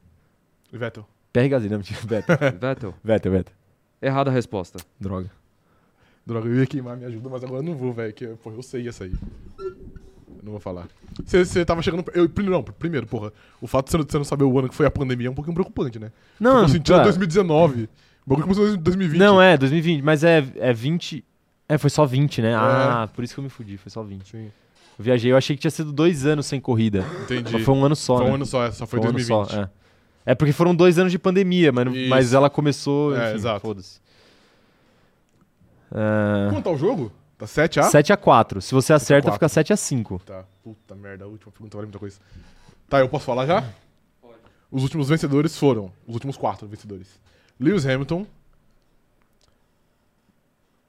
S2: Vettel.
S1: Pierre Gasly, não, mentira, Vettel.
S3: Vettel.
S1: Vettel, Vettel.
S3: Errada a resposta.
S1: Droga.
S2: Droga, eu ia queimar minha ajuda, mas agora eu não vou, velho. Que, pô, eu sei essa aí. Eu não vou falar. Você- Você tava chegando. Eu, primeiro, não, primeiro, porra. O fato de você não- você não saber o ano que foi a pandemia é um pouquinho preocupante, né?
S1: Não,
S2: Tipo assim, tirando
S1: tá.
S2: 2019. O bagulho começou em 2020.
S1: Não, é, 2020, mas é, é 20. É, foi só 20, né?
S2: É.
S1: Ah, por isso que eu me fudi, foi só 20.
S2: Sim.
S1: Eu viajei, eu achei que tinha sido dois anos sem corrida.
S2: Entendi.
S1: Mas foi um ano só,
S2: Foi
S1: né?
S2: um ano só, é, só foi,
S1: um ano
S2: 2020.
S1: só, é. É porque foram dois anos de pandemia, mas, não-
S2: Isso.
S1: mas ela começou.
S2: É,
S1: Enfim,
S2: exato.
S1: Foda-se. Ah,
S2: Quanto ao jogo? Tá 7 a?
S1: 7 a 4. Se você acerta,
S2: quatro.
S1: fica 7 a 5.
S2: Tá, puta merda, a última pergunta vale muita coisa. Tá, eu posso falar já? Pode. Os últimos vencedores foram, os últimos quatro vencedores. Lewis Hamilton,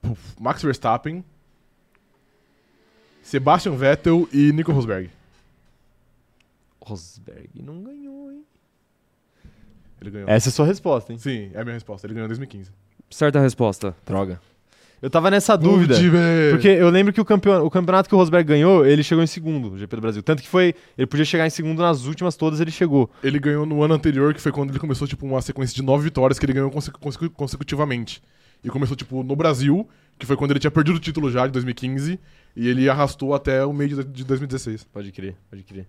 S2: puf, Max Verstappen, Sebastian Vettel e Nico Rosberg.
S1: Rosberg não ganhou, hein?
S2: Ele ganhou.
S1: Essa é a sua resposta, hein?
S2: Sim, é a minha resposta. Ele ganhou em 2015.
S3: Certa resposta.
S1: Droga. Eu tava nessa dúvida. Porque eu lembro que o, campeon- o campeonato que o Rosberg ganhou, ele chegou em segundo, o GP do Brasil. Tanto que foi. Ele podia chegar em segundo nas últimas todas, ele chegou.
S2: Ele ganhou no ano anterior, que foi quando ele começou, tipo, uma sequência de nove vitórias que ele ganhou consecu- consecu- consecutivamente. E começou, tipo, no Brasil, que foi quando ele tinha perdido o título já, de 2015, e ele arrastou até o meio de de 2016.
S1: Pode crer, pode crer.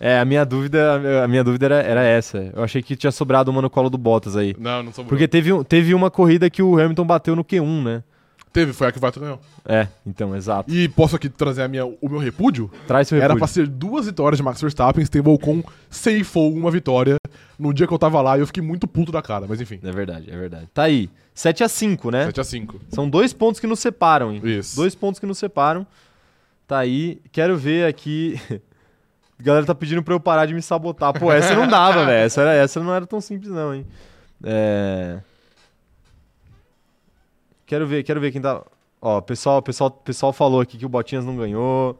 S1: É, a minha dúvida, a minha dúvida era, era essa. Eu achei que tinha sobrado uma no colo do Bottas aí.
S2: Não, não sobrou.
S1: Porque teve, um- teve uma corrida que o Hamilton bateu no Q1, né?
S2: Teve, foi a que o Vato ganhou.
S1: É, então, exato.
S2: E posso aqui trazer a minha, o meu repúdio?
S1: Traz seu
S2: Era
S1: repúdio.
S2: pra ser duas vitórias de Max Verstappen, Steve Ocon ceifou uma vitória no dia que eu tava lá e eu fiquei muito puto da cara, mas enfim.
S1: É verdade, é verdade. Tá aí. 7 a 5 né?
S2: 7x5.
S1: São dois pontos que nos separam, hein?
S2: Isso.
S1: Dois pontos que nos separam. Tá aí. Quero ver aqui. A galera tá pedindo pra eu parar de me sabotar. Pô, essa não dava, velho. Essa, era- essa não era tão simples, não, hein? É. Quero ver, quero ver quem tá. Ó, pessoal, pessoal, pessoal falou aqui que o Botinhas não ganhou.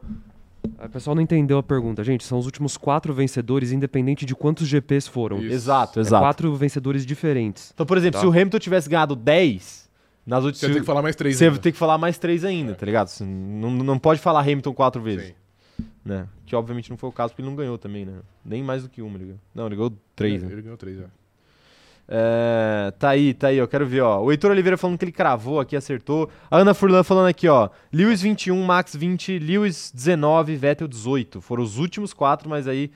S3: O pessoal não entendeu a pergunta. Gente, são os últimos quatro vencedores, independente de quantos GPs foram.
S2: Isso.
S1: Exato,
S3: É
S1: exato.
S3: quatro vencedores diferentes.
S1: Então, por exemplo,
S3: Tá.
S1: se o Hamilton tivesse ganhado 10 nas
S2: Você tem
S1: últimas.
S2: que falar mais três. né?
S1: Você
S2: ainda.
S1: tem que falar mais três ainda, tá ligado? Você Não, não pode falar Hamilton quatro vezes.
S2: Sim.
S1: né? Que obviamente não foi o caso, porque ele não ganhou também, né? Nem mais do que uma, ele ganhou. Não, ele ganhou três, né?
S2: Ele ganhou três já.
S1: É, tá aí, tá aí, ó. Quero ver, ó. O Heitor Oliveira falando que ele cravou aqui, acertou. A Ana Furlan falando aqui, ó. Lewis 21, Max 20, Lewis 19, Vettel 18. Foram os últimos quatro, mas aí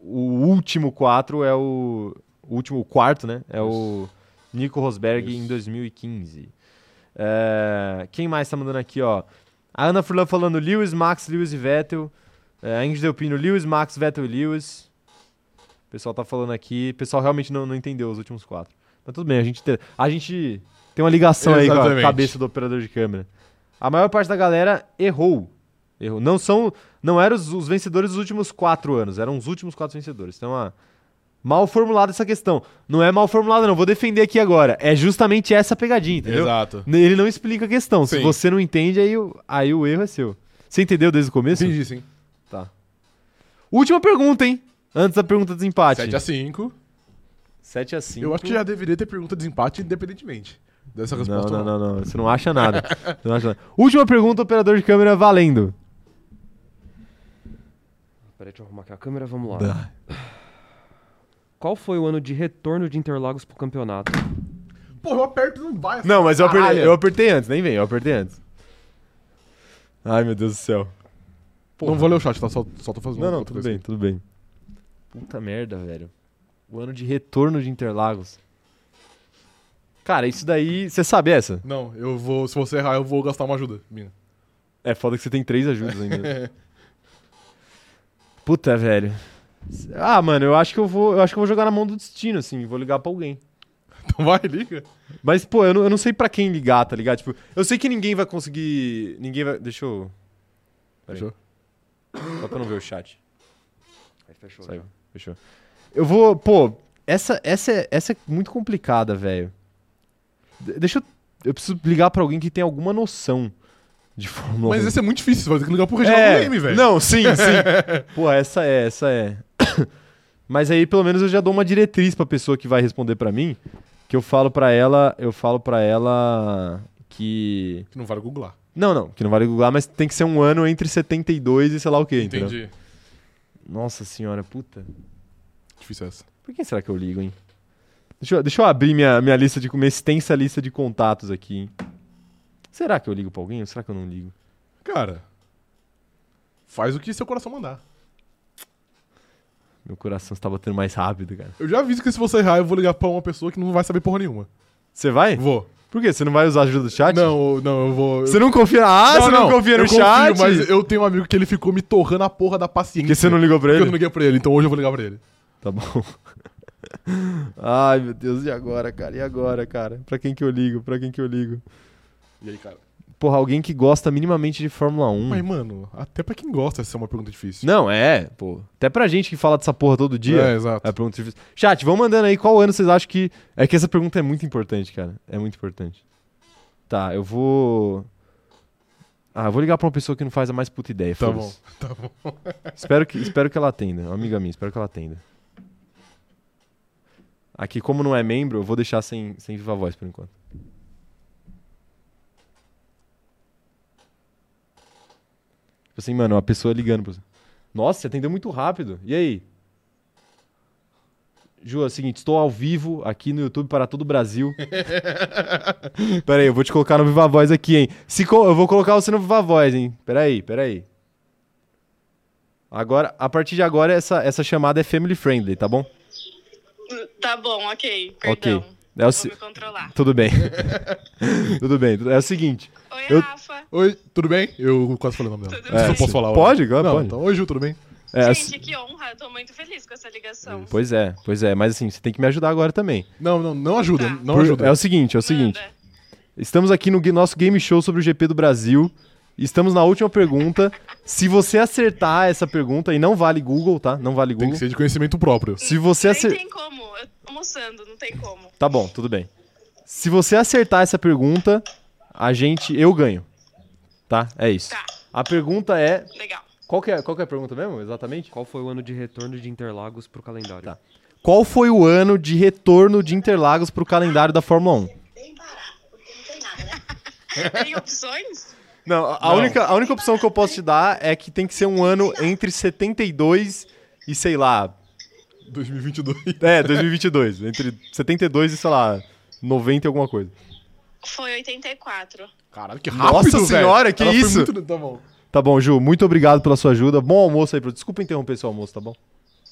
S1: o último quatro é o. O último, o quarto, né? É o Nico Rosberg
S2: Isso.
S1: em 2015. É, quem mais tá mandando aqui, ó? A Ana Furlan falando Lewis, Max, Lewis e Vettel. É, a Ingrid Delpino, Lewis, Max, Vettel e Lewis. O pessoal tá falando aqui. O pessoal realmente não, não entendeu os últimos quatro. Mas tudo bem, a gente, te- a gente tem uma ligação aí com a
S2: Exatamente.
S1: cabeça do operador de câmera. A maior parte da galera errou. Errou. Não são. Não eram os, os vencedores dos últimos quatro anos, eram os últimos quatro vencedores. Então, ah, mal formulada essa questão. Não é mal formulada, não. Vou defender aqui agora. É justamente essa pegadinha, entendeu?
S2: Exato.
S1: Ele não explica a questão. Se
S2: Sim.
S1: você não entende, aí o, aí o erro é seu. Você entendeu desde o começo?
S2: Entendi, sim.
S1: Tá. Última pergunta, hein? Antes da pergunta do empate.
S2: 7x5.
S1: 7 a 5.
S2: Eu acho que é. já deveria ter pergunta de desempate independentemente dessa
S1: Não,
S2: resposta.
S1: não, não, não. Você não acha nada. Você não acha nada. Última pergunta, operador de câmera, valendo.
S3: Peraí, deixa eu arrumar aqui a câmera, vamos lá. Qual foi o ano de retorno de Interlagos pro campeonato?
S2: Pô, eu aperto e não vai. essa
S1: Não, mas eu
S2: caralha.
S1: apertei, eu apertei antes, nem vem, eu apertei antes. Ai, meu Deus do céu.
S2: Não vou ler o chat, tá? Só, só tô fazendo
S1: Não, não,
S2: outra
S1: tudo
S2: coisa.
S1: bem, tudo bem. Puta merda, velho. O ano de retorno de Interlagos. Cara, isso daí. Você sabe essa?
S2: Não, eu vou. Se você errar, eu vou gastar uma ajuda. Minha.
S1: É foda que você tem três ajudas ainda. Puta, velho. Ah, mano, eu acho que eu vou. Eu acho que eu vou jogar na mão do destino, assim, vou ligar pra alguém.
S2: Então vai, liga.
S1: Mas, pô, eu não, eu não sei pra quem ligar, tá ligado? Tipo, eu sei que ninguém vai conseguir. Ninguém vai. Deixa eu. Peraí.
S2: Fechou?
S1: Só pra eu não ver o chat.
S3: Aí fechou.
S1: Saiu. Fechou. Eu vou. Pô, essa, essa, é- essa é muito complicada, velho. De- Deixa eu. Eu preciso ligar pra alguém que tem alguma noção de Fórmula 1.
S2: Mas esse é muito difícil, você vai ter que ligar pro Reginaldo
S1: É,
S2: Leme, velho.
S1: Não, sim, sim. Pô, essa é, essa é. Mas aí pelo menos eu já dou uma diretriz pra pessoa que vai responder pra mim, que eu falo pra ela, eu falo para ela que
S2: Que não vale googlar.
S1: não, não, que não vale googlar, mas tem que ser um ano entre 72 e sei lá o quê, entendeu?
S2: Entendi.
S1: Nossa senhora, puta.
S2: Difícil essa.
S1: Por quem será que eu ligo, hein? Deixa eu, deixa eu abrir minha, minha lista de minha extensa lista de contatos aqui, hein? Será que eu ligo pra alguém ou será que eu não ligo?
S2: Cara, faz o que seu coração mandar.
S1: Meu coração está batendo mais rápido, cara.
S2: Eu já aviso que se você errar, eu vou ligar pra uma pessoa que não vai saber porra nenhuma.
S1: Você vai?
S2: Vou.
S1: Por quê? Você não vai usar a ajuda do chat?
S2: Não, não, eu vou. eu-
S1: Você não confia na Ah, você não, confia no
S2: eu confio,
S1: chat?
S2: Mas eu tenho um amigo que ele ficou me torrando a porra da paciência.
S1: Porque você não ligou pra
S2: Porque
S1: ele?
S2: eu não liguei pra ele, então hoje eu vou ligar pra ele.
S1: Tá bom. Ai, meu Deus, e agora, cara? E agora, cara? Pra quem que eu ligo? Pra quem que eu ligo?
S2: E aí, cara?
S1: porra, alguém que gosta minimamente de Fórmula 1.
S2: Mas, mano, até pra quem gosta, essa é uma pergunta difícil.
S1: Hum. Não, é, pô. Até pra gente que fala dessa porra todo dia.
S2: É, exato.
S1: É a pergunta difícil. Chat, vão mandando aí qual ano vocês acham que. É que essa pergunta é muito importante, cara. É muito importante. Tá, eu vou. Ah, eu vou ligar pra uma pessoa que não faz a mais puta ideia.
S2: Tá bom,
S1: foda-se. Espero que, espero que ela atenda. Uma amiga minha, espero que ela atenda. Aqui, como não é membro, eu vou deixar sem, sem viva voz por enquanto. Tipo assim, mano, uma pessoa ligando pra você. Nossa, você atendeu muito rápido. E aí? Ju, é o seguinte, estou ao vivo aqui no YouTube para todo o Brasil. Pera aí, eu vou te colocar no Viva Voz aqui, hein? Se co- eu vou colocar você no Viva Voz, hein? Pera aí, pera aí. Agora, a partir de agora, essa, essa chamada é family friendly, tá bom?
S5: Tá bom, ok. Perdão.
S1: Ok. É o
S5: Vou
S1: se-
S5: me controlar.
S1: Tudo bem. tudo bem. É o seguinte.
S5: Oi,
S1: Eu-
S5: Rafa.
S2: Oi, tudo bem? Eu quase falei o nome dela.
S5: Tudo
S2: Eu só
S5: bem.
S2: posso falar
S1: É. Pode,
S2: agora.
S1: claro,
S2: Não,
S1: pode.
S2: Então, Oi, Ju, tudo bem?
S1: É,
S5: Gente, que honra. Eu tô muito feliz com essa ligação.
S1: Pois é, pois é. Mas assim, você tem que me ajudar agora também.
S2: Não, não, não ajuda,
S5: Tá.
S2: não
S1: Por-
S2: ajuda.
S1: É o seguinte, é o seguinte.
S5: Manda.
S1: Estamos aqui no gu- nosso game show sobre o GP do Brasil. Estamos na última pergunta. Se você acertar essa pergunta, e não vale Google, tá? Não vale
S2: Tem que
S1: Google.
S2: ser de conhecimento próprio.
S1: Se você
S5: Nem
S1: acertar.
S5: tem como. Eu tô almoçando, não tem como.
S1: Tá bom, tudo bem. Se você acertar essa pergunta, a gente. Eu ganho. Tá? É isso.
S5: Tá.
S1: A pergunta é.
S5: Legal.
S1: Qual que é, qual que é a pergunta mesmo, exatamente?
S3: Qual foi o ano de retorno de Interlagos pro calendário?
S1: Tá. Qual foi o ano de retorno de Interlagos pro calendário da Fórmula 1?
S5: Tem opções?
S1: Não, a, a Única, a única opção que eu posso te dar é que tem que ser um ano entre 72 e sei lá.
S2: 2022.
S1: É, 2022. Entre 72 e sei lá, 90 e alguma coisa.
S5: Foi 84.
S2: Caralho, que rápido,
S1: Nossa senhora, que
S2: Ela foi
S1: isso?
S2: muito- Tá bom.
S1: Tá bom, Ju, muito obrigado pela sua ajuda. Bom almoço aí, pro- desculpa interromper seu almoço, tá bom?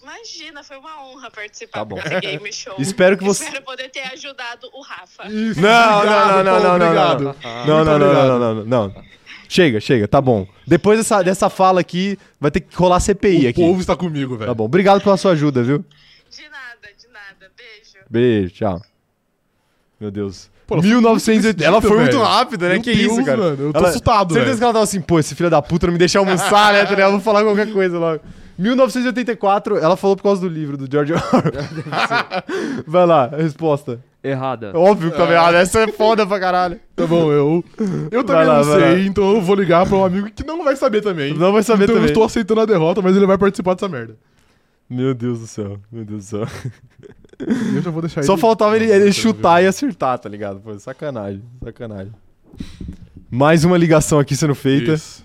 S5: Imagina, foi uma honra participar
S1: Tá bom.
S5: desse game show.
S1: Espero que você-
S5: Espero poder ter ajudado o Rafa.
S2: Isso,
S1: Não,
S2: obrigado,
S1: não, não, não,
S2: então,
S1: não,
S2: obrigado.
S1: não, não, não, não, não, não, não, não. Chega, chega, tá bom. Depois dessa, dessa fala aqui, vai ter que rolar CPI
S2: O
S1: aqui.
S2: povo está comigo, velho.
S1: Tá bom, obrigado pela sua ajuda, viu?
S5: De nada, de nada. Beijo.
S1: Beijo, tchau. Meu Deus.
S2: Pô, ela foi
S1: 1980.
S2: muito
S1: Ela foi
S2: decidida,
S1: muito
S2: velho.
S1: rápida, né?
S2: Meu
S1: que
S2: Deus,
S1: isso, cara?
S2: mano, eu tô
S1: ela,
S2: assustado,
S1: Certeza
S2: velho.
S1: que ela tava assim, pô, esse filho da puta não me deixa almoçar, né? tá ligado? Eu Vou falar qualquer coisa logo. 1984, ela falou por causa do livro do George Orwell. Vai lá, resposta.
S3: Errada.
S1: Óbvio que tava errado. Essa é foda pra caralho.
S2: Tá bom, eu.
S1: Vai
S2: Eu também
S1: lá,
S2: não
S1: vai
S2: sei, então eu vou ligar pra um amigo que não vai saber também.
S1: Não vai saber
S2: então
S1: também.
S2: eu estou aceitando a derrota, mas ele vai participar dessa merda.
S1: Meu Deus do céu, meu Deus do céu.
S2: E eu já vou deixar
S1: Só
S2: ele-
S1: faltava ele, ele
S2: Não,
S1: chutar e acertar, tá ligado? Pô, sacanagem, sacanagem. Mais uma ligação aqui sendo feita.
S2: Isso.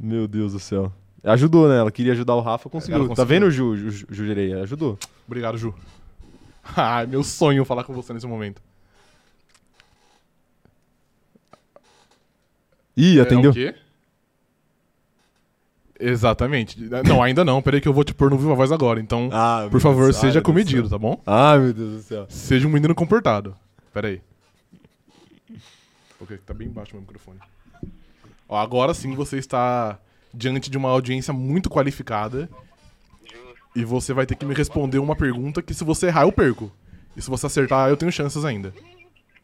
S1: Meu Deus do céu. Ajudou, né? Ela queria ajudar o Rafa, conseguiu.
S2: Ela
S1: Tá
S2: conseguiu.
S1: vendo, Ju, Ju, Ju- Jurei? Ajudou.
S2: Obrigado, Ju. Ah, meu sonho falar com você nesse momento.
S1: Ih, atendeu.
S2: É, o quê? Exatamente. Não, ainda não. Peraí que eu vou te pôr no Viva Voz agora. Então,
S1: Ah, meu
S2: por favor,
S1: Deus. Ai,
S2: seja
S1: meu Deus
S2: comedido,
S1: do
S2: tá bom?
S1: céu. Ai, Ah, meu Deus do céu.
S2: Seja um menino comportado. Peraí. Ok, tá bem baixo meu microfone. Ó, agora sim você está diante de uma audiência muito qualificada. E você vai ter que me responder uma pergunta que se você errar, eu perco. E se você acertar, eu tenho chances ainda.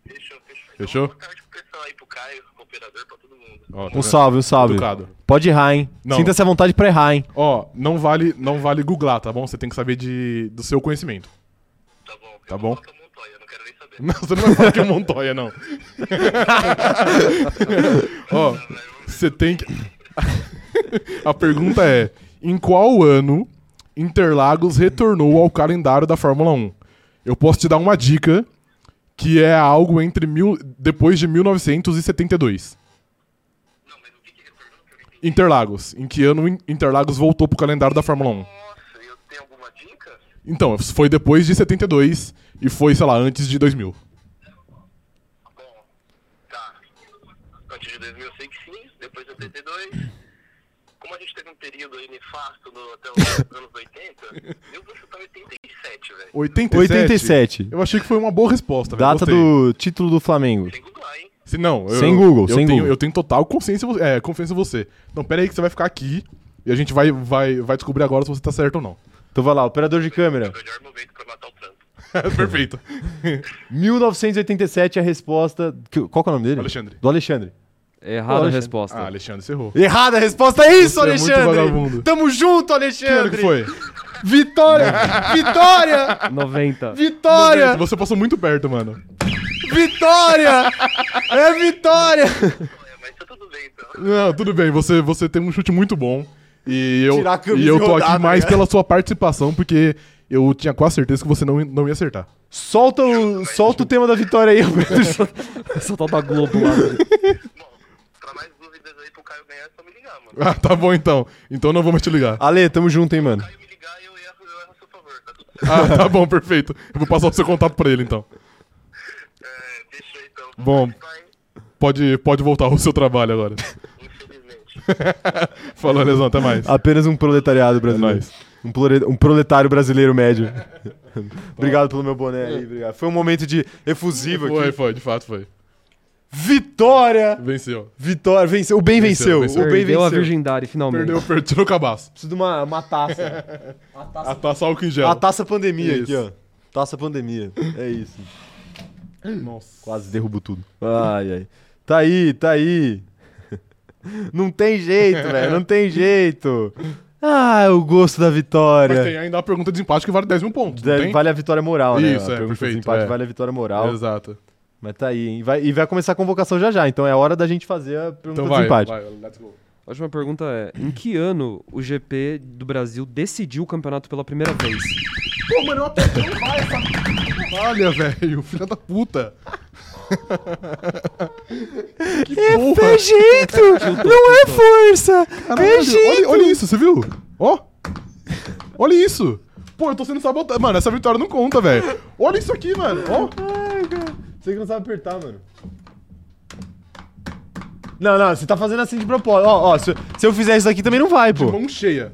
S4: Fechou, fechou.
S2: Fechou?
S4: Boa tarde pro pessoal tipo, aí, pro Caio, pro um operador, pra todo mundo.
S2: Ó, tá
S1: Um
S2: vendo?
S1: salve, um salve.
S2: Educado.
S1: Pode errar, hein?
S2: Não.
S1: Sinta-se à vontade pra errar, hein?
S2: Ó, não vale, não vale googlar, tá bom? Você tem que saber de, do seu conhecimento.
S4: Tá bom.
S2: Tá
S4: eu
S2: bom.
S4: vou falar com a Montoya, não quero nem saber.
S2: Não, você não vai falar que é Montoya, não. Ó, você tem que. A pergunta é: em qual ano Interlagos retornou ao calendário da Fórmula 1? Eu posso te dar uma dica que é algo entre mil... depois de 1972.
S4: Não, mas o que que retornou que eu não entendi?
S2: Interlagos. Em que ano In- Interlagos voltou pro calendário da Fórmula 1?
S4: Nossa, eu tenho alguma dica?
S2: Então, foi depois de 72 e foi, sei lá, antes de 2000.
S4: Bom, tá. Antes de 2000 eu sei que sim, depois de 82. Como a gente teve um período aí nefasto no, até os anos 80, eu vou chutar 87, velho.
S2: 87?
S1: 87.
S2: Eu achei que foi uma boa resposta. velho.
S1: Data
S2: Gostei.
S1: do título do Flamengo.
S4: Sem googlar, hein?
S2: Se- não, eu,
S1: Sem Google,
S2: eu
S1: sem
S2: tenho,
S1: Google.
S2: Eu tenho total consciência, em vo- é, confiança em você. Então, pera aí que você vai ficar aqui e a gente vai, vai, vai descobrir agora se você tá certo ou não.
S1: Então vai lá, operador de câmera.
S4: Melhor É momento pra matar o trampo.
S2: Perfeito.
S1: 1987 é a resposta. que- Qual que é o nome dele?
S2: Alexandre.
S1: Do Alexandre.
S3: Errada a
S1: Poxa.
S3: resposta.
S2: Ah, Alexandre, você errou.
S1: Errada a resposta, é isso,
S2: Você é muito
S1: Alexandre!
S2: vagabundo.
S1: Tamo junto,
S2: Que ano
S1: Alexandre!
S2: que foi?
S1: Vitória! Vitória!
S3: 90.
S1: Vitória!
S2: Você passou muito perto, mano.
S1: Vitória! É vitória!
S4: É, mas tá tudo bem então.
S2: Não, tudo bem, você, você tem um chute muito bom. E eu,
S1: Tirar a camisa
S2: e eu tô
S1: e rodar,
S2: aqui
S1: tá
S2: mais
S1: ligado?
S2: pela sua participação, porque eu tinha quase certeza que você não, não ia acertar.
S1: Solta o, solta o tema da vitória aí, Alberto.
S3: Soltar da Globo lá.
S4: Bom, pra mais dúvidas aí pro Caio ganhar, é só me ligar, mano.
S2: Ah, tá bom então. Então não vou mais te ligar.
S1: Ale, tamo junto, hein, mano.
S4: Caio me ligar e eu erro, eu erro a seu favor, tá tudo certo?
S2: Ah, tá bom, perfeito. Eu vou passar o seu contato pra ele então.
S4: É, deixa então.
S2: Bom.
S4: Pai,
S2: Pode, pode voltar ao seu trabalho agora.
S4: infelizmente.
S2: Falou, Lesão, até mais.
S1: Apenas um proletariado
S2: É
S1: brasileiro.
S2: nóis.
S1: um, prole- um proletário brasileiro médio. obrigado pelo meu boné aí, obrigado. Foi um momento de efusivo aqui.
S2: Foi, foi, de fato foi.
S1: Vitória!
S2: Venceu.
S1: Vitória, venceu. O bem venceu.
S2: Venceu, venceu.
S1: O bem
S3: Perdeu a
S1: venceu.
S3: virgindade, finalmente.
S2: Perdeu, perdeu, tirou o cabaço. Tá
S1: Preciso de uma, uma taça.
S2: A taça álcool em gel.
S1: a Ah, taça pandemia
S2: Então. Isso.
S1: aqui, ó. Taça pandemia. É isso.
S2: Nossa.
S1: Quase derrubo tudo. Ai, ai. Tá aí, tá aí. Não tem jeito, velho. Não tem jeito. Ah, o gosto da
S2: Mas
S1: vitória.
S2: tem ainda a pergunta de empate que vale 10 mil pontos. não
S1: Deve-
S2: tem?
S1: vale a vitória moral, né?
S2: Isso,
S1: A
S2: é,
S1: pergunta de
S2: perfeito,
S1: empate
S2: é.
S1: vale a vitória moral.
S2: Exato.
S1: Mas tá aí, hein? Vai- e vai começar a convocação já já, então é hora da gente fazer a pergunta
S2: Então
S1: do
S2: vai,
S1: empate.
S2: vai, let's go.
S3: A última pergunta é: em que ano o GP do Brasil decidiu o campeonato pela primeira vez?
S2: Pô, mano, eu apertei o vai essa Olha, velho, filha da puta. que porra.
S1: jeito! Não é força!
S2: Caralho, olha, olha isso, você viu? Ó. Olha isso. Pô, eu tô sendo sabotado. Mano, essa vitória não conta, velho. Olha isso aqui, mano. Ó.
S1: Você que não sabe apertar, mano. Não, não, você tá fazendo assim de propósito. Ó, ó, se, se eu fizer isso aqui também não vai, pô.
S2: Mão cheia.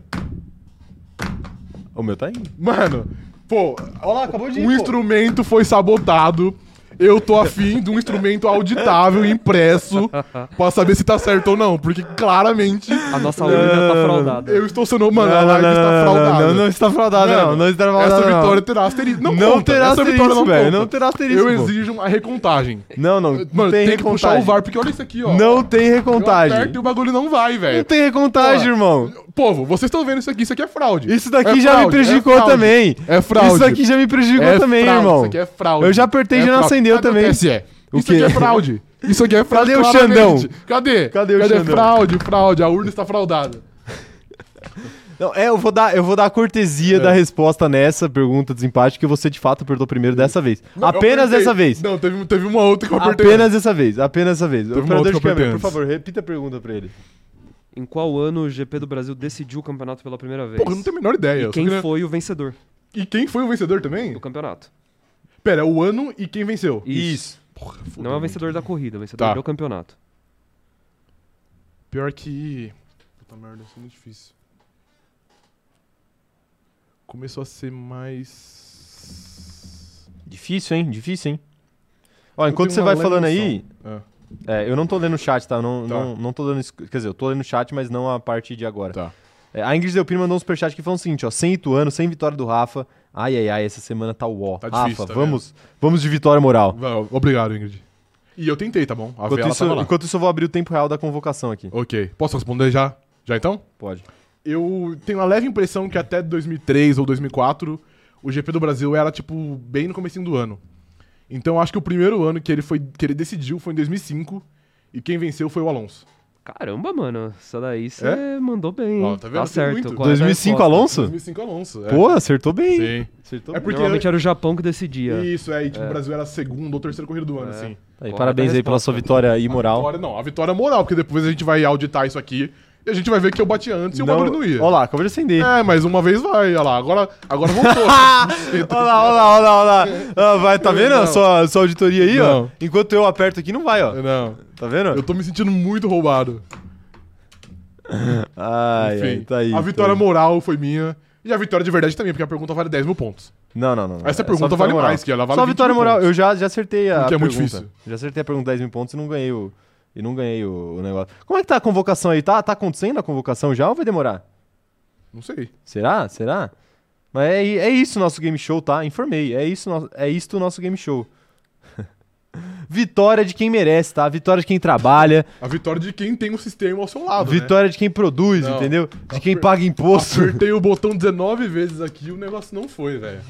S1: O meu tá indo.
S2: Mano, pô,
S1: Ó lá, acabou de
S2: um instrumento foi sabotado. Eu tô afim de um instrumento auditável impresso pra saber se tá certo ou não, porque claramente
S3: A nossa urna tá fraudada.
S2: eu estou sendo.
S1: Não,
S2: Mano,
S1: não,
S2: a
S1: não,
S2: live está
S1: não, não,
S2: fraudada.
S1: não, não está fraudado,
S2: Mano,
S1: não. Não está fraudado,
S2: Essa
S1: não.
S2: vitória terá asterisco. Não,
S1: Não
S2: conta.
S1: terá
S2: essa vitória
S1: asterisco,
S2: não
S1: velho.
S2: conta.
S1: Não terá asterisco,
S2: Eu
S1: pô.
S2: exijo a recontagem.
S1: Não, não, não
S2: Mano,
S1: tem
S2: tem, que puxar o
S1: recontagem.
S2: VAR, porque olha isso aqui, ó.
S1: Não tem
S2: Eu
S1: recontagem.
S2: aperto e o bagulho não vai,
S1: Não
S2: velho.
S1: tem recontagem,
S2: Porra.
S1: irmão.
S2: Povo, vocês estão vendo isso aqui, isso aqui é fraude.
S1: Isso daqui
S2: É
S1: já me
S2: fraude,
S1: prejudicou
S2: é fraude,
S1: também.
S2: É fraude.
S1: Isso daqui já me prejudicou
S2: é
S1: também,
S2: fraude,
S1: irmão.
S2: Isso aqui é fraude.
S1: Eu já apertei e já não
S2: fraude.
S1: acendeu
S2: Cadê o
S1: também.
S2: TSE?
S1: O
S2: isso
S1: quê?
S2: aqui é fraude. Isso aqui é fraude.
S1: Cadê o
S2: claramente.
S1: Xandão?
S2: Cadê?
S1: Cadê o Xandão?
S2: Fraude, fraude. A urna está fraudada.
S1: Não, é, eu vou dar, eu vou dar a
S2: É.
S1: cortesia da resposta nessa pergunta desempate que você de fato apertou primeiro dessa vez.
S2: Não, eu
S1: apenas
S2: apertei.
S1: dessa vez.
S2: Não, teve, teve uma outra que eu apertei.
S1: Apenas dessa vez, apenas dessa vez.
S2: uma
S1: Operador
S2: outra
S1: de
S2: que eu
S1: câmera, por
S2: apertei
S1: favor, repita a pergunta pra ele.
S3: Em qual ano o GP do Brasil decidiu o campeonato pela primeira vez?
S2: Porra, eu não tenho a menor ideia. eu
S3: E
S2: só
S3: quem
S2: queria-
S3: foi o vencedor
S2: E quem foi o vencedor também?
S3: do campeonato?
S2: Pera, é o ano e quem venceu.
S3: Isso.
S2: Porra,
S3: Não é o vencedor da corrida, é o vencedor
S2: Tá.
S3: do campeonato.
S2: Pior que. Puta merda, isso é muito difícil. Começou a ser mais.
S1: Difícil, hein? Difícil, hein? Ó,
S2: Eu
S1: enquanto
S2: tenho
S1: você
S2: uma
S1: vai
S2: leve
S1: falando aí,
S2: noção. É.
S1: É, eu não tô lendo o chat, tá? Eu Não,
S2: Tá.
S1: não, não tô lendo. isso- Quer dizer, eu tô lendo o chat, mas não a parte de agora.
S2: Tá.
S1: É, a Ingrid Delpino mandou um superchat que falou o seguinte, ó. Sem Ituano, sem vitória do Rafa. Ai, ai, ai, essa semana tá uó.
S2: Tá
S1: Rafa,
S2: difícil, tá
S1: vamos, vamos de vitória moral.
S2: Vai, Obrigado, Ingrid. E eu tentei, tá bom? A
S1: Enquanto
S2: vela
S1: isso,
S2: tava lá.
S1: enquanto isso, eu vou abrir o tempo real da convocação aqui.
S2: Ok. Posso responder já? Já então?
S1: Pode.
S2: Eu tenho uma leve impressão que até 2003 ou 2004 o GP do Brasil era, tipo, bem no comecinho do ano. Então acho que o primeiro ano que ele, foi, que ele decidiu foi em 2005 e quem venceu foi o Alonso.
S3: Caramba, mano. Essa daí você mandou bem.
S2: Ó,
S3: hein?
S2: tá vendo? Tem
S3: certo.
S2: muito.
S3: qual é a
S1: 2005
S3: resposta?
S1: Alonso?
S2: 2005 Alonso. é.
S1: Pô, acertou bem. hein?
S2: Sim.
S1: Acertou
S2: É
S1: bem.
S2: porque
S3: Normalmente era o Japão que decidia.
S2: Isso, é, e tipo, o Brasil era a segunda ou terceira corrida do ano, assim.
S1: Aí,
S3: Correta
S1: parabéns aí pela
S3: resposta.
S1: sua vitória imoral.
S2: Vitória, não, a vitória é moral, porque depois a gente vai auditar isso aqui e a gente vai ver que eu bati antes e o bagulho não ia.
S1: Olha lá, acabou de acender.
S2: É, mas uma vez vai, olha lá, agora, agora voltou. Então,
S1: Olha lá, olha lá, olha lá, olha lá. Ah, vai, tá vendo a
S2: Não.
S1: sua, sua auditoria aí, ó?
S2: Não.
S1: Enquanto eu aperto aqui, não vai, ó.
S2: não,
S1: Tá vendo?
S2: eu tô me sentindo muito roubado.
S1: Ai,
S2: Enfim,
S1: ai, tá aí.
S2: a
S1: tá
S2: vitória
S1: aí.
S2: moral foi minha. E a vitória de verdade também, porque a pergunta vale 10 mil pontos.
S1: Não, não, não. não.
S2: Essa
S1: É
S2: pergunta
S1: só vitória
S2: vale
S1: moral.
S2: mais, que ela vale
S1: Só
S2: 20
S1: vitória
S2: mil
S1: moral.
S2: pontos.
S1: Eu já, já acertei a
S2: O que é muito
S1: pergunta.
S2: difícil.
S1: Já acertei a pergunta 10 mil pontos e não ganhei o, e não ganhei o, o negócio. Como é que tá a convocação aí? Tá, tá acontecendo a convocação já ou vai demorar?
S2: Não sei.
S1: Será? Será? Mas é, é isso o nosso game show, tá? Informei. É isso, no- é isto o nosso game show. Vitória de quem merece, tá? Vitória de quem trabalha,
S2: A vitória de quem tem um sistema ao seu lado, É né?
S1: vitória de quem produz,
S2: Não.
S1: entendeu? De quem
S2: Aper-
S1: paga imposto.
S2: Apertei o botão 19 vezes aqui e o negócio não foi, velho.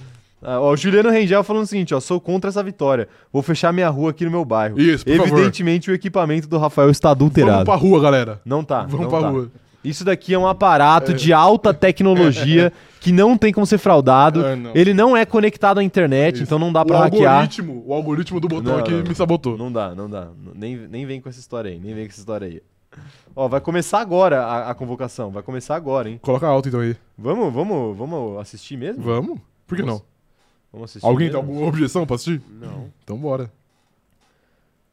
S1: Ah, ó, o Juliano Rengel falando o seguinte, ó, sou contra essa vitória. Vou fechar minha rua aqui no meu bairro.
S2: Isso, por favor.
S1: Evidentemente o equipamento do Rafael está adulterado.
S2: Vamos pra rua, galera.
S1: Não tá.
S2: Vamos
S1: não
S2: pra
S1: tá.
S2: rua.
S1: Isso daqui é um aparato de alta tecnologia que não tem como ser fraudado.
S2: É, não.
S1: Ele não é conectado à internet,
S2: Isso.
S1: então não dá
S2: O
S1: pra hackear.
S2: algoritmo, o algoritmo do botão
S1: Não,
S2: aqui
S1: não, não.
S2: me sabotou.
S1: Não dá, não dá. Nem, nem vem com essa história aí, nem vem com essa história aí. Ó, vai começar agora a, a convocação, vai começar agora, hein?
S2: Coloca alto então aí.
S1: Vamos, vamos, vamos assistir mesmo?
S2: Vamos? Por que
S1: Nossa, né?
S2: não?
S1: Vamos assistir.
S2: Alguém tem
S1: mesmo?
S2: alguma objeção pra assistir?
S1: Não.
S2: Então bora.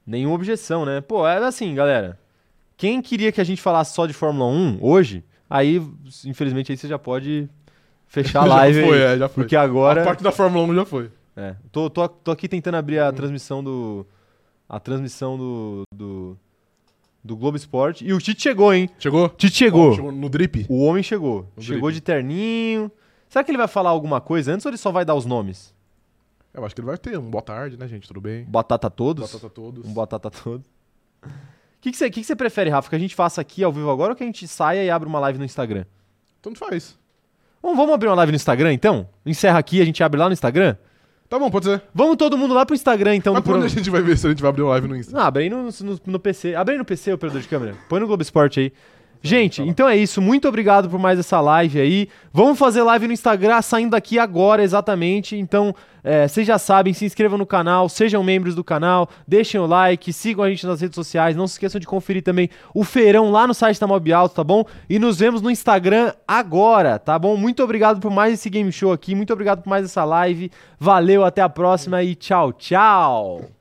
S1: Nenhuma objeção, né? Pô, é assim, galera. Quem queria que a gente falasse só de Fórmula 1 hoje, aí, infelizmente, aí você já pode fechar a Tá live.
S2: já foi,
S1: aí,
S2: é, já foi.
S1: Porque agora.
S2: A parte da Fórmula 1 já foi.
S1: É, tô, tô, tô aqui tentando abrir a transmissão do. A transmissão do. Do, do Globo Esporte. E o Tite chegou, hein?
S2: Chegou?
S1: Tite chegou.
S2: Chegou no drip?
S1: O homem chegou.
S2: O
S1: chegou
S2: drible.
S1: de terninho. Será que ele vai falar alguma coisa antes ou ele só vai dar os nomes?
S2: Eu acho que ele vai ter um boa tarde, né, gente? Tudo bem?
S1: Batata todos?
S2: Batata a todos.
S1: Um batata todo. O que que você que que você prefere, Rafa? Que a gente faça aqui ao vivo agora ou que a gente saia e abra uma live no Instagram?
S2: Tanto Então faz.
S1: Vamos, vamos abrir uma live no Instagram, então? Encerra aqui e a gente abre lá no Instagram?
S2: Tá bom, pode ser.
S1: Vamos todo mundo lá pro Instagram, então.
S2: Mas
S1: do
S2: por onde a
S1: programa.
S2: gente vai ver se a gente vai abrir uma live no Insta?
S1: Não, abre aí no, no, no PC. Abre aí no PC, operador de câmera. Põe no Globo Esporte aí. Gente, então é isso. Muito obrigado por mais essa live aí. Vamos fazer live no Instagram saindo daqui agora, exatamente. Então, é, vocês já sabem, se inscrevam no canal, sejam membros do canal, deixem o like, sigam a gente nas redes sociais. Não se esqueçam de conferir também o feirão lá no site da Mob Alto, tá bom? E nos vemos no Instagram agora, tá bom? Muito obrigado por mais esse game show aqui. Muito obrigado por mais essa live. Valeu, até a próxima e tchau, tchau.